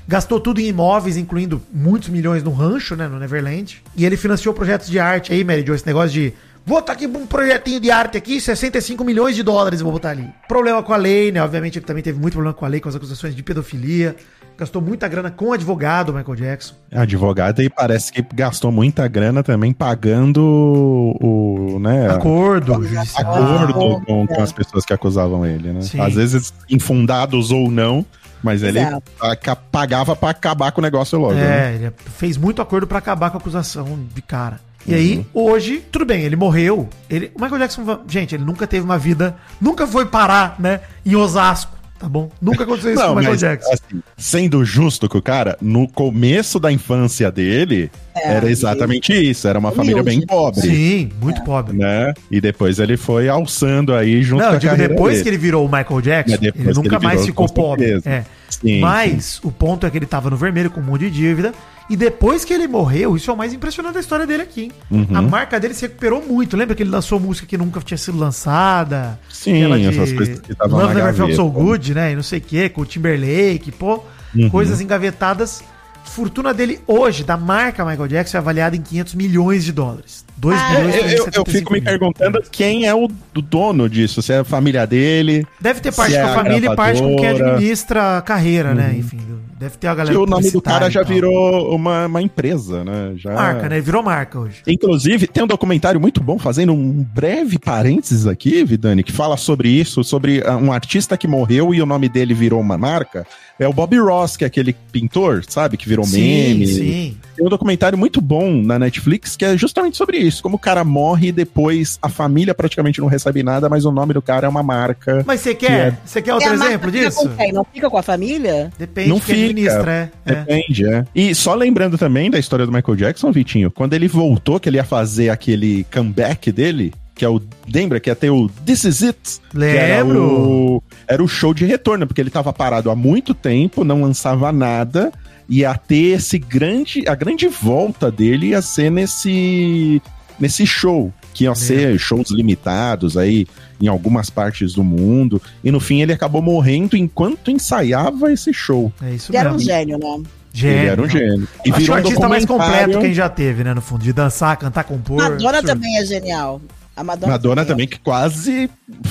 [SPEAKER 4] Gastou tudo em imóveis, incluindo muitos milhões no rancho, né? No Neverland. E ele financiou projetos de arte aí, Mary Jo, esse negócio de. Vou botar aqui um projetinho de arte aqui, 65 milhões de dólares eu vou botar ali. Problema com a lei, né? Obviamente ele também teve muito problema com a lei, com as acusações de pedofilia. Gastou muita grana com advogado, Michael Jackson.
[SPEAKER 2] É Advogado e parece que gastou muita grana também pagando o, o, né?
[SPEAKER 4] Acordo, judicial.
[SPEAKER 3] Ah,
[SPEAKER 2] acordo com,
[SPEAKER 3] tá.
[SPEAKER 2] com as pessoas que acusavam ele, né?
[SPEAKER 4] Sim.
[SPEAKER 2] Às vezes infundados ou não, mas ele
[SPEAKER 3] Exato.
[SPEAKER 2] aca- pagava pra acabar com o negócio logo. né?
[SPEAKER 4] É, ele fez muito acordo pra acabar com a acusação de cara. E
[SPEAKER 2] Uhum.
[SPEAKER 4] aí, hoje, tudo bem, ele morreu. Ele, o Michael Jackson, va- gente, ele nunca teve uma vida, nunca foi parar, né, em Osasco, tá bom? Nunca aconteceu isso com o
[SPEAKER 2] Não,
[SPEAKER 4] Michael
[SPEAKER 2] mas,
[SPEAKER 4] Jackson.
[SPEAKER 2] assim, sendo justo com o cara, no começo da infância dele, era exatamente isso. Era uma família bem
[SPEAKER 3] É, Humilde.
[SPEAKER 2] pobre.
[SPEAKER 4] Sim, muito pobre.
[SPEAKER 2] né? E depois ele foi alçando aí junto
[SPEAKER 4] Não,
[SPEAKER 2] com
[SPEAKER 4] eu
[SPEAKER 2] a
[SPEAKER 4] digo,
[SPEAKER 2] carreira
[SPEAKER 4] depois que
[SPEAKER 2] dele.
[SPEAKER 4] ele virou o Michael Jackson,
[SPEAKER 2] É, depois
[SPEAKER 4] ele
[SPEAKER 2] que
[SPEAKER 4] nunca
[SPEAKER 2] ele
[SPEAKER 4] mais
[SPEAKER 2] virou,
[SPEAKER 4] ficou
[SPEAKER 2] com
[SPEAKER 4] pobre.
[SPEAKER 2] certeza.
[SPEAKER 4] É.
[SPEAKER 2] Sim,
[SPEAKER 4] Mas o ponto é que ele tava no vermelho com um monte de dívida. E depois que ele morreu, isso é o mais impressionante da história dele aqui. hein?
[SPEAKER 2] Uhum.
[SPEAKER 4] A marca dele se recuperou muito. Lembra que ele lançou música que nunca tinha sido lançada?
[SPEAKER 2] Sim,
[SPEAKER 4] Aquela de
[SPEAKER 2] essas coisas que estavam na
[SPEAKER 4] Love Never Felt
[SPEAKER 2] gaveta.
[SPEAKER 4] So Good, né? E não sei o que, com o Timberlake, pô.
[SPEAKER 2] Uhum.
[SPEAKER 4] Coisas engavetadas. Fortuna dele hoje, da marca Michael Jackson, é avaliada em 500 milhões de dólares. 2
[SPEAKER 3] Ah,
[SPEAKER 4] milhões
[SPEAKER 2] Eu, eu- eu
[SPEAKER 4] 375
[SPEAKER 2] fico me
[SPEAKER 4] mil.
[SPEAKER 2] perguntando quem é o do- dono disso, se é a família dele.
[SPEAKER 4] Deve ter parte
[SPEAKER 2] Se é
[SPEAKER 4] com a
[SPEAKER 2] a
[SPEAKER 4] família e parte com quem
[SPEAKER 2] gravadora.
[SPEAKER 4] administra a carreira, né? Enfim, deve ter a galera.
[SPEAKER 2] Que o nome do
[SPEAKER 4] publicitária
[SPEAKER 2] cara
[SPEAKER 4] e
[SPEAKER 2] já
[SPEAKER 4] tal.
[SPEAKER 2] virou uma, uma empresa, né? Já...
[SPEAKER 4] Marca, né? Virou marca hoje.
[SPEAKER 2] Inclusive, tem um documentário muito bom, fazendo um breve parênteses aqui, Vidani, que fala sobre isso, sobre ah, um artista que morreu e o nome dele virou uma marca. É o Bob Ross, que é aquele pintor, sabe? Que virou meme.
[SPEAKER 4] sim.
[SPEAKER 2] Tem um documentário muito bom na Netflix que é justamente sobre isso. Como o cara morre e depois a família praticamente não recebe nada, mas o nome do cara é uma marca.
[SPEAKER 4] Mas você
[SPEAKER 2] é-
[SPEAKER 4] quer? Você quer É
[SPEAKER 3] E
[SPEAKER 4] outro
[SPEAKER 3] É a marca
[SPEAKER 4] exemplo
[SPEAKER 3] fica
[SPEAKER 4] disso?
[SPEAKER 3] com quem? Não fica com a família?
[SPEAKER 4] Depende
[SPEAKER 2] Não
[SPEAKER 4] de quem administra, é. é.
[SPEAKER 2] Depende, é. E só lembrando também da história do Michael Jackson, Vitinho, quando ele voltou, que ele ia fazer aquele comeback dele, que é o. Lembra que ia ter o This Is It? Que era
[SPEAKER 4] Lembro.
[SPEAKER 2] o, era o show de retorno, porque ele tava parado há muito tempo, não lançava nada, ia ter esse grande, a grande volta dele ia ser nesse nesse show, que
[SPEAKER 4] É.
[SPEAKER 2] ia ser shows limitados aí em algumas partes do mundo, e no fim ele acabou morrendo enquanto ensaiava esse show.
[SPEAKER 4] É isso
[SPEAKER 3] Ele era um
[SPEAKER 4] mesmo.
[SPEAKER 3] gênio, né?
[SPEAKER 4] Gênio.
[SPEAKER 2] Ele era um gênio. E
[SPEAKER 4] É. Acho
[SPEAKER 2] virou
[SPEAKER 4] o
[SPEAKER 2] um
[SPEAKER 4] artista mais completo que a
[SPEAKER 2] documentário.
[SPEAKER 4] gente já teve, né? No fundo, de dançar, cantar, compor.
[SPEAKER 3] Madonna
[SPEAKER 4] absurdo.
[SPEAKER 3] também é genial. A Madonna,
[SPEAKER 2] Madonna também que quase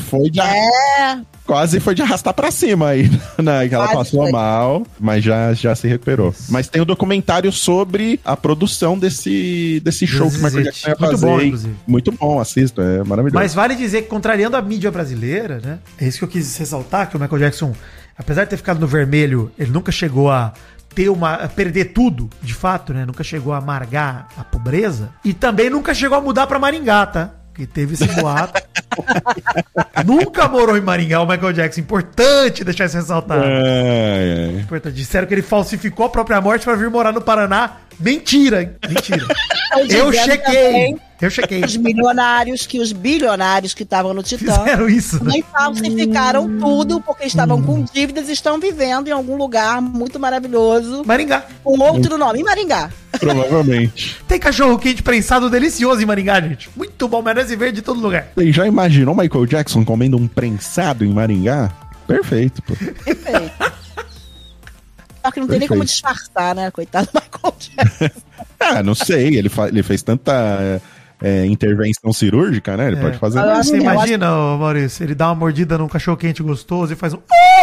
[SPEAKER 2] foi de
[SPEAKER 3] É,
[SPEAKER 2] quase foi de arrastar pra cima aí, né? Que ela
[SPEAKER 3] Quase
[SPEAKER 2] passou
[SPEAKER 3] foi.
[SPEAKER 2] mal, mas já, já se recuperou. Mas tem um documentário sobre a produção desse, desse show que o Michael Jackson ia fazer.
[SPEAKER 4] Muito bom, inclusive.
[SPEAKER 2] Muito bom, assisto, é maravilhoso.
[SPEAKER 4] Mas vale dizer que, contrariando a mídia brasileira, né? É isso que eu quis ressaltar, que o Michael Jackson, apesar de ter ficado no vermelho, ele nunca chegou a ter uma. a perder tudo, de fato, né? Nunca chegou a amargar a pobreza. E também nunca chegou a mudar pra Maringá, tá? Que teve esse boato. Nunca morou em Maringá o Michael Jackson. Importante deixar isso ressaltado.
[SPEAKER 2] É. Ai, ai.
[SPEAKER 4] Importante. Disseram que ele falsificou a própria morte pra vir morar no Paraná. Mentira, hein? Mentira.
[SPEAKER 3] é
[SPEAKER 4] Eu
[SPEAKER 3] Dizendo
[SPEAKER 4] chequei.
[SPEAKER 3] também
[SPEAKER 4] Eu chequei.
[SPEAKER 3] Os milionários, que os bilionários que estavam no Titã
[SPEAKER 4] Fizeram isso. né?
[SPEAKER 3] também falsificaram tudo porque estavam com dívidas e estão vivendo em algum lugar muito maravilhoso
[SPEAKER 4] Maringá.
[SPEAKER 3] com outro nome, em Maringá.
[SPEAKER 2] é, Provavelmente.
[SPEAKER 4] Tem cachorro quente prensado delicioso em Maringá, gente. Muito bom, merece verde em todo lugar.
[SPEAKER 2] Você já imaginou Michael Jackson comendo um prensado em Maringá? Perfeito, pô.
[SPEAKER 3] Perfeito. Só que não tem
[SPEAKER 2] Perfeito.
[SPEAKER 3] nem como disfarçar, né? Coitado do Michael Jackson.
[SPEAKER 2] Ah, não sei, ele, fa- ele fez tanta é, intervenção cirúrgica,
[SPEAKER 4] É.
[SPEAKER 2] né? Ele pode fazer.
[SPEAKER 3] Ah,
[SPEAKER 4] Você
[SPEAKER 3] Hum, eu
[SPEAKER 4] imagina, ô, Maurício, ele dá uma mordida num cachorro quente gostoso e faz um.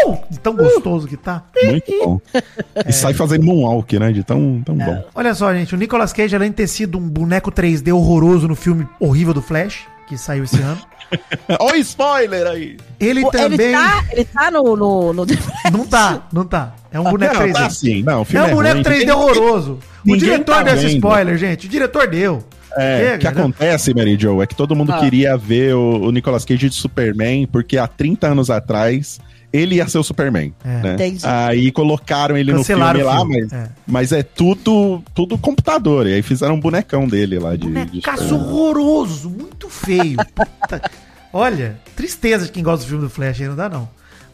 [SPEAKER 4] Oh! De tão gostoso que tá.
[SPEAKER 2] Muito bom.
[SPEAKER 3] É.
[SPEAKER 2] E sai fazendo moonwalk, né? De tão, tão bom.
[SPEAKER 4] Olha só, gente, o Nicolas Cage, além de ter sido um boneco 3D horroroso no filme horrível do Flash, que saiu esse ano,
[SPEAKER 2] Olha o spoiler aí!
[SPEAKER 4] ele
[SPEAKER 3] Pô,
[SPEAKER 4] também.
[SPEAKER 3] Ele tá, ele tá no. no, no...
[SPEAKER 4] Não tá, não tá. É um boneco
[SPEAKER 2] não,
[SPEAKER 4] 3D.
[SPEAKER 2] tá assim. Não, o
[SPEAKER 4] é
[SPEAKER 2] filme
[SPEAKER 4] um boneco
[SPEAKER 2] ruim.
[SPEAKER 4] 3D horroroso. O
[SPEAKER 2] ninguém
[SPEAKER 4] diretor
[SPEAKER 2] tá
[SPEAKER 4] deu esse
[SPEAKER 2] vendo.
[SPEAKER 4] spoiler, gente. O diretor deu.
[SPEAKER 2] É, o que
[SPEAKER 4] né?
[SPEAKER 2] acontece, Mary Jo, é que todo mundo
[SPEAKER 3] Ah.
[SPEAKER 2] queria ver o, o Nicolas Cage de Superman, porque há 30 anos atrás ele ia ser o Superman.
[SPEAKER 4] É.
[SPEAKER 2] né?
[SPEAKER 3] Entendi.
[SPEAKER 2] Aí colocaram ele
[SPEAKER 4] Cancelaram
[SPEAKER 2] no
[SPEAKER 4] o
[SPEAKER 2] filme, lá,
[SPEAKER 4] filme,
[SPEAKER 2] mas
[SPEAKER 4] é.
[SPEAKER 2] é, mas é tudo, tudo computador. E aí fizeram um bonecão dele lá de. de
[SPEAKER 4] Bonecaço
[SPEAKER 2] Superman.
[SPEAKER 4] Né, horroroso, muito feio. Puta. Olha, tristeza de quem gosta do filme do Flash aí, não dá não.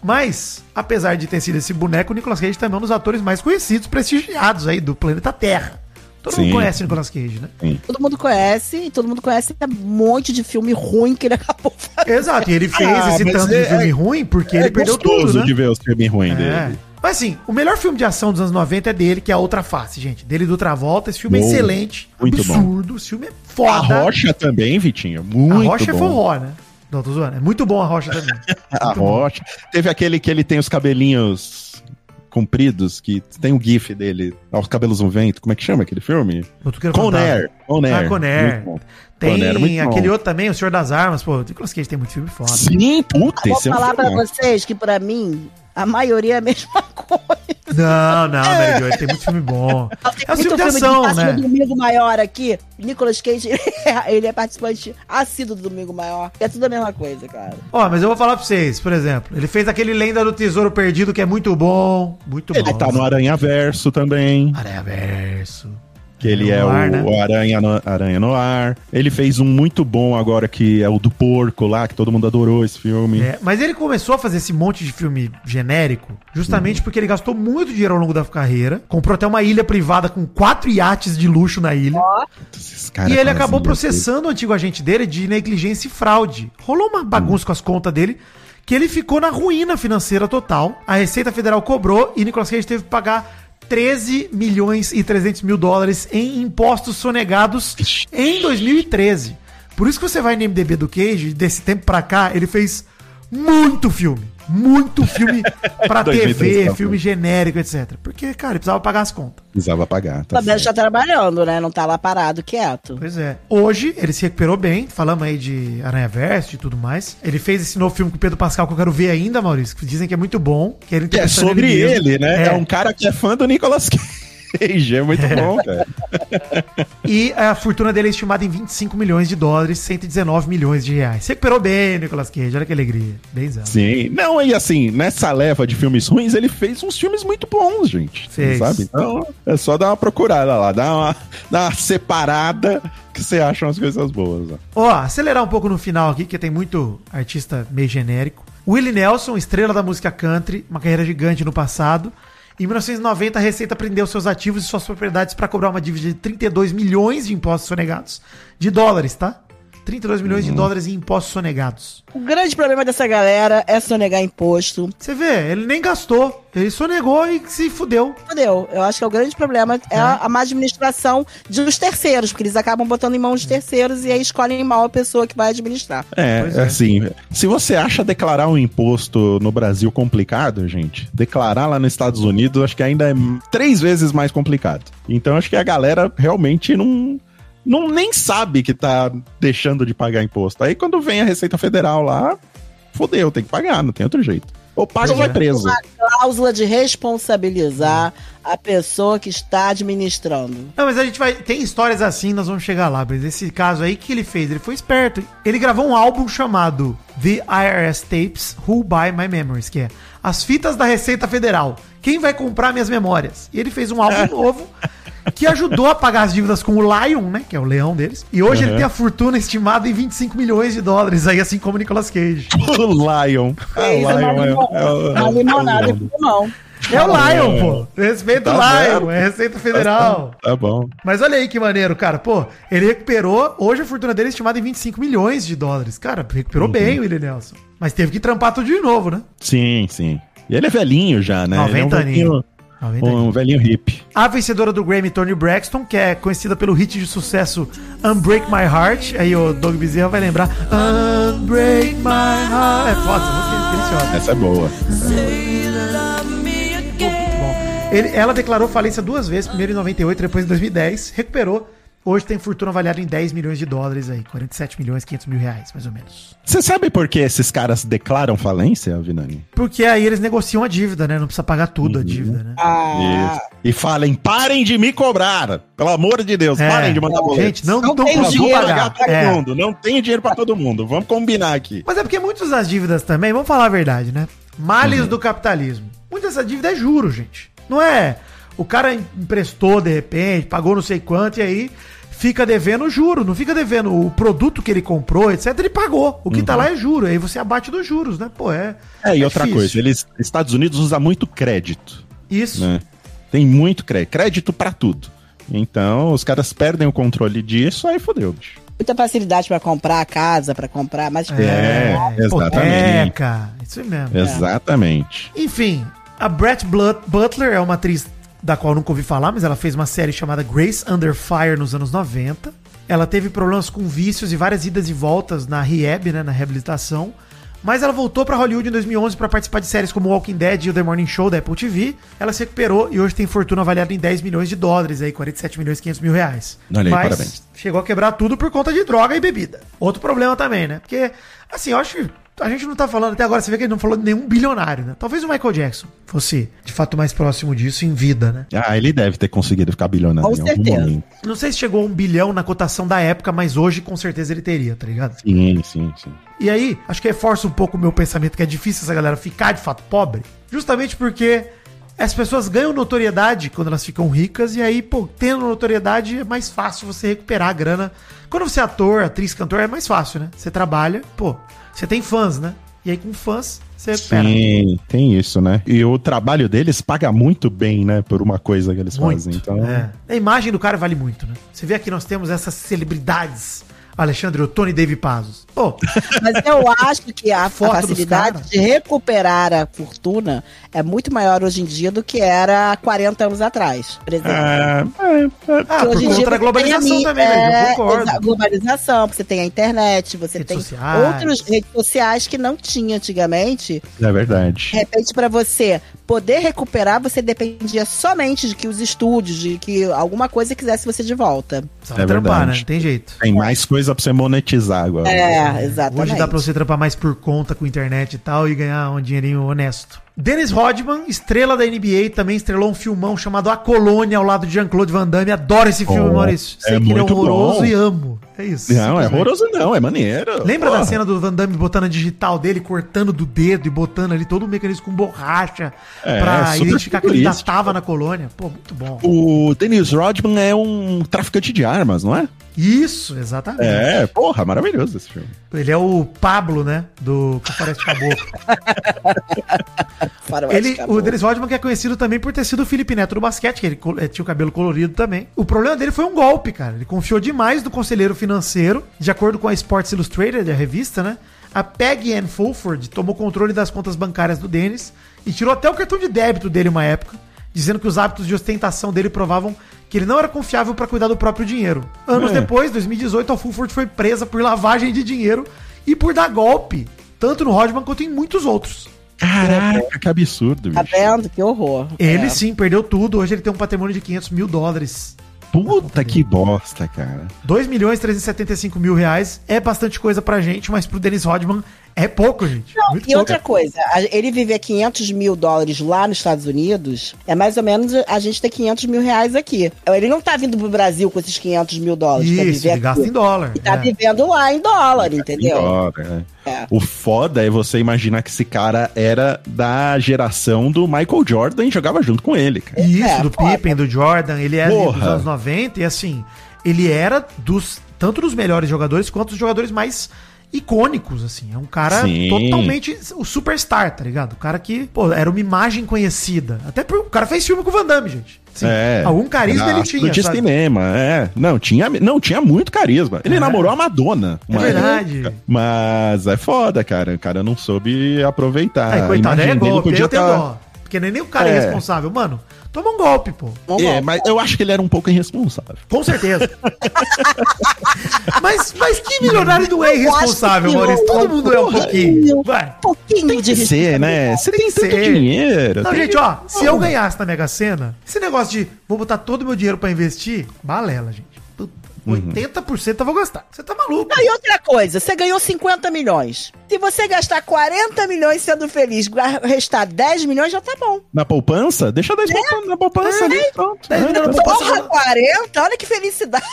[SPEAKER 4] Mas, apesar de ter sido esse boneco, o Nicolas Cage também é um dos atores mais conhecidos, prestigiados aí do planeta Terra. Todo
[SPEAKER 2] Sim.
[SPEAKER 4] mundo conhece o Nicolas Cage, né?
[SPEAKER 3] Todo mundo conhece, e todo mundo conhece um monte de filme ruim que ele acabou fazendo.
[SPEAKER 4] Exato, e ele fez
[SPEAKER 2] Ah,
[SPEAKER 4] esse
[SPEAKER 2] mas
[SPEAKER 4] tanto de
[SPEAKER 2] é-
[SPEAKER 4] filme ruim porque
[SPEAKER 2] É
[SPEAKER 4] ele perdeu
[SPEAKER 2] gostoso
[SPEAKER 4] tudo, né?
[SPEAKER 2] de ver os filmes ruins
[SPEAKER 4] É.
[SPEAKER 2] dele.
[SPEAKER 4] Mas assim, o melhor filme de ação dos anos 90 é dele, que é a Outra Face, gente. Dele do Travolta. Esse filme é
[SPEAKER 2] Bom,
[SPEAKER 4] excelente,
[SPEAKER 2] muito bom.
[SPEAKER 4] absurdo. Esse filme é
[SPEAKER 2] A
[SPEAKER 4] foda.
[SPEAKER 2] Rocha também, Vitinho. Muito
[SPEAKER 4] a Rocha
[SPEAKER 2] bom.
[SPEAKER 4] é forró, né? Não, tô zoando. É muito bom a Rocha também.
[SPEAKER 2] A
[SPEAKER 4] Muito bom.
[SPEAKER 2] Rocha. Teve aquele que ele tem os cabelinhos compridos, que tem o gif dele, ó, os cabelos no vento. Como é que chama aquele filme?
[SPEAKER 4] Outro que era
[SPEAKER 2] Conair. Conair.
[SPEAKER 4] Ah, Conair.
[SPEAKER 2] Muito bom.
[SPEAKER 4] Tem
[SPEAKER 2] Conair, é muito bom.
[SPEAKER 4] aquele outro também, O Senhor das Armas. Pô, Nicolas Cage tem muito filme foda.
[SPEAKER 2] Sim, puta,
[SPEAKER 3] Vou
[SPEAKER 2] esse é um
[SPEAKER 3] falar pra
[SPEAKER 2] filme.
[SPEAKER 3] vocês que, pra mim, a maioria é a mesma coisa.
[SPEAKER 4] Não, não, Mary Jo, ele tem muito filme bom. É
[SPEAKER 3] Muito
[SPEAKER 4] o filme de
[SPEAKER 3] filme
[SPEAKER 4] ação,
[SPEAKER 3] passa no
[SPEAKER 4] né?
[SPEAKER 3] Domingo Maior aqui. Nicolas Cage, ele é participante assíduo do Domingo Maior. É tudo a mesma coisa, cara.
[SPEAKER 4] Ó, mas eu vou falar pra vocês, por exemplo. Ele fez aquele Lenda do Tesouro Perdido, que é muito bom. Muito
[SPEAKER 2] Ele
[SPEAKER 4] bom.
[SPEAKER 2] tá no Aranha Verso também,
[SPEAKER 4] Aranha Verso.
[SPEAKER 2] que ele é
[SPEAKER 4] No
[SPEAKER 2] o,
[SPEAKER 4] ar, né?
[SPEAKER 2] o Aranha, no, Aranha no Ar. Ele fez um muito bom agora, que é o do Porco lá, que todo mundo adorou esse filme.
[SPEAKER 4] É, mas ele começou a fazer esse monte de filme genérico
[SPEAKER 2] Uhum.
[SPEAKER 4] justamente porque ele gastou muito dinheiro ao longo da carreira. Comprou até uma ilha privada com quatro iates de luxo na ilha.
[SPEAKER 2] Esses caras
[SPEAKER 4] e ele
[SPEAKER 2] fazem
[SPEAKER 4] acabou
[SPEAKER 2] isso.
[SPEAKER 4] processando o antigo agente dele de negligência e fraude. Rolou uma bagunça com as contas dele que ele ficou na ruína financeira total. A Receita Federal cobrou e Nicolas Cage teve que pagar 13 milhões e 300 mil dólares em impostos sonegados em 2013. Por isso que você vai no MDB do Cage, desse tempo pra cá, ele fez muito filme. Muito filme pra TV,
[SPEAKER 2] 2013,
[SPEAKER 4] filme genérico, etc. Porque, cara, ele precisava pagar as contas.
[SPEAKER 2] Precisava pagar. tá
[SPEAKER 3] Também
[SPEAKER 2] certo.
[SPEAKER 3] está trabalhando, né? Não tá lá parado, quieto.
[SPEAKER 4] Pois é. Hoje ele se recuperou bem, falamos aí de Aranha Verso e tudo mais. Ele fez esse novo filme com o Pedro Pascal que eu quero ver ainda, Maurício, que dizem que é muito bom. Que, ele
[SPEAKER 2] Que é
[SPEAKER 4] interpretando
[SPEAKER 2] sobre
[SPEAKER 4] mesmo.
[SPEAKER 2] ele, né? É.
[SPEAKER 4] É.
[SPEAKER 2] um cara que é fã do Nicolas Cage. É muito bom, cara.
[SPEAKER 4] E a fortuna dele é estimada em 25 milhões de dólares, 119 milhões de reais. Se recuperou bem, Nicolas Cage, olha que alegria. Benzão.
[SPEAKER 2] Sim. Não, e assim, nessa leva de filmes ruins, ele fez uns filmes muito bons, gente.
[SPEAKER 4] Fez.
[SPEAKER 2] Sabe? Então, é só dar uma procurada lá, dar uma, dar uma separada que você acha umas coisas boas. Ó.
[SPEAKER 4] Ó, acelerar um pouco no final aqui, que tem muito artista meio genérico. Willie Nelson, estrela da música country, uma carreira gigante no passado. Em 1990, a Receita prendeu seus ativos e suas propriedades para cobrar uma dívida de 32 milhões de impostos sonegados. De dólares, tá? 32 milhões de dólares em impostos sonegados.
[SPEAKER 3] O grande problema dessa galera é sonegar imposto.
[SPEAKER 4] Você vê, ele nem gastou. Ele sonegou e se fudeu.
[SPEAKER 3] Entendeu? Eu acho que é o grande problema é
[SPEAKER 4] Tá.
[SPEAKER 3] a, a má administração dos terceiros, porque eles acabam botando em mãos de terceiros e aí escolhem mal a pessoa que vai administrar.
[SPEAKER 2] É,
[SPEAKER 4] Pois é.
[SPEAKER 2] assim, se você acha declarar um imposto no Brasil complicado, gente, declarar lá nos Estados Unidos acho que ainda é três vezes mais complicado. Então acho que a galera realmente não, não nem sabe que tá deixando de pagar imposto. Aí quando vem a Receita Federal lá, fodeu, tem que pagar, não tem outro jeito. Ou paga ou vai preso.
[SPEAKER 3] Cláusula de responsabilizar a pessoa que está administrando.
[SPEAKER 4] Não, mas a gente vai. Tem histórias assim, nós vamos chegar lá, Brisa. Esse caso aí que ele fez, ele foi esperto. Ele gravou um álbum chamado The IRS Tapes Who Buy My Memories, que é As Fitas da Receita Federal. Quem vai comprar minhas memórias? E ele fez um álbum novo que ajudou a pagar as dívidas com o Lion, né? Que é o leão deles. E hoje ele
[SPEAKER 2] Uhum.
[SPEAKER 4] tem a fortuna estimada em 25 milhões de dólares, aí assim como o Nicolas Cage.
[SPEAKER 2] O Lion. Ah, o Lion é o- é o- é
[SPEAKER 3] A
[SPEAKER 2] o-
[SPEAKER 3] limonada com mão.
[SPEAKER 4] É o Lion, pô. Respeita o
[SPEAKER 2] Tá
[SPEAKER 4] Lion,
[SPEAKER 2] certo.
[SPEAKER 4] é Receita Federal.
[SPEAKER 2] Tá bom.
[SPEAKER 4] Mas olha aí que maneiro, cara. Pô, ele recuperou. Hoje a fortuna dele é estimada em 25 milhões de dólares. Cara, recuperou bem o William Nelson. Mas teve que trampar tudo de novo, né?
[SPEAKER 2] Sim, sim. E ele é velhinho já, né? Ele é um
[SPEAKER 4] 90 aninho.
[SPEAKER 2] velhinho, um velhinho hip.
[SPEAKER 4] A vencedora do Grammy, Tony Braxton, que é conhecida pelo hit de sucesso Unbreak My Heart. Aí o Doug Bezerra vai lembrar. Unbreak My Heart. É foda, essa música é deliciosa.
[SPEAKER 2] Essa é boa.
[SPEAKER 4] Bom, ele- ela declarou falência duas vezes, primeiro em 98, depois em 2010, recuperou. Hoje tem fortuna avaliada em 10 milhões de dólares aí, 47 milhões e 500 mil reais, mais ou menos.
[SPEAKER 2] Você sabe por que esses caras declaram falência, Vinani?
[SPEAKER 4] Porque aí eles negociam a dívida, né? Não precisa pagar
[SPEAKER 2] Uhum.
[SPEAKER 4] tudo a dívida, né?
[SPEAKER 3] Ah,
[SPEAKER 2] Isso. E falem, parem de me cobrar. Pelo amor de Deus,
[SPEAKER 4] É.
[SPEAKER 2] parem de mandar boleto.
[SPEAKER 4] Gente, não,
[SPEAKER 3] Não
[SPEAKER 4] não,
[SPEAKER 3] tem
[SPEAKER 2] Vamos
[SPEAKER 4] consigo
[SPEAKER 3] dinheiro,
[SPEAKER 2] pagar
[SPEAKER 4] pagar.
[SPEAKER 2] todo
[SPEAKER 4] É.
[SPEAKER 2] mundo. Não tem dinheiro pra todo mundo. Vamos combinar aqui.
[SPEAKER 4] Mas é porque muitas das dívidas também, vamos falar a verdade, né? Males
[SPEAKER 2] Uhum.
[SPEAKER 4] do capitalismo. Muita dessa dívida é juro, gente. Não é. O cara em- emprestou de repente, pagou não sei quanto e aí fica devendo o juro, não fica devendo o produto que ele comprou, etc. Ele pagou. O que tá lá é juro. Aí você abate dos juros, né? Pô, é.
[SPEAKER 2] Uhum. É, e outra
[SPEAKER 4] difícil.
[SPEAKER 2] coisa, eles, Estados Unidos usa muito crédito,
[SPEAKER 4] Isso.
[SPEAKER 2] né? Tem muito crédito, crédito pra tudo. Então, os caras perdem o controle disso, aí fodeu, bicho.
[SPEAKER 3] muita facilidade pra comprar a casa, pra comprar, mas
[SPEAKER 2] É, exatamente. É,
[SPEAKER 4] Hipoteca. Isso
[SPEAKER 3] É.
[SPEAKER 4] mesmo.
[SPEAKER 2] Exatamente.
[SPEAKER 4] Enfim, a Brett Blut- Butler é uma atriz da qual eu nunca ouvi falar, mas ela fez uma série chamada Grace Under Fire nos anos 90. Ela teve problemas com vícios e várias idas e voltas na rehab, né, na reabilitação. Mas ela voltou pra Hollywood em 2011 pra participar de séries como Walking Dead e o The Morning Show da Apple TV. Ela se recuperou e hoje tem fortuna avaliada em 10 milhões de dólares, aí 47 milhões e 500 mil reais.
[SPEAKER 2] Olha aí,
[SPEAKER 4] Mas
[SPEAKER 2] parabéns.
[SPEAKER 4] chegou a quebrar tudo por conta de droga e bebida. Outro problema também, né? Porque, assim, eu acho que a gente não tá falando até agora, você vê que ele não falou de nenhum bilionário, né? Talvez o Michael Jackson fosse, de fato, mais próximo disso em vida, né?
[SPEAKER 2] Ah, ele deve ter conseguido ficar bilionário
[SPEAKER 3] Com
[SPEAKER 2] em
[SPEAKER 3] certeza.
[SPEAKER 2] algum momento.
[SPEAKER 4] Não sei se chegou a um bilhão na cotação da época, mas hoje com certeza ele teria, tá ligado?
[SPEAKER 2] Sim, sim, sim.
[SPEAKER 4] E aí, acho que reforça um pouco o meu pensamento que é difícil essa galera ficar de fato pobre, justamente porque as pessoas ganham notoriedade quando elas ficam ricas, e aí, pô, tendo notoriedade é mais fácil você recuperar a grana. Quando você é ator, atriz, cantor, é mais fácil, né? Você trabalha, pô, você tem fãs, né? E aí com fãs, você recupera.
[SPEAKER 2] Sim, tem isso, né? E o trabalho deles paga muito bem, né? Por uma coisa que eles
[SPEAKER 4] Muito.
[SPEAKER 2] fazem. Então,
[SPEAKER 4] É. A imagem do cara vale muito, né? Você vê aqui nós temos essas celebridades. Alexandre Ottoni e David Pazos. Pô,
[SPEAKER 3] Mas eu acho que a
[SPEAKER 4] Foto dos
[SPEAKER 3] facilidade
[SPEAKER 4] caras.
[SPEAKER 3] de recuperar a fortuna é muito maior hoje em dia do que era há 40 anos atrás, por exemplo.
[SPEAKER 2] Ah, é, é,
[SPEAKER 4] ah,
[SPEAKER 3] Porque
[SPEAKER 4] por
[SPEAKER 3] hoje em dia
[SPEAKER 4] conta da
[SPEAKER 3] você tem
[SPEAKER 4] globalização
[SPEAKER 3] ali,
[SPEAKER 4] também, velho.
[SPEAKER 3] é,
[SPEAKER 4] Eu concordo.
[SPEAKER 3] exa- Globalização, porque você tem a internet, você
[SPEAKER 4] Redes
[SPEAKER 3] tem
[SPEAKER 4] sociais.
[SPEAKER 3] outras redes sociais que não tinha antigamente.
[SPEAKER 2] é verdade.
[SPEAKER 3] De repente, para você poder recuperar, você dependia somente de que os estúdios, de que alguma coisa quisesse você de volta.
[SPEAKER 4] Precisava
[SPEAKER 2] É
[SPEAKER 4] trampar,
[SPEAKER 2] verdade.
[SPEAKER 4] né? Não tem jeito.
[SPEAKER 2] Tem mais coisa pra você monetizar agora.
[SPEAKER 3] É, exatamente.
[SPEAKER 4] Hoje dá pra você trampar mais por conta com internet e tal e ganhar um dinheirinho honesto. Dennis Rodman, estrela da NBA, também estrelou um filmão chamado A Colônia ao lado de Jean-Claude Van Damme. Adoro esse filme,
[SPEAKER 2] Oh,
[SPEAKER 4] Maurício. Sei
[SPEAKER 2] é
[SPEAKER 4] que ele é
[SPEAKER 2] muito
[SPEAKER 4] horroroso
[SPEAKER 2] bom.
[SPEAKER 4] e amo. É isso.
[SPEAKER 2] Não, é
[SPEAKER 4] simplesmente.
[SPEAKER 2] horroroso não, é maneiro.
[SPEAKER 4] Lembra
[SPEAKER 2] Porra.
[SPEAKER 4] da cena do Van Damme botando a digital dele, cortando do dedo e botando ali todo o mecanismo com borracha
[SPEAKER 2] É,
[SPEAKER 4] pra
[SPEAKER 2] super
[SPEAKER 4] identificar que ele ainda
[SPEAKER 2] futurístico.
[SPEAKER 4] tava na colônia? Pô, muito bom.
[SPEAKER 2] O Dennis Rodman é um traficante de armas, não é?
[SPEAKER 4] Isso, exatamente.
[SPEAKER 2] É, porra, maravilhoso esse filme.
[SPEAKER 4] Ele é o Pablo, né? Do que parece caboclo.
[SPEAKER 3] Faroeste,
[SPEAKER 4] Ele,
[SPEAKER 3] acabou.
[SPEAKER 4] o Dennis Rodman que é conhecido também por ter sido o Felipe Neto do basquete, que ele co- eh, tinha o cabelo colorido também. O problema dele foi um golpe, cara. Ele confiou demais do conselheiro financeiro, de acordo com a Sports Illustrated, a revista, né? A Peggy Ann Fulford tomou controle das contas bancárias do Dennis e tirou até o cartão de débito dele uma época, dizendo que os hábitos de ostentação dele provavam que ele não era confiável para cuidar do próprio dinheiro. Anos
[SPEAKER 2] É.
[SPEAKER 4] depois, 2018, a Fulford foi presa por lavagem de dinheiro e por dar golpe, tanto no Rodman quanto em muitos outros.
[SPEAKER 2] Caraca, que absurdo,
[SPEAKER 3] Tá
[SPEAKER 2] bicho.
[SPEAKER 3] vendo? Que horror.
[SPEAKER 4] Ele
[SPEAKER 3] É.
[SPEAKER 4] sim perdeu tudo. Hoje ele tem um patrimônio de 500 mil dólares.
[SPEAKER 2] Puta que bosta, cara.
[SPEAKER 4] 2 milhões e 375 mil reais é bastante coisa pra gente, mas pro Dennis Rodman É pouco, gente.
[SPEAKER 3] Não,
[SPEAKER 4] Muito
[SPEAKER 3] e outra
[SPEAKER 4] pouco.
[SPEAKER 3] coisa, a- ele viver 500 mil dólares lá nos Estados Unidos é mais ou menos a gente ter 500 mil reais aqui. Ele não tá vindo pro Brasil com esses 500 mil dólares. pra
[SPEAKER 4] Isso,
[SPEAKER 3] viver
[SPEAKER 4] ele
[SPEAKER 3] aqui.
[SPEAKER 4] gasta em dólar.
[SPEAKER 3] E tá
[SPEAKER 4] é.
[SPEAKER 3] vivendo lá em dólar,
[SPEAKER 2] tá
[SPEAKER 3] entendeu?
[SPEAKER 2] Pior, né?
[SPEAKER 3] É.
[SPEAKER 2] O foda é você imaginar que esse cara era da geração do Michael Jordan e jogava junto com ele, cara.
[SPEAKER 4] Isso,
[SPEAKER 3] É,
[SPEAKER 4] do
[SPEAKER 3] foda.
[SPEAKER 4] Pippen, do Jordan, ele era dos
[SPEAKER 2] Porra.
[SPEAKER 4] anos 90 e assim, ele era dos tanto dos melhores jogadores quanto dos jogadores mais icônicos, assim. É um cara
[SPEAKER 2] Sim.
[SPEAKER 4] totalmente o superstar, tá ligado? O cara que, pô, era uma imagem conhecida. Até por, o cara fez filme com o Van Damme, gente. Assim,
[SPEAKER 2] É.
[SPEAKER 4] algum carisma
[SPEAKER 2] era
[SPEAKER 4] ele
[SPEAKER 2] astro
[SPEAKER 4] tinha,
[SPEAKER 2] de
[SPEAKER 4] sabe?
[SPEAKER 2] cinema, é. Não, tinha, não, tinha muito carisma. Ele
[SPEAKER 4] É.
[SPEAKER 2] namorou a Madonna.
[SPEAKER 4] É
[SPEAKER 2] uma
[SPEAKER 4] verdade.
[SPEAKER 2] época. Mas é foda, cara. O cara não soube aproveitar.
[SPEAKER 4] Aí,
[SPEAKER 2] A
[SPEAKER 4] coitado,
[SPEAKER 2] imagem
[SPEAKER 4] é
[SPEAKER 2] dele
[SPEAKER 4] golpe,
[SPEAKER 2] Ah, podia
[SPEAKER 4] eu tenho
[SPEAKER 2] tá-
[SPEAKER 4] dó. Porque nem, nem o cara é.
[SPEAKER 2] É.
[SPEAKER 4] responsável. Mano, toma um golpe, pô.
[SPEAKER 3] Vamos lá.
[SPEAKER 2] É, mas eu acho que ele era um pouco irresponsável.
[SPEAKER 4] Com certeza. mas, mas que milionário não é
[SPEAKER 3] Eu acho
[SPEAKER 4] irresponsável,
[SPEAKER 3] que não,
[SPEAKER 4] Maurício? Todo mundo é um
[SPEAKER 3] porra,
[SPEAKER 4] pouquinho.
[SPEAKER 3] não.
[SPEAKER 4] Vai.
[SPEAKER 3] Um pouquinho
[SPEAKER 2] Tem que
[SPEAKER 3] de
[SPEAKER 2] ser, né? Você tem,
[SPEAKER 4] Tem que
[SPEAKER 2] tanto
[SPEAKER 4] ser.
[SPEAKER 2] dinheiro.
[SPEAKER 4] Não,
[SPEAKER 2] tem-
[SPEAKER 4] gente, ó, se eu ganhasse na Mega Sena, esse negócio de vou botar todo o meu dinheiro pra investir, balela, gente. Puta, 80% eu vou gastar. Você tá maluco?
[SPEAKER 3] Não, e outra coisa, você ganhou 50 milhões. Se você gastar 40 milhões sendo feliz, gua- restar 10 milhões já tá bom.
[SPEAKER 2] Na poupança? Deixa 10 poupa- na poupança
[SPEAKER 3] É.
[SPEAKER 2] ali. Pronto.
[SPEAKER 4] Dez milhões na poupança.
[SPEAKER 3] Porra, 40? Olha que felicidade.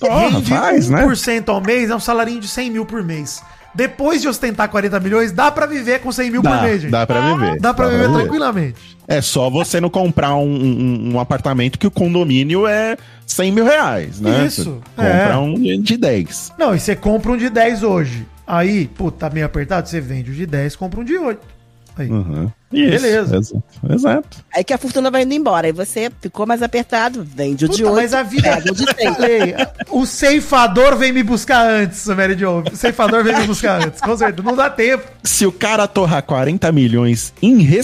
[SPEAKER 2] Porra,
[SPEAKER 4] Rende
[SPEAKER 2] faz, né?
[SPEAKER 4] 1% ao mês é um salarinho de 100 mil por mês. Depois de ostentar 40 milhões, dá pra viver com 100 mil por
[SPEAKER 2] Dá,
[SPEAKER 4] mês, gente.
[SPEAKER 2] dá pra viver.
[SPEAKER 4] Dá pra viver tranquilamente.
[SPEAKER 2] É só você não comprar um, um- um apartamento que o condomínio é 100 mil reais, né?
[SPEAKER 4] Isso,
[SPEAKER 2] Você Compra
[SPEAKER 4] é.
[SPEAKER 2] um de 10.
[SPEAKER 4] Não, e você compra um de 10 hoje. Aí, pô, tá meio apertado, você vende o de 10, compra um de 8. Aí.
[SPEAKER 2] Uhum. Isso,
[SPEAKER 4] Beleza.
[SPEAKER 2] Exato. exato.
[SPEAKER 3] Aí que a fortuna vai indo embora. E você ficou mais apertado, vende o de
[SPEAKER 4] Puta,
[SPEAKER 3] hoje.
[SPEAKER 4] mas a vida.
[SPEAKER 3] Pega o de seis.
[SPEAKER 4] Falei, o ceifador vem me buscar antes, Mary Jo. O ceifador vem me buscar antes, com certeza. Não dá tempo.
[SPEAKER 2] Se o cara torrar 40 milhões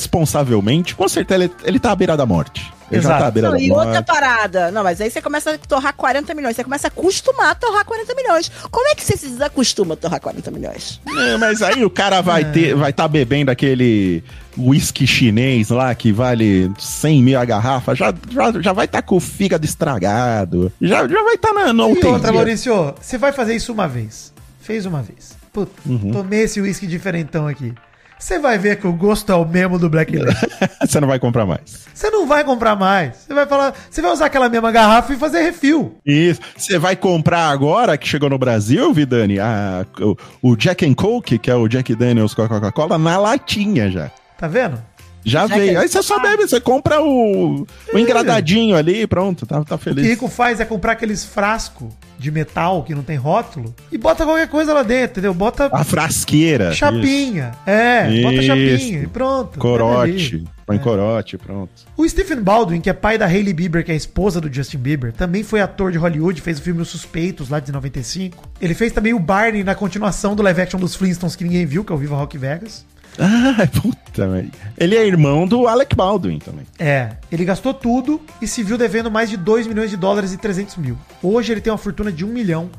[SPEAKER 2] irresponsavelmente, com certeza ele, ele tá à beira da morte. Ele já
[SPEAKER 4] Exato.
[SPEAKER 2] tá à beira
[SPEAKER 3] Não,
[SPEAKER 2] da
[SPEAKER 3] e
[SPEAKER 2] morte.
[SPEAKER 4] né?
[SPEAKER 3] outra parada. Não, mas aí você começa a torrar 40 milhões. Você começa a acostumar a torrar 40 milhões. Como é que você se desacostuma a torrar 40 milhões?
[SPEAKER 2] É, mas aí o cara vai ter, vai estar bebendo aquele whisky chinês lá que vale 100 mil a garrafa, já, já, já vai estar com o fígado estragado, já, já vai estar na, na
[SPEAKER 4] E
[SPEAKER 2] UTI.
[SPEAKER 4] outra, Maurício, você vai fazer isso uma vez. Fez uma vez. Puta, tomei esse uísque diferentão aqui. Você vai ver que o gosto é o mesmo do Black Label.
[SPEAKER 2] Você não vai comprar mais.
[SPEAKER 4] Você não vai comprar mais. Você vai falar, você vai usar aquela mesma garrafa e fazer refil.
[SPEAKER 2] Isso. Você vai comprar agora que chegou no Brasil, Vidani, a, o, o Jack and Coke, que é o Jack Daniels com a Coca-Cola, na latinha já.
[SPEAKER 4] Tá vendo?
[SPEAKER 2] Já
[SPEAKER 3] Jack
[SPEAKER 2] veio.
[SPEAKER 3] and-
[SPEAKER 2] Aí você só bebe, você compra o, o engradadinho ali, pronto, tá, tá
[SPEAKER 4] O que
[SPEAKER 2] feliz.
[SPEAKER 4] rico faz é comprar aqueles frascos de metal que não tem rótulo e bota qualquer coisa lá dentro, entendeu? Bota
[SPEAKER 2] A frasqueira. Ah, isso.
[SPEAKER 4] Chapinha. É, bota
[SPEAKER 2] Isso.
[SPEAKER 4] chapinha e pronto.
[SPEAKER 2] Corote. Põe
[SPEAKER 4] É.
[SPEAKER 2] corote, pronto.
[SPEAKER 4] O Stephen Baldwin, que é pai da Hailey Bieber, que é a esposa do Justin Bieber, também foi ator de Hollywood, fez o filme Os Suspeitos, lá de 95. Ele fez também o Barney na continuação do live action dos Flintstones, que ninguém viu, que é o Viva Rock Vegas.
[SPEAKER 2] Ah, puta, velho. Ele é irmão do Alec Baldwin também.
[SPEAKER 4] É, ele gastou tudo e se viu devendo mais de 2 milhões de dólares e 300 mil. Hoje ele tem uma fortuna de 1 milhão,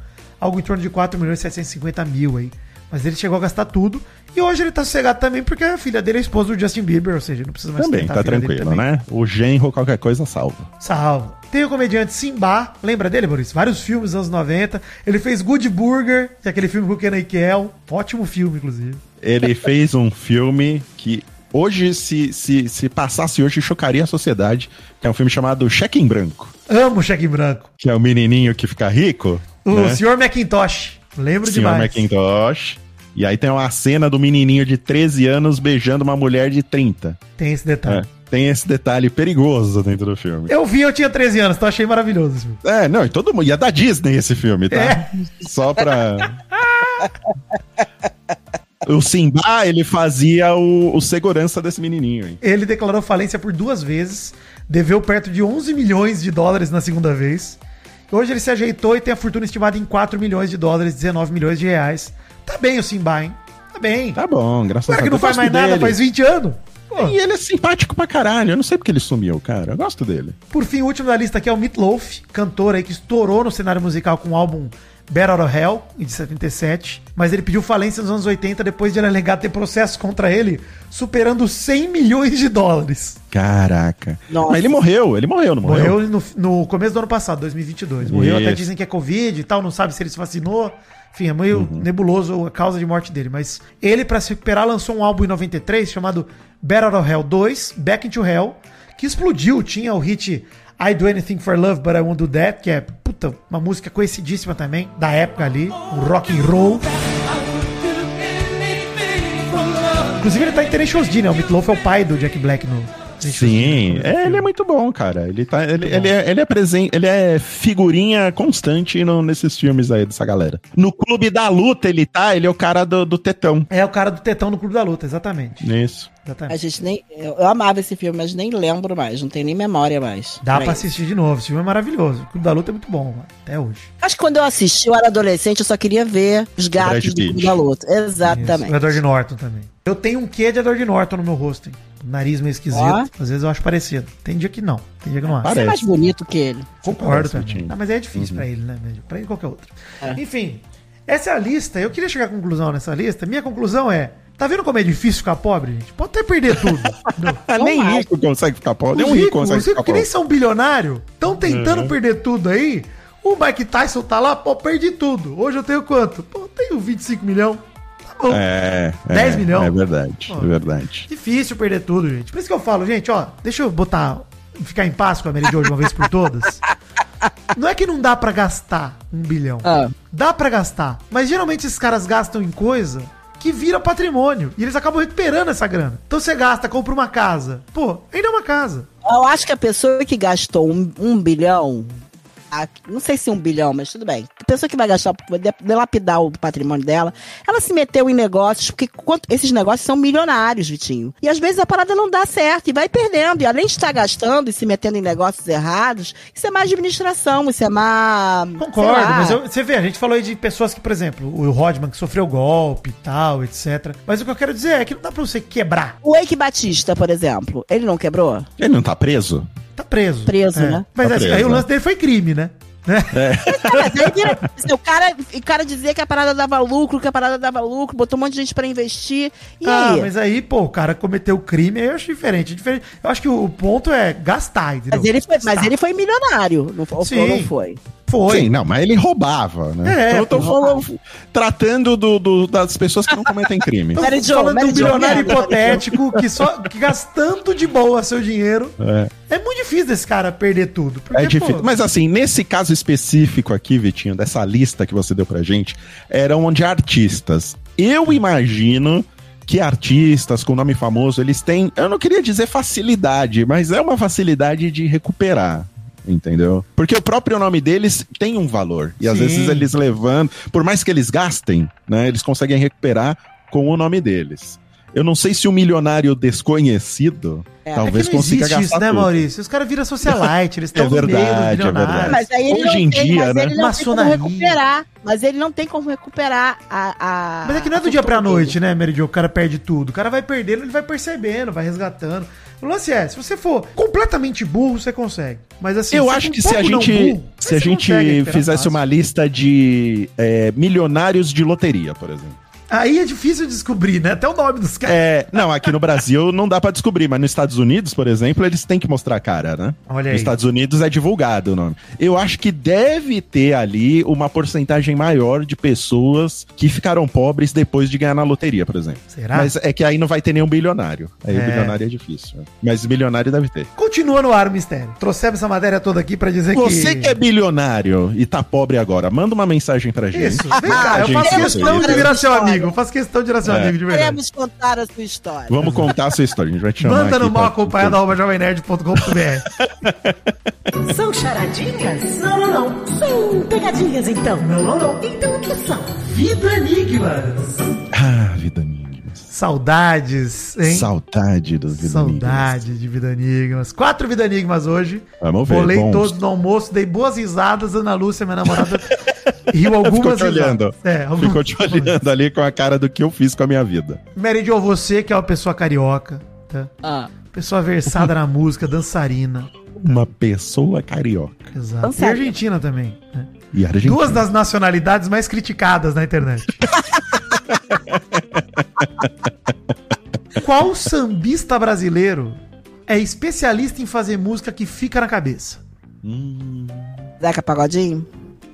[SPEAKER 4] algo em torno de 4 milhões e 750 mil aí. Mas ele chegou a gastar tudo e hoje ele tá sossegado também porque a filha dele é a esposa do Justin Bieber, ou seja, não precisa mais
[SPEAKER 2] também,
[SPEAKER 4] sustentar
[SPEAKER 2] tá
[SPEAKER 4] a filha dele
[SPEAKER 2] tranquilo,
[SPEAKER 4] também.
[SPEAKER 2] né? O genro, qualquer coisa, salva.
[SPEAKER 4] Salvo. Tem o comediante Simba, lembra dele, Maurício? Vários filmes dos anos 90. Ele fez Good Burger, que é aquele filme com o Kenan e Kel. Ótimo filme, inclusive.
[SPEAKER 2] Ele fez um filme que hoje, se, se, se passasse hoje, chocaria a sociedade, que é um filme chamado Cheque em Branco,
[SPEAKER 4] Amo o Cheque em Branco.
[SPEAKER 2] que é o menininho que fica rico,
[SPEAKER 4] O
[SPEAKER 2] né?
[SPEAKER 4] Sr. Macintosh. Lembro
[SPEAKER 2] Senhor
[SPEAKER 4] Uh, demais.
[SPEAKER 2] Macintosh. E aí tem uma cena do menininho de 13 anos beijando uma mulher de 30.
[SPEAKER 4] Tem esse detalhe.
[SPEAKER 2] né? Tem esse detalhe perigoso dentro do filme.
[SPEAKER 4] Eu vi, eu tinha 13 anos, então achei maravilhoso esse filme.
[SPEAKER 2] É, não, e todo mundo. E é da Disney esse filme, tá?
[SPEAKER 4] É.
[SPEAKER 2] Só pra. o Simba, ele fazia o, o segurança desse menininho, hein?
[SPEAKER 4] Ele declarou falência por duas vezes, deveu perto de 11 milhões de dólares na segunda vez. Hoje ele se ajeitou e tem a fortuna estimada em 4 milhões de dólares, 19 milhões de reais. Tá bem o Simba, hein? Tá bem.
[SPEAKER 2] Tá bom, graças
[SPEAKER 4] Cara que não
[SPEAKER 2] Eu
[SPEAKER 4] faz
[SPEAKER 2] gosto
[SPEAKER 4] mais nada,
[SPEAKER 2] dele.
[SPEAKER 4] faz 20 anos. Pô.
[SPEAKER 2] E ele é simpático pra caralho. Eu não sei porque ele sumiu, cara. Eu gosto dele.
[SPEAKER 4] Por fim, o último da lista aqui é o Meatloaf, cantor aí que estourou no cenário musical com o álbum Better Out of Hell, de 77. Mas ele pediu falência nos anos 80 depois de ele alegar ter processos contra ele, superando 100 milhões de dólares.
[SPEAKER 2] Caraca.
[SPEAKER 3] Nossa.
[SPEAKER 2] Mas ele morreu, ele morreu, não morreu?
[SPEAKER 4] Morreu no, no começo do ano passado, 2022. Morreu, até
[SPEAKER 2] Isso.
[SPEAKER 4] dizem que é Covid e tal, não sabe se ele se vacinou. Enfim, é meio
[SPEAKER 2] Uhum.
[SPEAKER 4] nebuloso a causa de morte dele. Mas ele, pra se recuperar, lançou um álbum em 93 chamado Better of Hell 2, Back into Hell, que explodiu. Tinha o hit I Do Anything for Love, But I Won't Do That, que é puta, uma música conhecidíssima também, da época ali, um rock and roll. Inclusive, ele tá em Tenacious D, né? O Meat Loaf é o pai do Jack Black no Tenacious D. né?
[SPEAKER 2] Sim, é, ele é muito bom, cara. Ele, tá, ele, ele, é, ele, é, presen- ele é figurinha constante no- nesses filmes aí dessa galera. No Clube da Luta ele tá, ele é o cara do, do tetão.
[SPEAKER 4] É o cara do tetão no Clube da Luta, exatamente.
[SPEAKER 2] Isso.
[SPEAKER 3] A
[SPEAKER 4] exatamente.
[SPEAKER 3] gente nem. Eu, eu amava esse filme, mas nem lembro mais, não tenho nem memória mais.
[SPEAKER 4] Dá pra
[SPEAKER 3] Mas-
[SPEAKER 4] assistir de novo, esse filme é maravilhoso. O Clube da Luta é muito bom, mano, até hoje.
[SPEAKER 3] Acho que quando eu assisti, eu era adolescente, eu só queria ver os
[SPEAKER 2] Brad
[SPEAKER 3] gatos do
[SPEAKER 2] Pitt.
[SPEAKER 3] Clube da luta.
[SPEAKER 4] Isso, O
[SPEAKER 3] Exatamente.
[SPEAKER 4] Edward Norton também. Eu tenho um quê de Edward Norton no meu rosto, hein? Nariz meio esquisito.
[SPEAKER 3] Ó.
[SPEAKER 4] Às vezes eu acho parecido. Tem dia que não. Tem dia que não acho.
[SPEAKER 3] Você é
[SPEAKER 2] Parece.
[SPEAKER 3] mais bonito que ele.
[SPEAKER 4] Concordo
[SPEAKER 2] Parece,
[SPEAKER 4] também.
[SPEAKER 2] Vitinho.
[SPEAKER 4] Ah, mas aí é
[SPEAKER 3] Uhum.
[SPEAKER 4] difícil pra ele, né? Pra ele e qualquer outro.
[SPEAKER 3] É.
[SPEAKER 4] Enfim, essa é a lista. Eu queria chegar à conclusão nessa lista. Minha conclusão é: tá vendo como é difícil ficar pobre, gente? Pode até perder tudo. Não.
[SPEAKER 2] Ah, Nem
[SPEAKER 3] acho.
[SPEAKER 2] rico consegue ficar pobre.
[SPEAKER 4] Os
[SPEAKER 2] Nem um rico consegue
[SPEAKER 4] os ricos
[SPEAKER 2] ficar
[SPEAKER 4] que nem
[SPEAKER 2] pobre.
[SPEAKER 4] são bilionário, estão tentando
[SPEAKER 2] Uhum.
[SPEAKER 4] perder tudo aí. O Mike Tyson tá lá, pô, perdi tudo. Hoje eu tenho quanto? Pô, tenho 25 milhões. Tá bom.
[SPEAKER 2] É, é,
[SPEAKER 4] 10 milhões.
[SPEAKER 2] É verdade,
[SPEAKER 4] Pô.
[SPEAKER 2] é verdade.
[SPEAKER 4] Difícil perder tudo, gente. Por isso que eu falo, gente, ó, deixa eu botar. Ficar em paz com a Mary Jo de uma vez por todas. Não é que não dá pra gastar um bilhão.
[SPEAKER 3] Ah.
[SPEAKER 4] Dá pra gastar. Mas geralmente esses caras gastam em coisa que vira patrimônio. E eles acabam recuperando essa grana. Então você gasta, compra uma casa. Pô, ainda é uma casa.
[SPEAKER 3] Eu acho que a pessoa que gastou um, um bilhão. a- Não sei se um bilhão, mas tudo bem. A pessoa que vai gastar, de- delapidar o patrimônio dela, ela se meteu em negócios, porque quanto- esses negócios são milionários, Vitinho. E às vezes a parada não dá certo e vai perdendo. E além de estar gastando e se metendo em negócios errados, isso é má administração, isso é má. sei
[SPEAKER 4] Concordo,
[SPEAKER 3] lá.
[SPEAKER 4] mas eu- você vê, a gente falou aí de pessoas que, por exemplo, o Rodman que sofreu golpe e tal, etc. Mas o que eu quero dizer é que não dá pra você quebrar.
[SPEAKER 3] O Eike Batista, por exemplo, ele não quebrou?
[SPEAKER 2] Ele não tá preso?
[SPEAKER 4] Tá preso.
[SPEAKER 3] Preso,
[SPEAKER 4] É.
[SPEAKER 3] né?
[SPEAKER 4] Mas
[SPEAKER 2] Tá
[SPEAKER 4] assim,
[SPEAKER 2] preso,
[SPEAKER 4] aí o
[SPEAKER 2] né?
[SPEAKER 4] lance dele foi crime, né? Né?
[SPEAKER 3] Cara, daí vira- o cara, o cara dizia que a parada dava lucro, que a parada dava lucro, botou um monte de gente pra investir. E
[SPEAKER 4] Ah,
[SPEAKER 3] aí?
[SPEAKER 4] mas aí, pô, o cara cometeu crime, aí eu acho diferente. é diferente. Eu acho que o o ponto é gastar, entendeu?
[SPEAKER 3] Mas ele foi, mas
[SPEAKER 4] Gastar.
[SPEAKER 3] ele foi milionário, não foi?
[SPEAKER 4] Sim.
[SPEAKER 3] Não foi.
[SPEAKER 4] foi.
[SPEAKER 2] Sim, não, mas ele roubava, né?
[SPEAKER 4] É,
[SPEAKER 2] então eu tô
[SPEAKER 4] pô,
[SPEAKER 2] falando, tratando do, do- das pessoas que não cometem crime.
[SPEAKER 3] Mary Jo,
[SPEAKER 4] falando de
[SPEAKER 3] Mary
[SPEAKER 4] um
[SPEAKER 3] Jo,
[SPEAKER 4] bilionário
[SPEAKER 3] merda, Mary Jo.
[SPEAKER 4] hipotético que só que gastando de boa seu dinheiro.
[SPEAKER 2] É.
[SPEAKER 4] É muito difícil desse cara perder tudo. porque,
[SPEAKER 2] É
[SPEAKER 4] pô,
[SPEAKER 2] difícil. Mas assim, nesse caso específico aqui, Vitinho, dessa lista que você deu pra gente, eram de artistas. Eu imagino que artistas com nome famoso, eles têm, eu não queria dizer facilidade, mas é uma facilidade de recuperar. Entendeu? Porque o próprio nome deles tem um valor. E às
[SPEAKER 4] Sim.
[SPEAKER 2] vezes eles levando, por mais que eles gastem, né, eles conseguem recuperar com o nome deles. Eu não sei se o milionário desconhecido
[SPEAKER 3] É.
[SPEAKER 4] é
[SPEAKER 2] talvez
[SPEAKER 4] que não
[SPEAKER 2] consiga
[SPEAKER 4] existe
[SPEAKER 2] gastar.
[SPEAKER 4] isso, né,
[SPEAKER 2] tudo.
[SPEAKER 4] Maurício? Os caras viram socialite, eles estão
[SPEAKER 2] É
[SPEAKER 4] no meio dos
[SPEAKER 2] verdade, é
[SPEAKER 4] bilionários.
[SPEAKER 2] verdade.
[SPEAKER 3] Mas aí ele
[SPEAKER 2] Hoje
[SPEAKER 3] não
[SPEAKER 2] em
[SPEAKER 3] tem,
[SPEAKER 2] dia, né?
[SPEAKER 3] mas ele não tem como
[SPEAKER 4] Maçonaria.
[SPEAKER 3] recuperar. Mas ele não tem como recuperar a. a
[SPEAKER 4] Mas é que não é do
[SPEAKER 3] a
[SPEAKER 4] dia pra
[SPEAKER 3] fortuna
[SPEAKER 4] noite,
[SPEAKER 3] dele.
[SPEAKER 4] né, Mary Jo? O cara perde tudo. O cara vai perdendo, ele vai percebendo, vai resgatando. O lance é, se você for completamente burro, você consegue. Mas assim,
[SPEAKER 2] eu
[SPEAKER 4] você
[SPEAKER 2] acho
[SPEAKER 4] for
[SPEAKER 2] que
[SPEAKER 4] um
[SPEAKER 2] se a
[SPEAKER 4] pouco não é
[SPEAKER 2] gente,
[SPEAKER 4] burro,
[SPEAKER 2] se
[SPEAKER 4] você
[SPEAKER 2] a gente
[SPEAKER 4] consegue recuperar
[SPEAKER 2] fizesse
[SPEAKER 4] fácil.
[SPEAKER 2] uma lista de é, milionários de loteria, por exemplo.
[SPEAKER 4] Aí é difícil descobrir, né? Até o nome dos caras.
[SPEAKER 2] É, não, aqui no Brasil não dá pra descobrir, mas nos Estados Unidos, por exemplo, eles têm que mostrar a cara, né?
[SPEAKER 4] Olha aí.
[SPEAKER 2] Nos Estados Unidos é divulgado o nome. Eu acho que deve ter ali uma porcentagem maior de pessoas que ficaram pobres depois de ganhar na loteria, por exemplo.
[SPEAKER 4] Será?
[SPEAKER 2] Mas é que aí não vai ter nenhum bilionário. Aí
[SPEAKER 4] É.
[SPEAKER 2] bilionário é difícil. né? Mas bilionário deve ter.
[SPEAKER 4] Continua no ar o mistério. Trouxemos essa matéria toda aqui pra dizer
[SPEAKER 2] Você
[SPEAKER 4] que...
[SPEAKER 2] que é bilionário e tá pobre agora, manda uma mensagem pra gente.
[SPEAKER 4] Isso, vem cá,
[SPEAKER 2] Ah,
[SPEAKER 4] eu
[SPEAKER 2] Gente, É.
[SPEAKER 4] faço questão de
[SPEAKER 2] loteria.
[SPEAKER 4] virar seu amigo. Eu faço questão de virar seu amigo, de né, verdade.
[SPEAKER 3] Queremos contar a sua história.
[SPEAKER 2] Vamos contar a sua história, a gente vai te chamar.
[SPEAKER 4] Manda no
[SPEAKER 2] aqui pra-
[SPEAKER 4] mal acompanhado, arroba jovemnerd.com.br.
[SPEAKER 7] São charadinhas? Não, não, não. São pegadinhas, então? Não, não, não. Então o que são?
[SPEAKER 2] Ah, vida minha.
[SPEAKER 4] Saudades, hein?
[SPEAKER 2] Saudade do vida
[SPEAKER 4] Saudade de Vida Enigmas. Quatro Vida Enigmas hoje.
[SPEAKER 2] Vamos ver,
[SPEAKER 4] Bolei
[SPEAKER 2] bons.
[SPEAKER 4] todos no almoço, dei boas risadas. Ana Lúcia, minha namorada, riu algumas
[SPEAKER 2] Ficou te olhando.
[SPEAKER 4] risadas. É, algumas.
[SPEAKER 2] Ficou te olhando ali com a cara do que eu fiz com a minha vida.
[SPEAKER 4] Mary Jo, você que é uma pessoa carioca, tá?
[SPEAKER 3] Ah,
[SPEAKER 4] Pessoa versada na música, dançarina.
[SPEAKER 2] Uma pessoa carioca.
[SPEAKER 4] Exato. E
[SPEAKER 3] Dançarina.
[SPEAKER 4] argentina também. né?
[SPEAKER 2] E argentina.
[SPEAKER 4] Duas das nacionalidades mais criticadas na internet. Qual sambista brasileiro é especialista em fazer música que fica na cabeça?
[SPEAKER 2] Hum,
[SPEAKER 3] Zeca Pagodinho?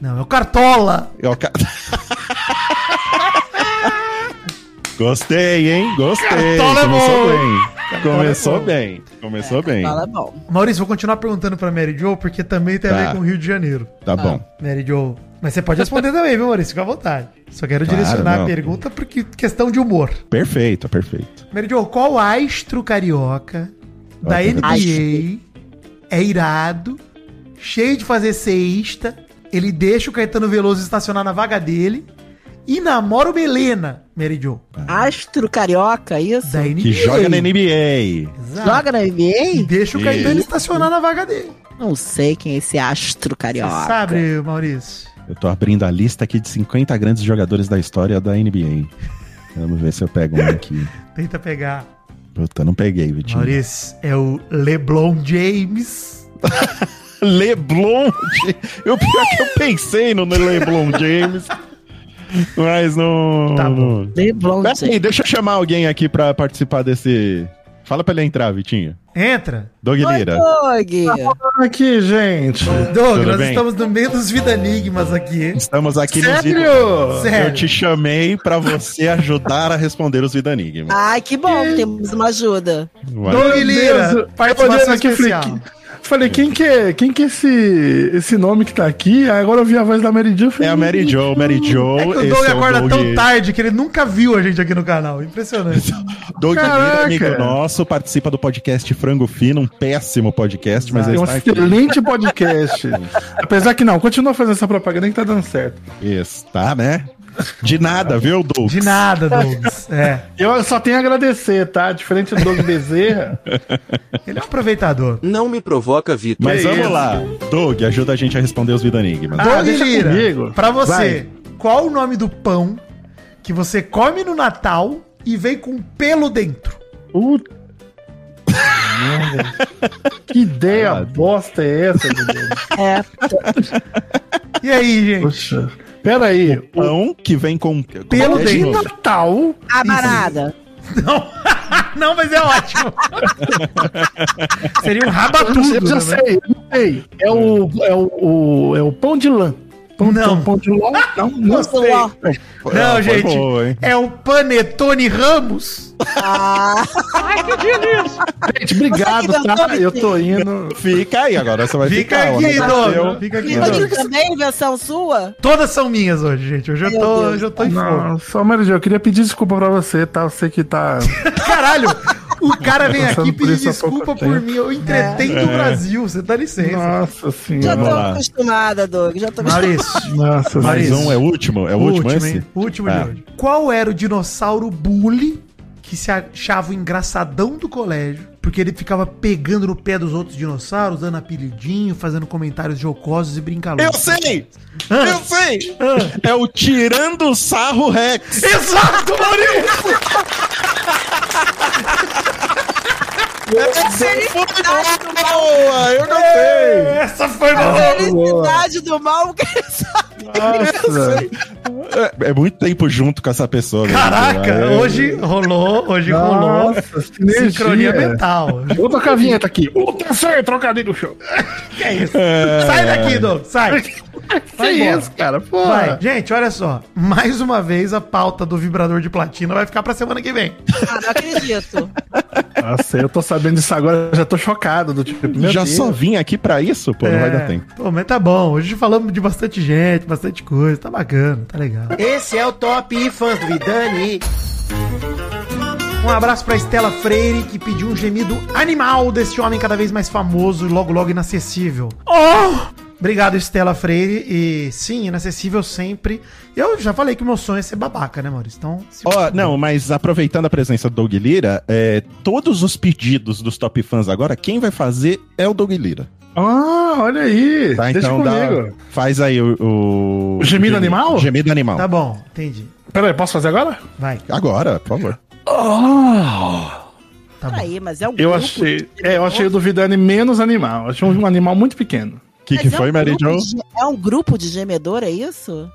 [SPEAKER 4] Não, é o Cartola.
[SPEAKER 2] eu ca- Gostei, hein? Gostei.
[SPEAKER 4] Cartola é
[SPEAKER 2] Começou bem. Começou
[SPEAKER 4] bom. é bom.
[SPEAKER 2] bem. Começou bem.
[SPEAKER 3] Fala bom.
[SPEAKER 4] Maurício, vou continuar perguntando pra Mary Jo, porque também tem a ver
[SPEAKER 2] Tá.
[SPEAKER 4] com o Rio de Janeiro.
[SPEAKER 2] Tá bom.
[SPEAKER 4] Mary Jo. Mas você pode responder também, viu, Maurício? Fica à vontade. Só quero
[SPEAKER 2] Claro,
[SPEAKER 4] direcionar a
[SPEAKER 2] não.
[SPEAKER 4] pergunta porque questão de humor.
[SPEAKER 2] Perfeito, é perfeito.
[SPEAKER 4] Mary Jo, qual astro carioca da
[SPEAKER 2] Olha,
[SPEAKER 4] NBA
[SPEAKER 3] astro.
[SPEAKER 4] é irado, cheio de fazer ceísta, ele deixa o Caetano Veloso estacionar na vaga dele e namora o Melena, Mary Jo,
[SPEAKER 3] Astro carioca, isso?
[SPEAKER 4] da NBA.
[SPEAKER 2] Tá Que joga na NBA.
[SPEAKER 4] Exato.
[SPEAKER 3] Joga na
[SPEAKER 4] E
[SPEAKER 3] NBA?
[SPEAKER 4] deixa o
[SPEAKER 2] Isso.
[SPEAKER 4] Caetano estacionar na vaga dele.
[SPEAKER 3] Não sei quem é esse astro carioca.
[SPEAKER 4] Você sabe, Maurício?
[SPEAKER 2] Eu tô abrindo a lista aqui de 50 grandes jogadores da história da NBA. Vamos ver se eu pego um aqui.
[SPEAKER 4] Tenta pegar.
[SPEAKER 2] Puta, não peguei, Vitinho.
[SPEAKER 4] Maurício, é o LeBron James.
[SPEAKER 2] Leblon. Eu pior é que eu pensei no Leblon James. Mas não.
[SPEAKER 4] Tá bom.
[SPEAKER 2] não.
[SPEAKER 3] LeBron
[SPEAKER 2] Pera aí,
[SPEAKER 3] James.
[SPEAKER 2] deixa eu chamar alguém aqui pra participar desse. Fala pra ele entrar, Vitinho.
[SPEAKER 4] Entra.
[SPEAKER 2] Dog
[SPEAKER 3] Oi,
[SPEAKER 2] Lira.
[SPEAKER 3] Doug.
[SPEAKER 8] Aqui, gente.
[SPEAKER 4] Doug,
[SPEAKER 2] Tudo
[SPEAKER 4] nós
[SPEAKER 2] bem?
[SPEAKER 4] estamos no meio dos Vida Enigmas aqui.
[SPEAKER 2] Estamos aqui nos Vida-
[SPEAKER 8] Sério?
[SPEAKER 2] Eu te chamei pra você ajudar a responder os Vida Enigma.
[SPEAKER 3] Ai, que bom, temos uma ajuda.
[SPEAKER 2] Vai.
[SPEAKER 8] Meu
[SPEAKER 4] Doug Lira,
[SPEAKER 8] Deus,
[SPEAKER 4] participação
[SPEAKER 8] eu olhei aqui e
[SPEAKER 4] especial.
[SPEAKER 8] Falei, que- falei, quem que é, quem que é esse, esse nome que tá aqui? Aí Agora eu vi a voz da Mary Jo. eu
[SPEAKER 2] É
[SPEAKER 8] falei,
[SPEAKER 2] a Mary Jo, Mary Jo.
[SPEAKER 4] É que o
[SPEAKER 2] esse
[SPEAKER 4] Doug
[SPEAKER 2] é
[SPEAKER 4] acorda
[SPEAKER 2] Doug-
[SPEAKER 4] tão tarde que ele nunca viu a gente aqui no canal. Impressionante.
[SPEAKER 2] Doug Lira,
[SPEAKER 8] Caraca.
[SPEAKER 2] amigo nosso, participa do podcast Frango Fino, um péssimo podcast, mas
[SPEAKER 8] É
[SPEAKER 2] ele
[SPEAKER 8] um
[SPEAKER 2] está aqui.
[SPEAKER 8] excelente podcast. Apesar que não, continua fazendo essa propaganda que tá dando certo.
[SPEAKER 2] Está, né? De nada, viu, Doug?
[SPEAKER 4] De nada, Doug. É.
[SPEAKER 8] Eu só tenho a agradecer, tá? Diferente do Doug Bezerra.
[SPEAKER 4] Ele é um aproveitador.
[SPEAKER 9] Não me provoca, Vitor.
[SPEAKER 2] Mas
[SPEAKER 8] Que
[SPEAKER 2] vamos
[SPEAKER 8] isso.
[SPEAKER 2] lá. Doug, ajuda a gente a responder os Vida Enigmas.
[SPEAKER 8] Ah,
[SPEAKER 4] Doug
[SPEAKER 8] deixa
[SPEAKER 4] Lira,
[SPEAKER 8] comigo.
[SPEAKER 4] pra você, qual o nome do pão que você come no Natal e vem com pelo dentro?
[SPEAKER 8] Puta. merda. Que ideia
[SPEAKER 2] Caralho.
[SPEAKER 8] bosta é essa, meu Deus?
[SPEAKER 3] É,
[SPEAKER 4] E aí, gente?
[SPEAKER 8] Poxa. Pera aí. O
[SPEAKER 2] Pão Um que vem com. É com
[SPEAKER 4] Pelo
[SPEAKER 2] qualquer
[SPEAKER 8] de
[SPEAKER 4] dentro.
[SPEAKER 2] novo.
[SPEAKER 8] Natal.
[SPEAKER 3] a barada.
[SPEAKER 4] Não. Não, mas é ótimo. Seria um rabatudo.
[SPEAKER 8] Eu já
[SPEAKER 4] né?
[SPEAKER 8] sei, eu não sei. É o, é o, o- é o pão de lã. Pão,
[SPEAKER 4] Não.
[SPEAKER 8] um pão- pão de lã? Não, não
[SPEAKER 3] Vamos
[SPEAKER 8] sei.
[SPEAKER 3] lá.
[SPEAKER 4] Não,
[SPEAKER 2] Ah, foi
[SPEAKER 4] gente.
[SPEAKER 2] boa, hein?
[SPEAKER 4] É o Panetone Ramos?
[SPEAKER 3] Ah,
[SPEAKER 8] Gente, obrigado,
[SPEAKER 3] Você que inventou,
[SPEAKER 8] tá? Eu tô indo.
[SPEAKER 2] Fica aí, agora você vai
[SPEAKER 4] Fica
[SPEAKER 2] ficar. ó,
[SPEAKER 4] aqui,
[SPEAKER 2] não
[SPEAKER 4] Doug.
[SPEAKER 2] aconteceu.
[SPEAKER 4] Fica aqui,
[SPEAKER 3] e Doug
[SPEAKER 4] Doug.
[SPEAKER 3] tá também, invenção sua?
[SPEAKER 4] Todas são minhas hoje, gente. Hoje eu
[SPEAKER 3] Meu
[SPEAKER 4] tô,
[SPEAKER 3] Deus.
[SPEAKER 4] hoje eu tô em fogo.
[SPEAKER 8] Não, só Mary Jo, eu queria pedir desculpa pra você, tá? Eu sei que tá.
[SPEAKER 4] Caralho, o cara vem
[SPEAKER 8] Passando
[SPEAKER 4] aqui
[SPEAKER 8] por
[SPEAKER 4] pedir
[SPEAKER 8] isso há pouco
[SPEAKER 4] desculpa por
[SPEAKER 8] tempo.
[SPEAKER 4] mim. Eu entretendo
[SPEAKER 2] É.
[SPEAKER 4] o Brasil. Você dá licença.
[SPEAKER 8] Nossa
[SPEAKER 3] Já tô
[SPEAKER 8] senhora.
[SPEAKER 2] lá.
[SPEAKER 3] acostumada, Doug. Já tô acostumada.
[SPEAKER 4] Maurício,
[SPEAKER 8] Nossa
[SPEAKER 2] Mais
[SPEAKER 4] Maurício.
[SPEAKER 8] senhora.
[SPEAKER 2] um, é o último? É o último, esse?
[SPEAKER 4] hein? O último
[SPEAKER 2] Ah.
[SPEAKER 4] de hoje. Qual era o dinossauro bully que se achava o engraçadão do colégio? Porque ele ficava pegando no pé dos outros dinossauros, dando apelidinho, fazendo comentários jocosos e
[SPEAKER 2] Eu
[SPEAKER 4] brincalhões.
[SPEAKER 2] sei!
[SPEAKER 4] Ah.
[SPEAKER 2] Eu sei! É o Tirando Sarro Rex!
[SPEAKER 4] Exato, Maurício! É
[SPEAKER 2] Boa! Eu gostei!
[SPEAKER 4] Essa foi
[SPEAKER 3] A
[SPEAKER 4] boa!
[SPEAKER 3] felicidade do mal, porque ele sabe.
[SPEAKER 8] Nossa.
[SPEAKER 2] É, é muito tempo junto com essa pessoa. né?
[SPEAKER 4] Caraca,
[SPEAKER 2] É-
[SPEAKER 4] hoje rolou, hoje rolou.
[SPEAKER 8] Nossa,
[SPEAKER 4] Sincronia
[SPEAKER 8] sinergia.
[SPEAKER 4] mental.
[SPEAKER 8] é- Vou tocar a vinheta aqui. O terceiro trocadilho do show.
[SPEAKER 4] Que é isso? Sai daqui, Doug, sai. Vai
[SPEAKER 8] que
[SPEAKER 4] embora.
[SPEAKER 8] isso, cara? Pô.
[SPEAKER 4] Vai.
[SPEAKER 2] Ah.
[SPEAKER 4] Gente, olha só. Mais uma vez a pauta do vibrador de platina vai ficar pra semana que vem.
[SPEAKER 3] Ah, não acredito.
[SPEAKER 8] Nossa, eu tô sabendo disso agora, eu já tô chocado. Do tipo, meu
[SPEAKER 2] Já
[SPEAKER 8] Deus.
[SPEAKER 2] só vim aqui pra isso? Pô, não vai dar tempo.
[SPEAKER 4] Pô, mas tá bom. Hoje falamos de bastante gente, bastante coisa. Tá bacana, tá legal.
[SPEAKER 5] Esse é o Top Fãs do Vidani.
[SPEAKER 3] Tá
[SPEAKER 4] Um abraço pra Estela Freire, que pediu um gemido animal desse homem cada vez mais famoso e logo, logo inacessível. Obrigado, Estela Freire. E sim, inacessível sempre. Eu já falei que o meu sonho é ser babaca, né, Maurício? Então, se-
[SPEAKER 2] Ó, não, mas aproveitando a presença do Doug Lira, é, todos os pedidos dos top fãs agora, quem vai fazer é o Doug Lira.
[SPEAKER 8] Ah, olha aí.
[SPEAKER 2] Tá?
[SPEAKER 8] Deixa
[SPEAKER 2] então dá-
[SPEAKER 8] comigo.
[SPEAKER 2] faz aí o. O,
[SPEAKER 8] O gemido animal?
[SPEAKER 2] Gemido animal.
[SPEAKER 4] tá bom, entendi.
[SPEAKER 8] Pera aí, posso fazer agora?
[SPEAKER 4] Vai,
[SPEAKER 2] Agora, por favor.
[SPEAKER 4] tá bom.
[SPEAKER 3] Peraí, mas é um
[SPEAKER 8] Oh! Eu
[SPEAKER 3] grupo
[SPEAKER 8] achei.
[SPEAKER 3] de-
[SPEAKER 8] É, eu achei o do Vidani menos animal. Eu achei um animal muito pequeno.
[SPEAKER 2] O que,
[SPEAKER 3] Mas
[SPEAKER 2] que
[SPEAKER 3] é um
[SPEAKER 2] foi, Mary
[SPEAKER 3] grupo
[SPEAKER 2] Jo?
[SPEAKER 3] de- É um grupo de gemedor, é isso?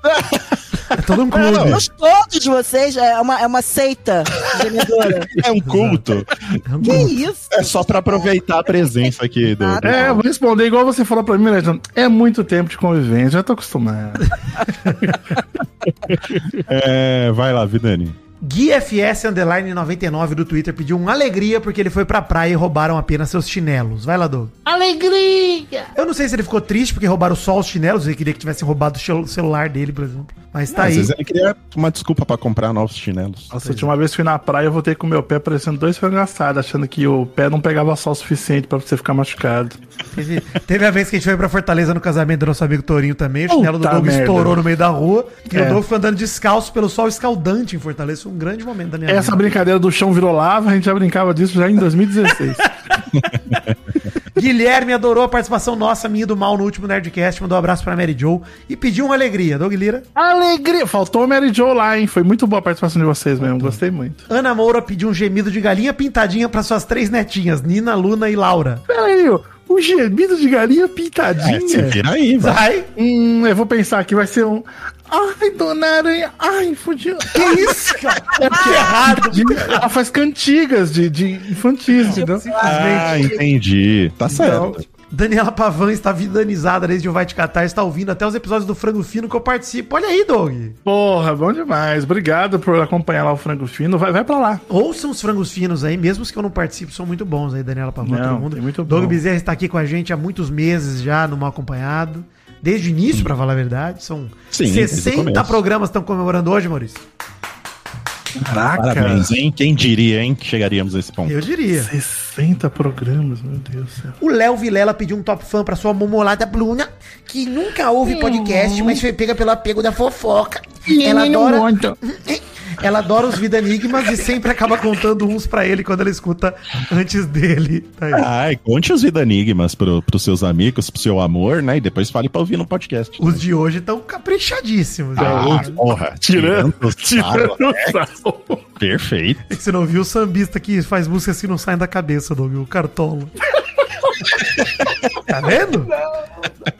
[SPEAKER 4] É todo um clube.
[SPEAKER 2] Não,
[SPEAKER 3] Mas todos vocês, é uma, é uma seita gemedora.
[SPEAKER 2] É um culto.
[SPEAKER 4] É um
[SPEAKER 3] que
[SPEAKER 4] clube.
[SPEAKER 3] isso?
[SPEAKER 2] É só pra aproveitar a presença aqui do.
[SPEAKER 3] Ah,
[SPEAKER 2] do-
[SPEAKER 8] É, eu vou responder igual você falou pra mim, né, Jean? É muito tempo de convivência, já tô acostumado.
[SPEAKER 2] É, vai lá, Vidani.
[SPEAKER 4] GuiFS99 do Twitter pediu uma alegria porque ele foi pra praia e roubaram apenas seus chinelos. Vai lá, Doug. Alegria! Eu não sei se ele ficou triste porque roubaram só os chinelos, ele queria que tivesse roubado o chel- celular dele, por exemplo. Mas tá
[SPEAKER 2] Às
[SPEAKER 4] aí.
[SPEAKER 2] vezes
[SPEAKER 8] é-
[SPEAKER 2] ele queria uma desculpa pra comprar novos chinelos.
[SPEAKER 8] Nossa, a última vez que fui na praia, eu voltei com o meu pé parecendo dois frango assado, achando que o pé não pegava sol o suficiente pra você ficar machucado.
[SPEAKER 4] Teve, teve a vez que a gente foi pra Fortaleza no casamento do nosso amigo Torinho também. O chinelo do
[SPEAKER 8] Puta
[SPEAKER 4] Doug
[SPEAKER 8] merda.
[SPEAKER 4] estourou no meio da rua. E o
[SPEAKER 8] É.
[SPEAKER 4] Doug foi andando descalço pelo sol escaldante em Fortaleza. Foi um grande momento da minha
[SPEAKER 8] Essa
[SPEAKER 4] vida.
[SPEAKER 8] brincadeira do chão virou lava, a gente já brincava disso já em 2016.
[SPEAKER 4] Guilherme adorou a participação nossa, minha e do mal, no último Nerdcast. Mandou um abraço pra Mary Joe e pediu uma alegria. Doug Lira.
[SPEAKER 8] Alegria! Faltou o Mary Jo lá, hein? Foi muito boa a participação de vocês mesmo, gostei muito.
[SPEAKER 4] Ana Moura pediu um gemido de galinha pintadinha pra suas três netinhas, Nina, Luna e Laura.
[SPEAKER 8] Pera aí, ó, um gemido de galinha pintadinha.
[SPEAKER 2] É, se vira aí, vai.
[SPEAKER 4] Ai,
[SPEAKER 8] Hum, eu vou pensar que vai ser um. Ai, dona Aranha! Ai, fudiu!
[SPEAKER 4] que isso, cara?
[SPEAKER 8] É
[SPEAKER 4] que errado.
[SPEAKER 8] Ela faz cantigas de, de infantis, entendeu?
[SPEAKER 2] Ah, entendi. Tá certo.
[SPEAKER 4] Daniela Pavan está vidanizada desde o Vai Te Catar, está ouvindo até os episódios do Frango Fino que eu participo. Olha aí, Doug.
[SPEAKER 8] Porra, bom demais. Obrigado por acompanhar lá o Frango Fino. Vai, vai pra lá.
[SPEAKER 4] Ouçam os frangos finos aí, mesmo os que eu não participo, são muito bons aí, Daniela Pavão,
[SPEAKER 8] Não,
[SPEAKER 4] todo mundo.
[SPEAKER 8] é muito
[SPEAKER 4] Doug
[SPEAKER 8] bom.
[SPEAKER 4] Bezerra está aqui com a gente há muitos meses já, no Mal Acompanhado. Desde o início, pra falar a verdade. São
[SPEAKER 2] Sim, desde o
[SPEAKER 4] 60
[SPEAKER 2] começo.
[SPEAKER 4] programas que estão comemorando hoje, Maurício.
[SPEAKER 8] Caraca.
[SPEAKER 2] Parabéns, hein? Quem diria, hein? Que chegaríamos a esse ponto.
[SPEAKER 4] Eu diria.
[SPEAKER 8] 60 programas, meu Deus do céu.
[SPEAKER 4] O Léo Vilela pediu um top fã pra sua momolada Bruna.
[SPEAKER 5] Que nunca ouve podcast, mas foi pega pelo apego da fofoca.
[SPEAKER 4] Ela
[SPEAKER 8] é um
[SPEAKER 4] adora,
[SPEAKER 8] Muito.
[SPEAKER 4] ela adora os Vida Enigmas e sempre acaba contando uns pra ele quando ela escuta antes dele. Tá aí.
[SPEAKER 2] Ai, Ah, conte os vida enigmas pro, pros seus amigos, pro seu amor, né? E depois fale pra ouvir no podcast.
[SPEAKER 4] Os de hoje estão caprichadíssimos.
[SPEAKER 2] Ah,
[SPEAKER 4] né?
[SPEAKER 2] porra.
[SPEAKER 8] Tirando, né?
[SPEAKER 2] Tirando,
[SPEAKER 8] tirando
[SPEAKER 2] sarro.
[SPEAKER 8] sarro.
[SPEAKER 2] Perfeito.
[SPEAKER 4] Você não viu o sambista que faz músicas que não saem da cabeça, Doug, o Cartola. tá vendo?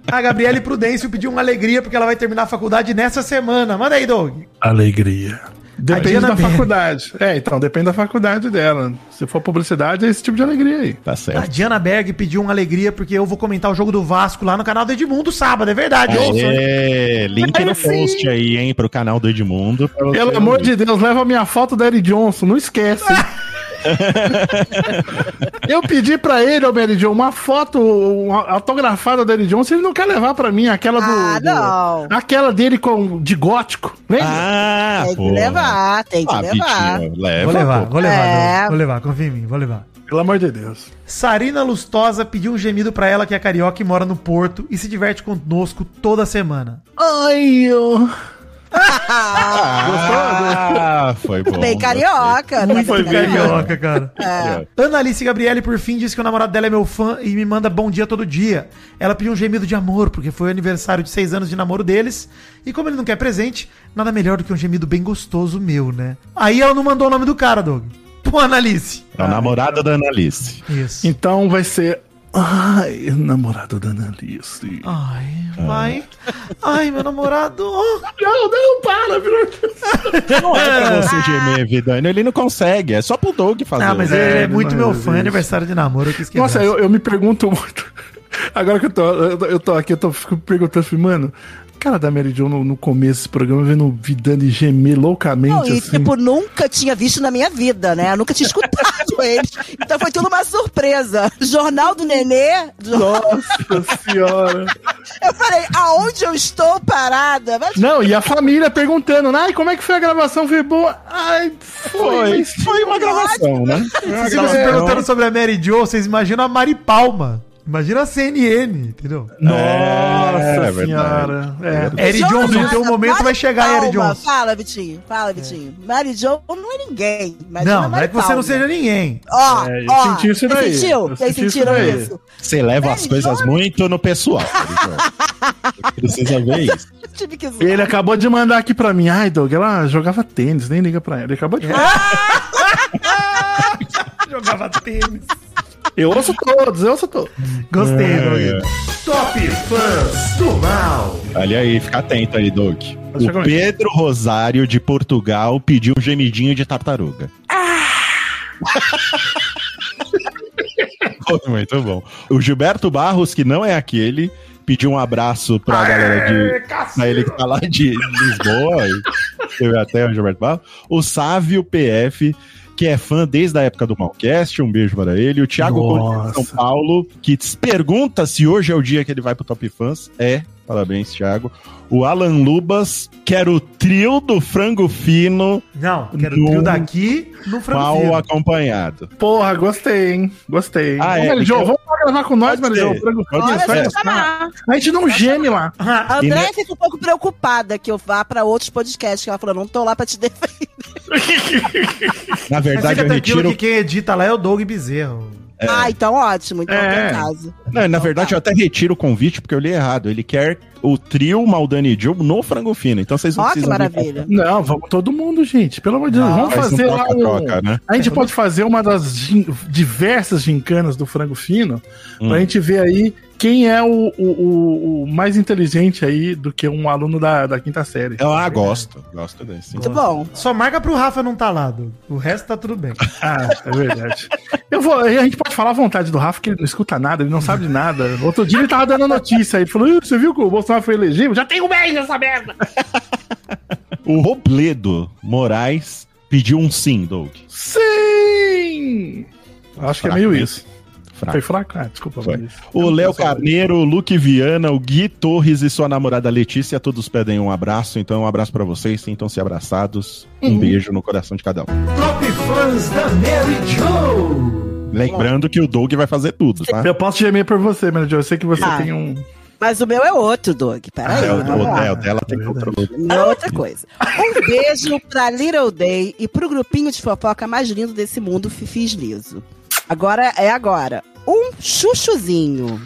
[SPEAKER 4] A Gabriele Prudêncio pediu uma alegria porque ela vai terminar a faculdade nessa semana. Manda aí, Doug.
[SPEAKER 8] Alegria.
[SPEAKER 4] A
[SPEAKER 8] Depende
[SPEAKER 4] Diana
[SPEAKER 8] da
[SPEAKER 4] Bena.
[SPEAKER 8] faculdade. É, então, depende da faculdade dela. Se for publicidade, é esse tipo de alegria aí.
[SPEAKER 2] Tá
[SPEAKER 4] A
[SPEAKER 2] certo.
[SPEAKER 4] Diana Berg pediu uma alegria porque eu vou comentar o jogo do Vasco lá no canal do Edmundo sábado, é verdade. ouçam, hein?
[SPEAKER 2] É, link no post aí, hein, pro canal do Edmundo. pra você
[SPEAKER 8] Pelo amor de Deus, leva a minha foto da Eric Johnson, não esquece. hein? Eu pedi pra ele, ô Mary Jo, uma foto uma autografada da Eric Johnson, ele não quer levar pra mim aquela do.
[SPEAKER 3] Ah,
[SPEAKER 8] do-
[SPEAKER 3] não.
[SPEAKER 8] Aquela dele com, de gótico. Lembra?
[SPEAKER 2] Ah,
[SPEAKER 3] Tem que
[SPEAKER 2] porra.
[SPEAKER 3] levar, tem que
[SPEAKER 2] Ah,
[SPEAKER 3] levar.
[SPEAKER 2] Vitinho, leva.
[SPEAKER 4] Vou levar,
[SPEAKER 2] pô.
[SPEAKER 4] vou levar,
[SPEAKER 3] É.
[SPEAKER 4] Doug. Vou levar, confia em mim, vou levar.
[SPEAKER 8] Pelo amor de Deus.
[SPEAKER 4] Sarina Lustosa pediu um gemido pra ela que é carioca e mora no Porto e se diverte conosco toda semana.
[SPEAKER 8] Ai, eu...
[SPEAKER 2] Ah, foi bom.
[SPEAKER 3] Bem carioca. Tá
[SPEAKER 8] foi
[SPEAKER 3] bem carioca.
[SPEAKER 4] Carioca, cara.
[SPEAKER 2] Gostei.
[SPEAKER 4] Ana Alice Gabriele, por fim, diz que o namorado dela é meu fã e me manda bom dia todo dia. Ela pediu um gemido de amor, porque foi o aniversário de seis anos de namoro deles. E como ele não quer presente, nada melhor do que um gemido bem gostoso meu, né? Aí ela não mandou o nome do cara, Doug. Pô, Analice.
[SPEAKER 2] É o namorado da Annalise.
[SPEAKER 4] Isso.
[SPEAKER 8] Então vai ser. Ai, namorado da Annalise.
[SPEAKER 4] Ai, vai. Ai, meu namorado. Oh,
[SPEAKER 8] Não, não, para, virou.
[SPEAKER 2] Não é pra você gemer, Vidano. Ele não consegue. É só pro Doug fazer.
[SPEAKER 4] Ah, mas
[SPEAKER 2] é...
[SPEAKER 4] ele é
[SPEAKER 8] não
[SPEAKER 4] muito meu
[SPEAKER 8] Tá é
[SPEAKER 4] fã,
[SPEAKER 8] isso.
[SPEAKER 4] aniversário de namoro, eu quis quebrar.
[SPEAKER 8] Nossa, eu, eu me pergunto muito. Agora que eu tô, eu, eu tô aqui, eu tô fico perguntando, assim, mano. Cara da Mary Jo no, no começo desse programa, vendo o Vidani gemer loucamente.
[SPEAKER 3] Não, e
[SPEAKER 8] assim.
[SPEAKER 3] tipo, nunca tinha visto na minha vida, né? Eu nunca tinha escutado eles. Então foi tudo uma surpresa. Jornal do Nenê. jornal-
[SPEAKER 8] Nossa senhora.
[SPEAKER 3] Eu falei, aonde eu estou parada? Mas
[SPEAKER 8] Não, e a família perguntando, ai, como é que foi a gravação? Foi boa? Ai,
[SPEAKER 2] Foi,
[SPEAKER 8] foi.
[SPEAKER 2] foi uma gravação, né? Foi uma
[SPEAKER 4] Se vocês
[SPEAKER 2] gravação.
[SPEAKER 4] perguntando sobre a Mary Jo, vocês imaginam a Mari Palma. Imagina a CNN, entendeu?
[SPEAKER 8] Nossa
[SPEAKER 2] É,
[SPEAKER 8] senhora. É.
[SPEAKER 4] Eric
[SPEAKER 3] Jornada,
[SPEAKER 4] Johnson, em teu momento vai
[SPEAKER 3] Mari
[SPEAKER 4] chegar,
[SPEAKER 3] Palma.
[SPEAKER 4] Eric Johnson.
[SPEAKER 3] Fala, Vitinho. Fala, Vitinho. Mary Jo não é ninguém. Imagina
[SPEAKER 4] Não,
[SPEAKER 3] a
[SPEAKER 4] não é
[SPEAKER 3] Mari
[SPEAKER 4] que você
[SPEAKER 3] Palma.
[SPEAKER 4] não seja ninguém.
[SPEAKER 3] Ó,
[SPEAKER 8] É, eu
[SPEAKER 3] ó.
[SPEAKER 8] senti isso
[SPEAKER 3] Vocês
[SPEAKER 8] daí.
[SPEAKER 3] sentiu?
[SPEAKER 8] Eu
[SPEAKER 3] Vocês
[SPEAKER 8] senti isso
[SPEAKER 3] sentiram
[SPEAKER 8] daí.
[SPEAKER 3] isso?
[SPEAKER 2] Você leva as
[SPEAKER 3] Ele
[SPEAKER 2] coisas
[SPEAKER 3] joga-
[SPEAKER 2] muito no pessoal. Então. Precisa ver isso.
[SPEAKER 3] Eu tive que zoar.
[SPEAKER 8] Ele acabou de mandar aqui pra mim, ai, Doug, ela jogava tênis, nem liga pra ela. Ele acabou de falar.
[SPEAKER 4] Jogava tênis.
[SPEAKER 8] Eu ouço todos, eu ouço todos.
[SPEAKER 4] Gostei,
[SPEAKER 2] É.
[SPEAKER 4] Doug.
[SPEAKER 1] Top Fãs do Mal.
[SPEAKER 2] Olha aí, fica atento aí, Doug.
[SPEAKER 8] Deixa eu
[SPEAKER 2] O
[SPEAKER 8] comer.
[SPEAKER 2] Pedro Rosário de Portugal pediu um gemidinho de tartaruga. Muito bom. O Gilberto Barros, que não é aquele, pediu um abraço pra galera de. Pra ele que tá lá de Lisboa. e Teve até o Gilberto Barros. O Sávio PF. Que é fã desde a época do Malcast, um beijo para ele. O Thiago Conde de São Paulo, que se pergunta se hoje é o dia que ele vai pro Top Fãs. É, parabéns, Thiago. O Alan Lubas, quer o trio do frango fino
[SPEAKER 4] Não, quero o trio
[SPEAKER 2] Não.
[SPEAKER 4] daqui no
[SPEAKER 2] mal
[SPEAKER 4] frango.
[SPEAKER 2] acompanhado.
[SPEAKER 8] Porra, gostei, hein? Gostei.
[SPEAKER 2] Ah,
[SPEAKER 8] vamos,
[SPEAKER 2] é,
[SPEAKER 8] Melijô,
[SPEAKER 2] eu-
[SPEAKER 8] vamos lá gravar com nós,
[SPEAKER 2] Pode
[SPEAKER 8] Melijô.
[SPEAKER 2] ser.
[SPEAKER 8] Frango
[SPEAKER 2] Pode
[SPEAKER 8] frito,
[SPEAKER 2] ser.
[SPEAKER 8] vai
[SPEAKER 2] Pode
[SPEAKER 8] gostar.
[SPEAKER 3] chamar.
[SPEAKER 8] A gente não geme lá.
[SPEAKER 3] A
[SPEAKER 2] E
[SPEAKER 3] Andréia
[SPEAKER 2] ne-
[SPEAKER 3] fica um pouco preocupada que eu vá pra outros podcasts, que ela falou, não tô lá pra te defender.
[SPEAKER 2] Na
[SPEAKER 4] Mas
[SPEAKER 2] verdade, eu
[SPEAKER 4] fica tranquilo
[SPEAKER 2] retiro.
[SPEAKER 4] que quem edita lá é o Doug Bezerro.
[SPEAKER 3] Ah, então ótimo, então tem
[SPEAKER 8] É.
[SPEAKER 3] caso.
[SPEAKER 2] Não, na
[SPEAKER 3] Então
[SPEAKER 2] verdade,
[SPEAKER 3] tá.
[SPEAKER 2] eu até retiro o convite porque eu li errado. Ele quer o trio Maldani e Gil no frango fino. Então vocês não
[SPEAKER 3] Ó, que
[SPEAKER 2] precisam.
[SPEAKER 3] maravilha.
[SPEAKER 8] Não, vamos todo mundo, gente. Pelo amor de Deus, vamos
[SPEAKER 2] faz um
[SPEAKER 8] fazer lá
[SPEAKER 2] troca-troca,
[SPEAKER 8] um...
[SPEAKER 2] né?
[SPEAKER 8] A gente pode fazer uma das gin- diversas gincanas do frango fino
[SPEAKER 2] Hum.
[SPEAKER 8] pra gente ver aí quem é o, o- o- o mais inteligente aí do que um aluno da, da quinta série.
[SPEAKER 2] Eu, ah, gosto. Gosto desse.
[SPEAKER 3] Muito bom.
[SPEAKER 4] Só marca pro Rafa não tá lá, Doug. O resto tá tudo bem.
[SPEAKER 8] Ah, é verdade. Eu vou, aí a gente pode falar à vontade do Rafa, que ele não escuta nada, ele não sabe de nada. Outro dia ele tava dando a notícia aí, ele falou: "Ih, você viu que o Bolsonaro foi elegível? Já tem um mês nessa merda!
[SPEAKER 2] O Robledo Moraes pediu um sim, Doug.
[SPEAKER 8] Sim! Acho que é meio
[SPEAKER 2] Fraco, né?
[SPEAKER 8] isso.
[SPEAKER 2] Fraco.
[SPEAKER 8] Foi fraco? Ah, desculpa,
[SPEAKER 2] Foi.
[SPEAKER 8] mas-
[SPEAKER 2] O Léo
[SPEAKER 8] Nossa,
[SPEAKER 2] Carneiro, o Luke Viana, o Gui Torres e sua namorada Letícia, todos pedem um abraço. Então, um abraço pra vocês. Sintam-se abraçados. Um beijo no coração de cada um.
[SPEAKER 1] Top fãs da Mary Joe.
[SPEAKER 2] Lembrando que o Doug vai fazer tudo, tá?
[SPEAKER 8] Eu posso gemer por você, Manager. Eu sei que você
[SPEAKER 3] Ah.
[SPEAKER 8] tem um.
[SPEAKER 3] Mas o meu é outro, Doug. Peraí.
[SPEAKER 2] É, o,
[SPEAKER 3] vamos
[SPEAKER 2] o,
[SPEAKER 3] lá.
[SPEAKER 2] é, o dela tem
[SPEAKER 8] né?
[SPEAKER 2] controle.
[SPEAKER 3] Não é outra coisa. Um beijo pra Little Day e pro grupinho de fofoca mais lindo desse mundo, Fifis Liso. Agora é agora. Um chuchuzinho.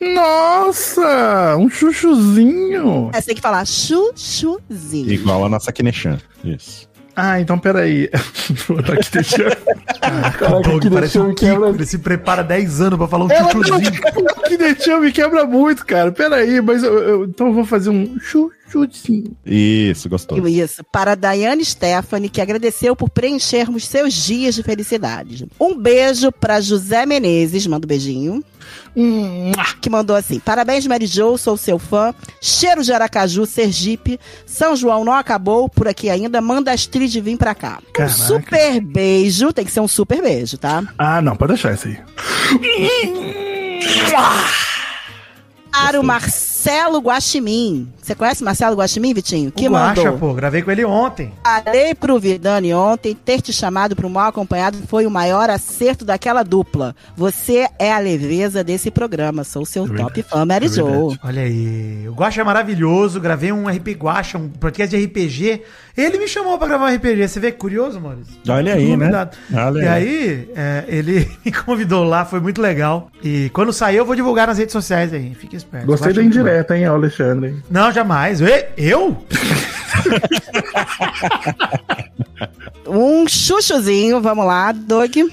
[SPEAKER 8] Nossa! Um chuchuzinho!
[SPEAKER 3] É, você tem que falar chuchuzinho.
[SPEAKER 2] Igual a nossa Kineshan. Isso.
[SPEAKER 8] Ah, então peraí. Vou botar aqui, deixa eu- Caraca,
[SPEAKER 4] Doug
[SPEAKER 8] que
[SPEAKER 4] parece
[SPEAKER 8] deixou
[SPEAKER 4] um
[SPEAKER 8] me
[SPEAKER 4] Kiko.
[SPEAKER 8] quebra.
[SPEAKER 4] Ele se prepara 10 anos pra falar um
[SPEAKER 8] Ela
[SPEAKER 4] chuchuzinho.
[SPEAKER 8] não- tá que deixou me quebra muito, cara. Peraí, mas eu, eu- então eu vou fazer um chuchuzinho.
[SPEAKER 2] Isso, gostou.
[SPEAKER 3] Isso, para a Daiane Stephanie, que agradeceu por preenchermos seus dias de felicidade. Um beijo para José Menezes, manda um beijinho,
[SPEAKER 8] Hum,
[SPEAKER 3] que mandou assim: Parabéns, Mary Jo, sou seu fã. Cheiro de Aracaju, Sergipe. São João não acabou por aqui ainda, manda as trilhas de vir pra cá.
[SPEAKER 8] Caraca.
[SPEAKER 3] Um super beijo, tem que ser um super beijo, tá?
[SPEAKER 8] Ah, não, pode deixar isso aí.
[SPEAKER 3] Para o Marcelo Guaxinim. Você conhece Marcelo Guaxinim, Vitinho?
[SPEAKER 4] O Guacha, pô. Gravei com ele ontem.
[SPEAKER 3] Falei pro Vidani ontem, ter te chamado pro mal acompanhado foi o maior acerto daquela dupla. Você é a leveza desse programa. Sou seu top fã, Mary Jo.
[SPEAKER 4] Olha aí. O Guacha é maravilhoso. Gravei um RP Guacha, um podcast de RPG. Ele me chamou pra gravar um RPG. Você vê que curioso, Maurício?
[SPEAKER 2] Olha aí, né?
[SPEAKER 4] Convidado.
[SPEAKER 2] Olha
[SPEAKER 4] e aí, é, ele me convidou lá, foi muito legal. E quando sair, eu vou divulgar nas redes sociais aí. Fica esperto.
[SPEAKER 8] Gostei
[SPEAKER 4] Guaxa
[SPEAKER 8] da
[SPEAKER 4] é muito bom.
[SPEAKER 8] indireta, hein, Alexandre?
[SPEAKER 4] Não, jamais. E- Eu?
[SPEAKER 3] Um chuchuzinho, vamos lá, Doug. Hum,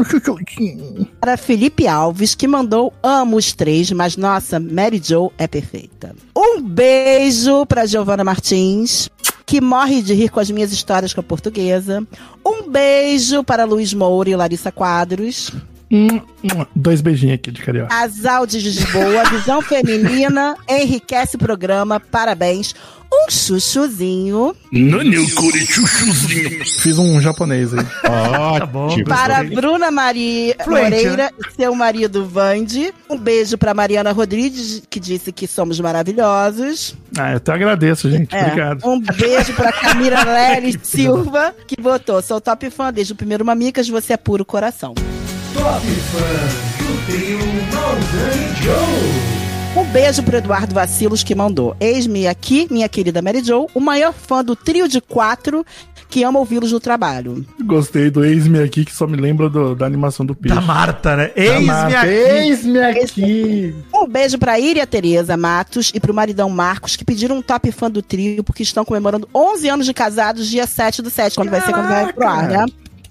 [SPEAKER 8] Um chuchuzinho.
[SPEAKER 3] Para Felipe Alves, que mandou amo os três, mas nossa, Mary Jo é perfeita. Um beijo pra Giovana Martins, que morre de rir com as minhas histórias com a portuguesa. Um beijo para Luiz Moura e Larissa Quadros.
[SPEAKER 8] Hum, hum. Dois beijinhos aqui de carioca.
[SPEAKER 3] Casal de Lisboa, visão feminina, enriquece o programa, parabéns. Um chuchuzinho
[SPEAKER 8] Fiz um japonês aí. Tá
[SPEAKER 2] Ótimo.
[SPEAKER 4] bom.
[SPEAKER 3] para Bruna Maria
[SPEAKER 4] Fluente,
[SPEAKER 3] Moreira e seu marido Vande. Um beijo para Mariana Rodrigues, que disse que somos maravilhosos.
[SPEAKER 8] Ah, eu até agradeço, gente.
[SPEAKER 3] É,
[SPEAKER 8] Obrigado.
[SPEAKER 3] Um beijo para Camila Leles Silva, que botou: sou top fã desde o primeiro Mamicas, você é puro coração.
[SPEAKER 1] Top fãs do trio Maldani Joe.
[SPEAKER 3] Um beijo pro Eduardo Vacilos que mandou. Eis-me aqui, minha querida Mary Jo, o maior fã do trio de quatro que ama ouvi-los no trabalho.
[SPEAKER 8] Gostei do ex-me aqui, que só me lembra do- da animação do Peixe.
[SPEAKER 4] Da Marta, né?
[SPEAKER 8] Da
[SPEAKER 4] Eis-me
[SPEAKER 8] Marta.
[SPEAKER 4] aqui.
[SPEAKER 8] Tá, Eis-me aqui.
[SPEAKER 3] Um beijo pra Iria Tereza Matos e pro maridão Marcos, que pediram um top fã do trio, porque estão comemorando 11 anos de casados, dia 7 do 7, quando vai ser quando vai pro ar, né?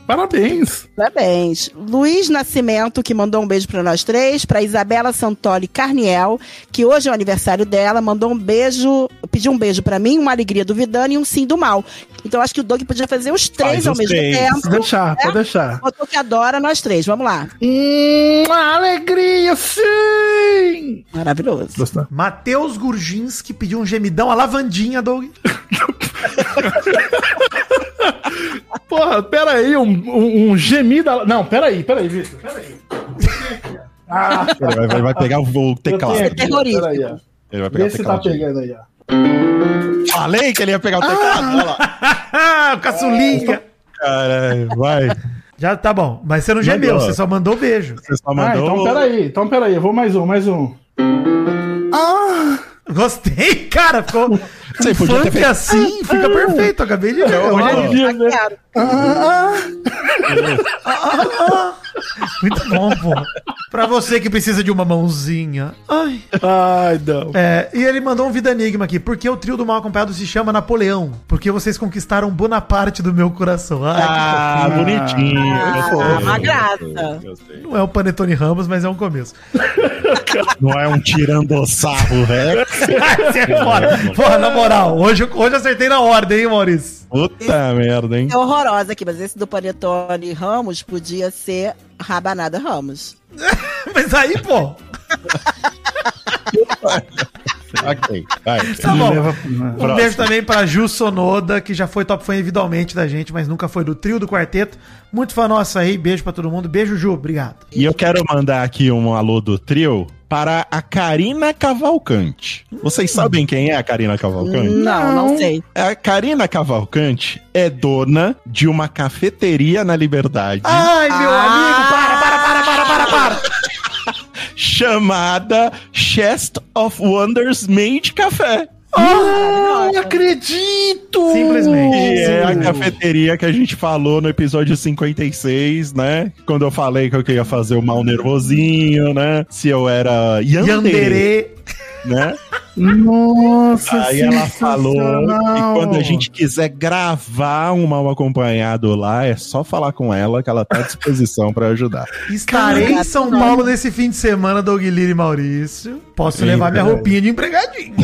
[SPEAKER 8] Parabéns.
[SPEAKER 3] Parabéns. Luiz Nascimento, que mandou um beijo para nós três, para Isabela Santoli Carniel, que hoje é o aniversário dela, mandou um beijo, pediu um beijo para mim, uma alegria do Vidano e um sim do mal. Então acho que o Doug podia fazer os três
[SPEAKER 2] Faz
[SPEAKER 3] ao
[SPEAKER 2] os
[SPEAKER 3] mesmo
[SPEAKER 2] três.
[SPEAKER 8] Pode
[SPEAKER 3] tempo.
[SPEAKER 8] deixar, pode deixar.
[SPEAKER 3] Botou que adora nós três, vamos lá.
[SPEAKER 8] Hum, alegria, sim!
[SPEAKER 3] Maravilhoso.
[SPEAKER 8] Gostou?
[SPEAKER 4] Matheus Gurgins, que pediu um gemidão, a lavandinha, Doug.
[SPEAKER 8] Porra, peraí, um, um, um gemido. Não, peraí, peraí, Vitor, peraí. Ah,
[SPEAKER 2] Ele vai, vai- vai pegar o teclado.
[SPEAKER 8] eu tenho
[SPEAKER 3] É
[SPEAKER 8] aqui, ó,
[SPEAKER 3] terrorismo.
[SPEAKER 8] peraí, ó.
[SPEAKER 2] Ele vai pegar
[SPEAKER 8] Vê
[SPEAKER 2] o
[SPEAKER 8] se tá
[SPEAKER 2] teclado.
[SPEAKER 8] pegando aí, ó.
[SPEAKER 2] Falei que ele ia pegar o teclado. Olha lá.
[SPEAKER 4] Ah, caçulinha.
[SPEAKER 2] Caralho, vai.
[SPEAKER 4] Já tá bom, mas você não gemeu,
[SPEAKER 2] Mandou.
[SPEAKER 4] você só mandou beijo.
[SPEAKER 2] Você só
[SPEAKER 8] Ah,
[SPEAKER 2] mandou.
[SPEAKER 8] então peraí, então peraí, eu vou mais um, mais um.
[SPEAKER 4] Gostei, cara, ficou
[SPEAKER 2] Você
[SPEAKER 4] um
[SPEAKER 2] podia ter
[SPEAKER 4] funk
[SPEAKER 2] feito- Ah,
[SPEAKER 4] assim, fica perfeito, acabei de ver.
[SPEAKER 2] hoje
[SPEAKER 4] Olha,
[SPEAKER 2] é
[SPEAKER 8] Dia, né?
[SPEAKER 3] Claro.
[SPEAKER 4] Muito bom, pô. Pra você que precisa de uma mãozinha. Ai.
[SPEAKER 8] Ai, não.
[SPEAKER 4] É, e ele mandou um vida enigma aqui. Por que o trio do mal acompanhado se chama Napoleão? Porque vocês conquistaram Bonaparte do meu coração. Ai,
[SPEAKER 2] Ah, bonitinho.
[SPEAKER 3] Ah, uma graça.
[SPEAKER 4] que- Não é o Panetone Ramos, mas é um começo.
[SPEAKER 2] Não é um né? tirandossauro, velho.
[SPEAKER 4] Você é foda. Porra, na moral, hoje, hoje eu acertei na ordem, hein, Maurício?
[SPEAKER 2] Puta merda, hein?
[SPEAKER 3] É horrorosa aqui, mas esse do Panetone Ramos podia ser Rabanada Ramos.
[SPEAKER 4] Mas aí, pô,
[SPEAKER 2] Ok, vai.
[SPEAKER 4] tá bom.
[SPEAKER 8] Leva-
[SPEAKER 4] Um beijo também pra Ju Sonoda, que já foi top fã individualmente da gente, mas nunca foi do trio do quarteto. Muito fã nossa aí, beijo pra todo mundo. Beijo, Ju, obrigado.
[SPEAKER 2] E eu quero mandar aqui um alô do trio para a Karina Cavalcante. Vocês sabem quem é a Karina Cavalcante?
[SPEAKER 3] Não, não sei.
[SPEAKER 2] A Karina Cavalcante é dona de uma cafeteria na Liberdade
[SPEAKER 4] Ai, meu amigo, para, para, para, para, para, para.
[SPEAKER 2] chamada Chest of Wonders Made Café.
[SPEAKER 8] Ah, não acredito!
[SPEAKER 4] Simplesmente.
[SPEAKER 2] E é a cafeteria que a gente falou no episódio 56, né? Quando eu falei que eu queria fazer o mal nervosinho, né? Se eu era Yandere,
[SPEAKER 4] Yanderê.
[SPEAKER 2] né?
[SPEAKER 8] Nossa,
[SPEAKER 2] Aí ela falou que
[SPEAKER 8] sensacional.
[SPEAKER 2] quando a gente quiser gravar um mal acompanhado lá, é só falar com ela que ela tá à disposição pra ajudar.
[SPEAKER 4] Estarei em
[SPEAKER 3] Caraca,
[SPEAKER 4] São
[SPEAKER 3] não.
[SPEAKER 4] Paulo nesse fim de semana, Doug Lira e Maurício. Posso levar minha
[SPEAKER 2] verdade.
[SPEAKER 4] roupinha de empregadinho.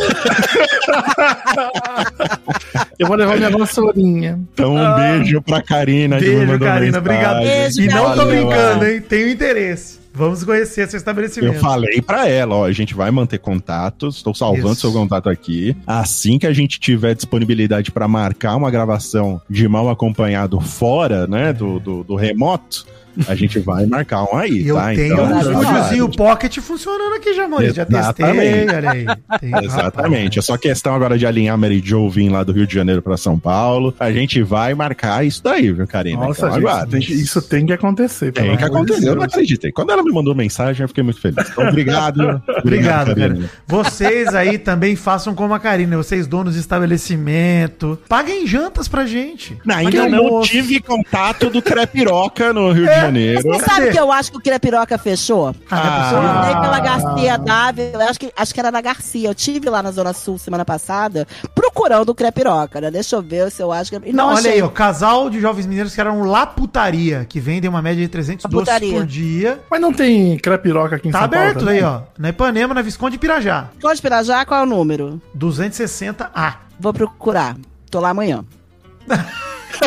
[SPEAKER 8] Eu vou levar minha vassourinha.
[SPEAKER 2] Então, um beijo pra Karina. que me
[SPEAKER 4] Ah. Beijo,
[SPEAKER 2] mandou
[SPEAKER 4] Karina.
[SPEAKER 2] mensagem.
[SPEAKER 4] Obrigado.
[SPEAKER 3] Beijo,
[SPEAKER 4] e não tô
[SPEAKER 3] Karina.
[SPEAKER 4] brincando, hein? Tenho interesse. Vamos conhecer seu
[SPEAKER 2] Eu
[SPEAKER 4] estabelecimento.
[SPEAKER 2] falei pra ela, ó, a gente vai manter contato, estou salvando
[SPEAKER 4] Isso.
[SPEAKER 2] seu contato aqui. Assim que a gente tiver disponibilidade pra marcar uma gravação de mal acompanhado fora, né, do, do, do remoto, a gente vai marcar um aí,
[SPEAKER 4] E eu
[SPEAKER 2] tá?
[SPEAKER 4] tenho um
[SPEAKER 3] tá
[SPEAKER 4] estúdiozinho pocket funcionando aqui já, Maurício. Já testei,
[SPEAKER 2] Exatamente.
[SPEAKER 4] olha aí. Tem-
[SPEAKER 2] Exatamente. É
[SPEAKER 4] Rapaz.
[SPEAKER 2] só questão agora de alinhar a Mary Jo vir lá do Rio de Janeiro pra São Paulo. A gente vai marcar isso daí, viu, Karina?
[SPEAKER 8] Nossa,
[SPEAKER 2] Então,
[SPEAKER 8] gente,
[SPEAKER 2] aguarde.
[SPEAKER 8] tem que- isso é tem que acontecer. pelo
[SPEAKER 2] Tem que
[SPEAKER 8] amor de
[SPEAKER 2] acontecer, eu não
[SPEAKER 8] Deus.
[SPEAKER 2] acreditei. Quando ela me mandou mensagem, eu fiquei muito feliz. Então, obrigado.
[SPEAKER 4] Obrigado,
[SPEAKER 2] Karina.
[SPEAKER 4] cara. Vocês aí também façam como a Karina, vocês donos de estabelecimento. Paguem jantas pra gente.
[SPEAKER 2] Não, ainda
[SPEAKER 4] Paguem
[SPEAKER 2] não
[SPEAKER 4] almoço.
[SPEAKER 2] tive contato do Crepiroca no Rio de Janeiro.
[SPEAKER 3] Você sabe que eu acho que o Crepiroca fechou?
[SPEAKER 4] é
[SPEAKER 3] Eu
[SPEAKER 2] Ah.
[SPEAKER 3] andei pela Garcia Dávila, eu acho que, acho que era na Garcia. Eu tive lá na Zona Sul semana passada procurando o Crepiroca, né? Deixa eu ver se eu acho que. e
[SPEAKER 4] Não,
[SPEAKER 3] Não,
[SPEAKER 4] olha aí,
[SPEAKER 3] achei.
[SPEAKER 4] ó, casal de jovens mineiros que eram laputaria, que vendem uma média de 300 doces
[SPEAKER 3] Laputaria.
[SPEAKER 4] por dia.
[SPEAKER 8] Mas não tem crepiroca aqui em
[SPEAKER 4] Tá
[SPEAKER 8] São Paulo?
[SPEAKER 4] aberto
[SPEAKER 8] também?
[SPEAKER 4] aí, ó, na Ipanema, na Visconde Pirajá,
[SPEAKER 3] Pode esperar já? Qual é o número?
[SPEAKER 4] 260A.
[SPEAKER 3] Vou procurar. Tô lá amanhã.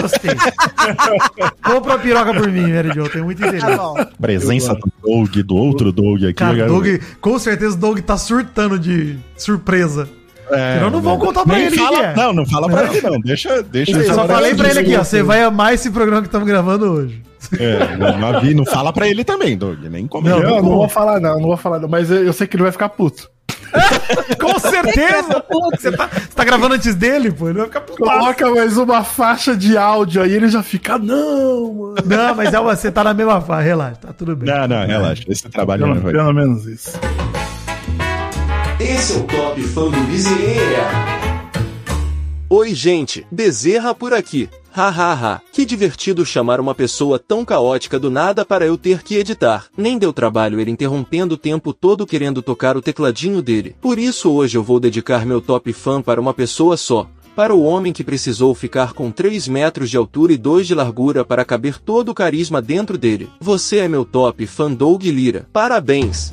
[SPEAKER 4] Gostei. Compra uma piroca por mim, Mary Jo, tem muito interesse.
[SPEAKER 3] Tá bom.
[SPEAKER 2] Presença do Doug, do outro Doug aqui.
[SPEAKER 4] Cara,
[SPEAKER 2] eu-
[SPEAKER 4] Doug, com certeza o Doug tá surtando de surpresa.
[SPEAKER 2] é,
[SPEAKER 4] senão não vão contar pra
[SPEAKER 2] nem
[SPEAKER 4] ele quem
[SPEAKER 2] fala-
[SPEAKER 4] é.
[SPEAKER 2] Não, não fala pra ele, não. Deixa, deixa
[SPEAKER 4] Eu
[SPEAKER 2] é isso
[SPEAKER 4] só
[SPEAKER 2] pra
[SPEAKER 4] falei pra ele aqui, ó,
[SPEAKER 2] desculpa.
[SPEAKER 4] você vai amar esse programa que estamos gravando hoje.
[SPEAKER 2] É, não, não avi- não fala pra ele também, Doug. Nem comenta.
[SPEAKER 8] Não, não,
[SPEAKER 2] Não,
[SPEAKER 8] vou falar não, não vou falar não, mas eu, eu sei que ele vai ficar puto.
[SPEAKER 4] Com certeza!
[SPEAKER 3] Putz,
[SPEAKER 4] Você tá, você tá gravando antes dele, pô, ele vai ficar putaço.
[SPEAKER 8] Coloca mais uma faixa de áudio aí, ele já fica, "Ah, não, mano.
[SPEAKER 4] Não, mas é uma, você tá na mesma fase, relaxa, tá tudo bem.
[SPEAKER 2] não, relaxa. Esse trabalho
[SPEAKER 8] Pelo,
[SPEAKER 2] não vai.
[SPEAKER 8] pelo menos isso.
[SPEAKER 1] Esse é o Top Fã do Bezerra.
[SPEAKER 9] Oi, gente, Bezerra por aqui. Hahaha, que divertido chamar uma pessoa tão caótica do nada para eu ter que editar. Nem deu trabalho ele interrompendo o tempo todo querendo tocar o tecladinho dele. Por isso hoje eu vou dedicar meu top fã para uma pessoa só. Para o homem que precisou ficar com 3 metros de altura e 2 de largura para caber todo o carisma dentro dele. Você é meu top fã Doug Lira. Parabéns!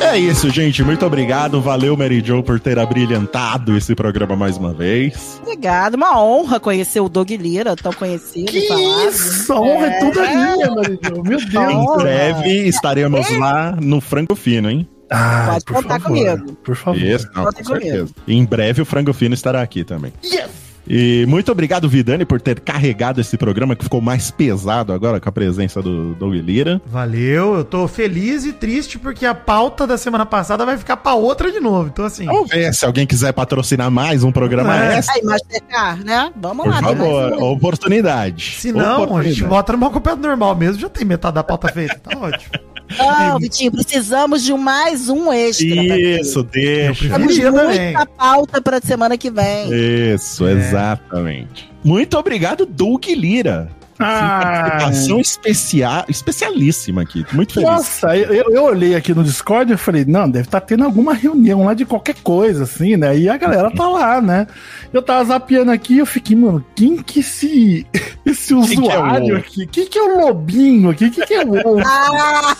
[SPEAKER 2] É isso, gente. Muito obrigado. Valeu, Mary Jo, por ter abrilhantado esse programa mais uma vez.
[SPEAKER 3] Obrigado, uma honra conhecer o Doug Lira, tão conhecido e
[SPEAKER 4] Tá
[SPEAKER 3] falado.
[SPEAKER 8] Isso, a honra
[SPEAKER 4] né?
[SPEAKER 8] é toda minha, Marijão. Meu Deus.
[SPEAKER 2] Em
[SPEAKER 3] Olá.
[SPEAKER 2] breve estaremos lá no Frango Fino, hein?
[SPEAKER 8] Ah,
[SPEAKER 3] Pode contar comigo.
[SPEAKER 8] Por favor.
[SPEAKER 2] Isso, não,
[SPEAKER 3] Contem
[SPEAKER 2] com certeza. Em breve o Frango Fino estará aqui também.
[SPEAKER 5] Yes!
[SPEAKER 2] E muito obrigado, Vidani, por ter carregado esse programa que ficou mais pesado agora com a presença do Doug Lira.
[SPEAKER 4] Valeu, eu tô feliz e triste porque a pauta da semana passada vai ficar pra outra de novo. Então, assim.
[SPEAKER 2] Vamos ver se alguém quiser patrocinar mais um programa
[SPEAKER 4] É.
[SPEAKER 2] extra.
[SPEAKER 3] Aí, Mastercard, né? Vamos
[SPEAKER 2] Por
[SPEAKER 3] lá. tem mais
[SPEAKER 2] favor,
[SPEAKER 3] um.
[SPEAKER 2] oportunidade.
[SPEAKER 4] Se não, a gente
[SPEAKER 2] Oportunidade.
[SPEAKER 4] bota numa competa normal mesmo, já tem metade da pauta feita. Tá ótimo.
[SPEAKER 3] Não, Vitinho, precisamos de mais um extra. pra gente.
[SPEAKER 2] Isso, deixa.
[SPEAKER 4] né? Eu
[SPEAKER 3] Temos
[SPEAKER 4] Queria também.
[SPEAKER 3] muita pauta pra semana que vem.
[SPEAKER 2] Isso,
[SPEAKER 4] É.
[SPEAKER 2] exatamente. Muito obrigado, Doug Lira.
[SPEAKER 8] Ah,
[SPEAKER 2] Participação especial, especialíssima aqui. Muito feliz.
[SPEAKER 8] Nossa, eu, eu- eu olhei aqui no Discord e falei, não, deve estar tendo alguma reunião lá de qualquer coisa, assim, né? E a galera tá lá, né? Eu tava zapeando aqui e eu fiquei, mano, quem que esse, esse
[SPEAKER 2] que é o
[SPEAKER 8] usuário
[SPEAKER 2] Wolf?
[SPEAKER 8] aqui? Quem que é o lobinho aqui? Quem que é o ovo?
[SPEAKER 3] Ah!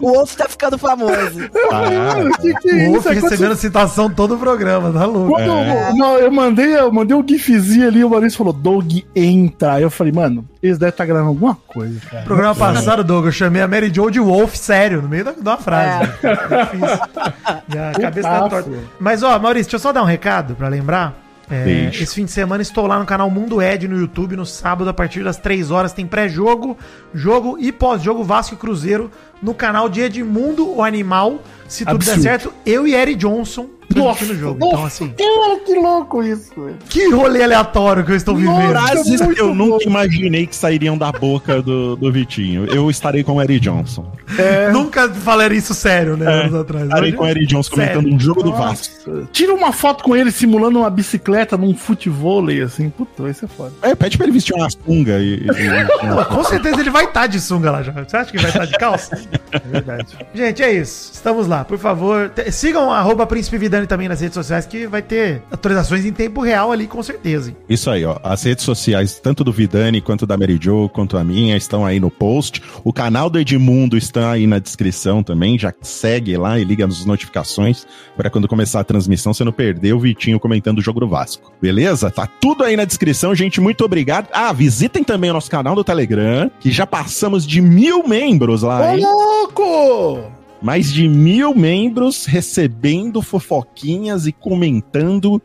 [SPEAKER 3] o Wolf tá ficando famoso.
[SPEAKER 8] Mano, que que é
[SPEAKER 4] O Wolf
[SPEAKER 8] isso? Aí quando
[SPEAKER 4] recebendo citação todo o programa, tá louco?
[SPEAKER 8] Quando eu, não, eu mandei, eu mandei um gifzinho ali, o Maurício falou, Doug, entra. Aí eu falei, mano, eles devem estar gravando alguma coisa, cara.
[SPEAKER 4] Programa passado, Doug, eu chamei a Mary Jo de Wolf, sério, no meio da, de uma frase. É. Difícil. E a cabeça tá
[SPEAKER 8] Putaço.
[SPEAKER 4] torta. Mas, ó, Maurício, deixa eu só dar um recado pra lembrar. É,
[SPEAKER 2] Deixa.
[SPEAKER 4] esse fim de semana estou lá no canal Mundo Ed no YouTube, no sábado, a partir das 3 horas. Tem pré-jogo, jogo e pós-jogo Vasco e Cruzeiro no canal de Edmundo, o Animal. Se tudo
[SPEAKER 8] Absurdo.
[SPEAKER 4] der certo, eu e Eric Johnson transmitindo o jogo. Então, assim,
[SPEAKER 8] cara, que louco isso, velho.
[SPEAKER 4] que rolê aleatório que eu estou vivendo.
[SPEAKER 2] Frases que eu
[SPEAKER 8] Muito
[SPEAKER 2] nunca
[SPEAKER 8] bom.
[SPEAKER 2] imaginei que sairiam da boca do, do Vitinho. Eu estarei com o Eric Johnson.
[SPEAKER 4] Nunca falaram isso sério, né? Anos atrás.
[SPEAKER 2] Estarei
[SPEAKER 4] Hoje-
[SPEAKER 2] é. com o Eric Johnson comentando
[SPEAKER 4] Sério.
[SPEAKER 2] um jogo do Vasco.
[SPEAKER 8] Tira uma foto com ele simulando uma bicicleta num futevôlei, assim. Puta, isso é foda.
[SPEAKER 2] É, pede pra ele vestir uma sunga e.
[SPEAKER 4] Pô,
[SPEAKER 2] e-
[SPEAKER 4] Ah, com certeza ele vai estar de sunga lá já. Você acha que vai estar de calça? É verdade. Gente, é isso. Estamos lá. Por favor, te- sigam arroba Príncipe Vidani também nas redes sociais, que vai ter atualizações em tempo real ali, com certeza. hein?
[SPEAKER 2] Isso aí, ó. As redes sociais, tanto do Vidani, quanto da Mary Jo, quanto a minha, estão aí no post. O canal do Edmundo está aí na descrição também. Já segue lá e liga nas notificações para quando começar a transmissão você não perder o Vitinho comentando o jogo do Vasco. Beleza? Tá tudo aí na descrição, gente. Muito obrigado. Ah, visitem também o nosso canal do Telegram, que já passamos de mil membros lá, hein?
[SPEAKER 8] louco!
[SPEAKER 2] Mais de mil membros recebendo fofoquinhas e comentando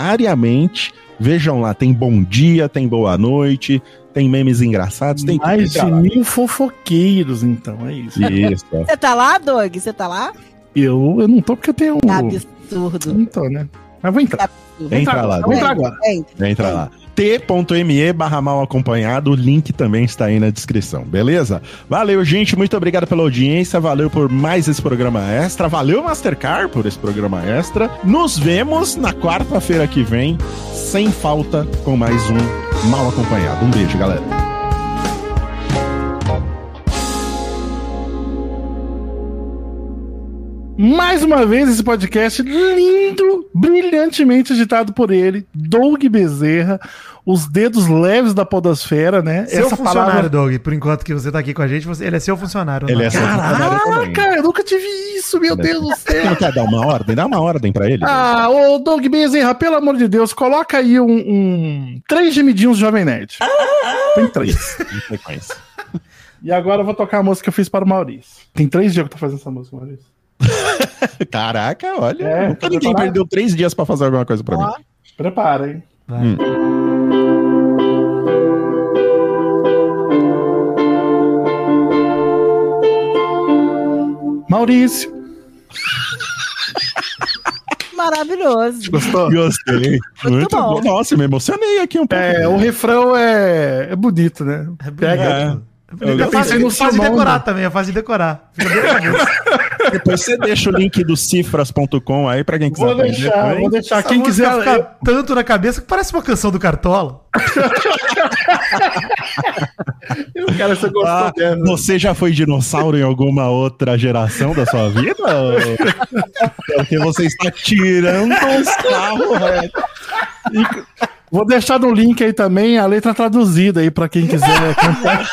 [SPEAKER 2] diariamente. Vejam lá, tem bom dia, tem boa noite, tem memes engraçados, tem
[SPEAKER 8] Mais de
[SPEAKER 2] tudo.
[SPEAKER 8] mil fofoqueiros, então, é isso.
[SPEAKER 2] Isso.
[SPEAKER 3] Você tá lá, Doug? Você tá lá?
[SPEAKER 8] Eu, eu não tô porque eu tenho... um-
[SPEAKER 3] Tá Absurdo.
[SPEAKER 8] Não tô, né? Mas vou entrar.
[SPEAKER 2] Entra lá,
[SPEAKER 8] Vou entrar agora.
[SPEAKER 3] Gente,
[SPEAKER 2] Né, entra lá. T.me barra mal acompanhado, o link também está aí na descrição, beleza? Valeu, gente, muito obrigado pela audiência, valeu por mais esse programa extra, valeu Mastercard por esse programa extra. Nos vemos na quarta-feira que vem, sem falta, com mais um Mal Acompanhado. Um beijo, galera.
[SPEAKER 8] Mais uma vez, esse podcast lindo, brilhantemente editado por ele, Doug Bezerra, os dedos leves da podosfera, né?
[SPEAKER 4] É Seu funcionário,
[SPEAKER 8] palavra-
[SPEAKER 4] Doug, por enquanto que você tá aqui com a gente, você- ele é seu funcionário.
[SPEAKER 2] Ele é
[SPEAKER 4] Nath.
[SPEAKER 2] seu funcionário também.
[SPEAKER 8] Caraca, Ah, eu nunca tive isso, meu
[SPEAKER 2] Ele é
[SPEAKER 8] Deus do
[SPEAKER 2] Você
[SPEAKER 8] céu!
[SPEAKER 2] não quer dar uma ordem? Dá uma ordem pra ele.
[SPEAKER 8] Ah, ô Doug Bezerra, pelo amor de Deus, coloca aí um. um- três gemidinhos do Jovem Nerd. Tem três.
[SPEAKER 2] Em sequência.
[SPEAKER 8] E agora eu vou tocar a música que eu fiz para o Maurício. Tem três dias que eu tô fazendo essa música, Maurício.
[SPEAKER 2] Caraca, olha.
[SPEAKER 8] É,
[SPEAKER 2] nunca ninguém
[SPEAKER 8] preparado?
[SPEAKER 2] perdeu três dias pra fazer alguma coisa pra mim.
[SPEAKER 8] Prepara, hein? Maurício.
[SPEAKER 3] Maravilhoso.
[SPEAKER 8] Gostou?
[SPEAKER 2] Gostei.
[SPEAKER 3] Muito
[SPEAKER 2] Muito
[SPEAKER 3] bom.
[SPEAKER 2] bom. Nossa, me emocionei aqui um pouco.
[SPEAKER 8] É, o refrão é, é bonito, né?
[SPEAKER 4] É bonito.
[SPEAKER 8] Pega.
[SPEAKER 4] Ele
[SPEAKER 2] Eu
[SPEAKER 4] é fácil,
[SPEAKER 8] pensei no
[SPEAKER 4] é fácil de
[SPEAKER 8] Simão,
[SPEAKER 4] decorar
[SPEAKER 8] né?
[SPEAKER 4] também, é fácil de decorar. Fica bem na cabeça.
[SPEAKER 2] Depois você deixa o link do cifras.com aí pra quem quiser
[SPEAKER 8] Vou deixar,
[SPEAKER 2] também.
[SPEAKER 8] vou deixar.
[SPEAKER 4] Essa
[SPEAKER 8] Quem
[SPEAKER 4] música
[SPEAKER 8] quiser.
[SPEAKER 4] fica tanto na cabeça que parece uma canção do Cartola.
[SPEAKER 8] Eu, eu quero você gostou
[SPEAKER 2] Ah,
[SPEAKER 8] dela.
[SPEAKER 2] você já foi dinossauro em alguma outra geração da sua É um vida? Porque você está tirando os carros, velho.
[SPEAKER 8] E vou deixar no link aí também a letra traduzida aí pra quem quiser cantar.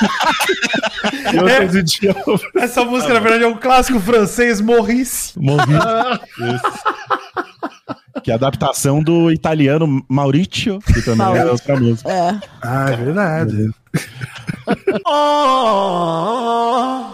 [SPEAKER 8] em outros idiomas.
[SPEAKER 4] Essa música, na verdade, é um clássico francês, Maurice.
[SPEAKER 2] Morri.
[SPEAKER 8] Ah.
[SPEAKER 2] Isso. Que é a adaptação do italiano Maurizio, que também é
[SPEAKER 3] Maurizio.
[SPEAKER 2] outra música.
[SPEAKER 3] É.
[SPEAKER 8] Ah, é verdade.
[SPEAKER 4] Oh,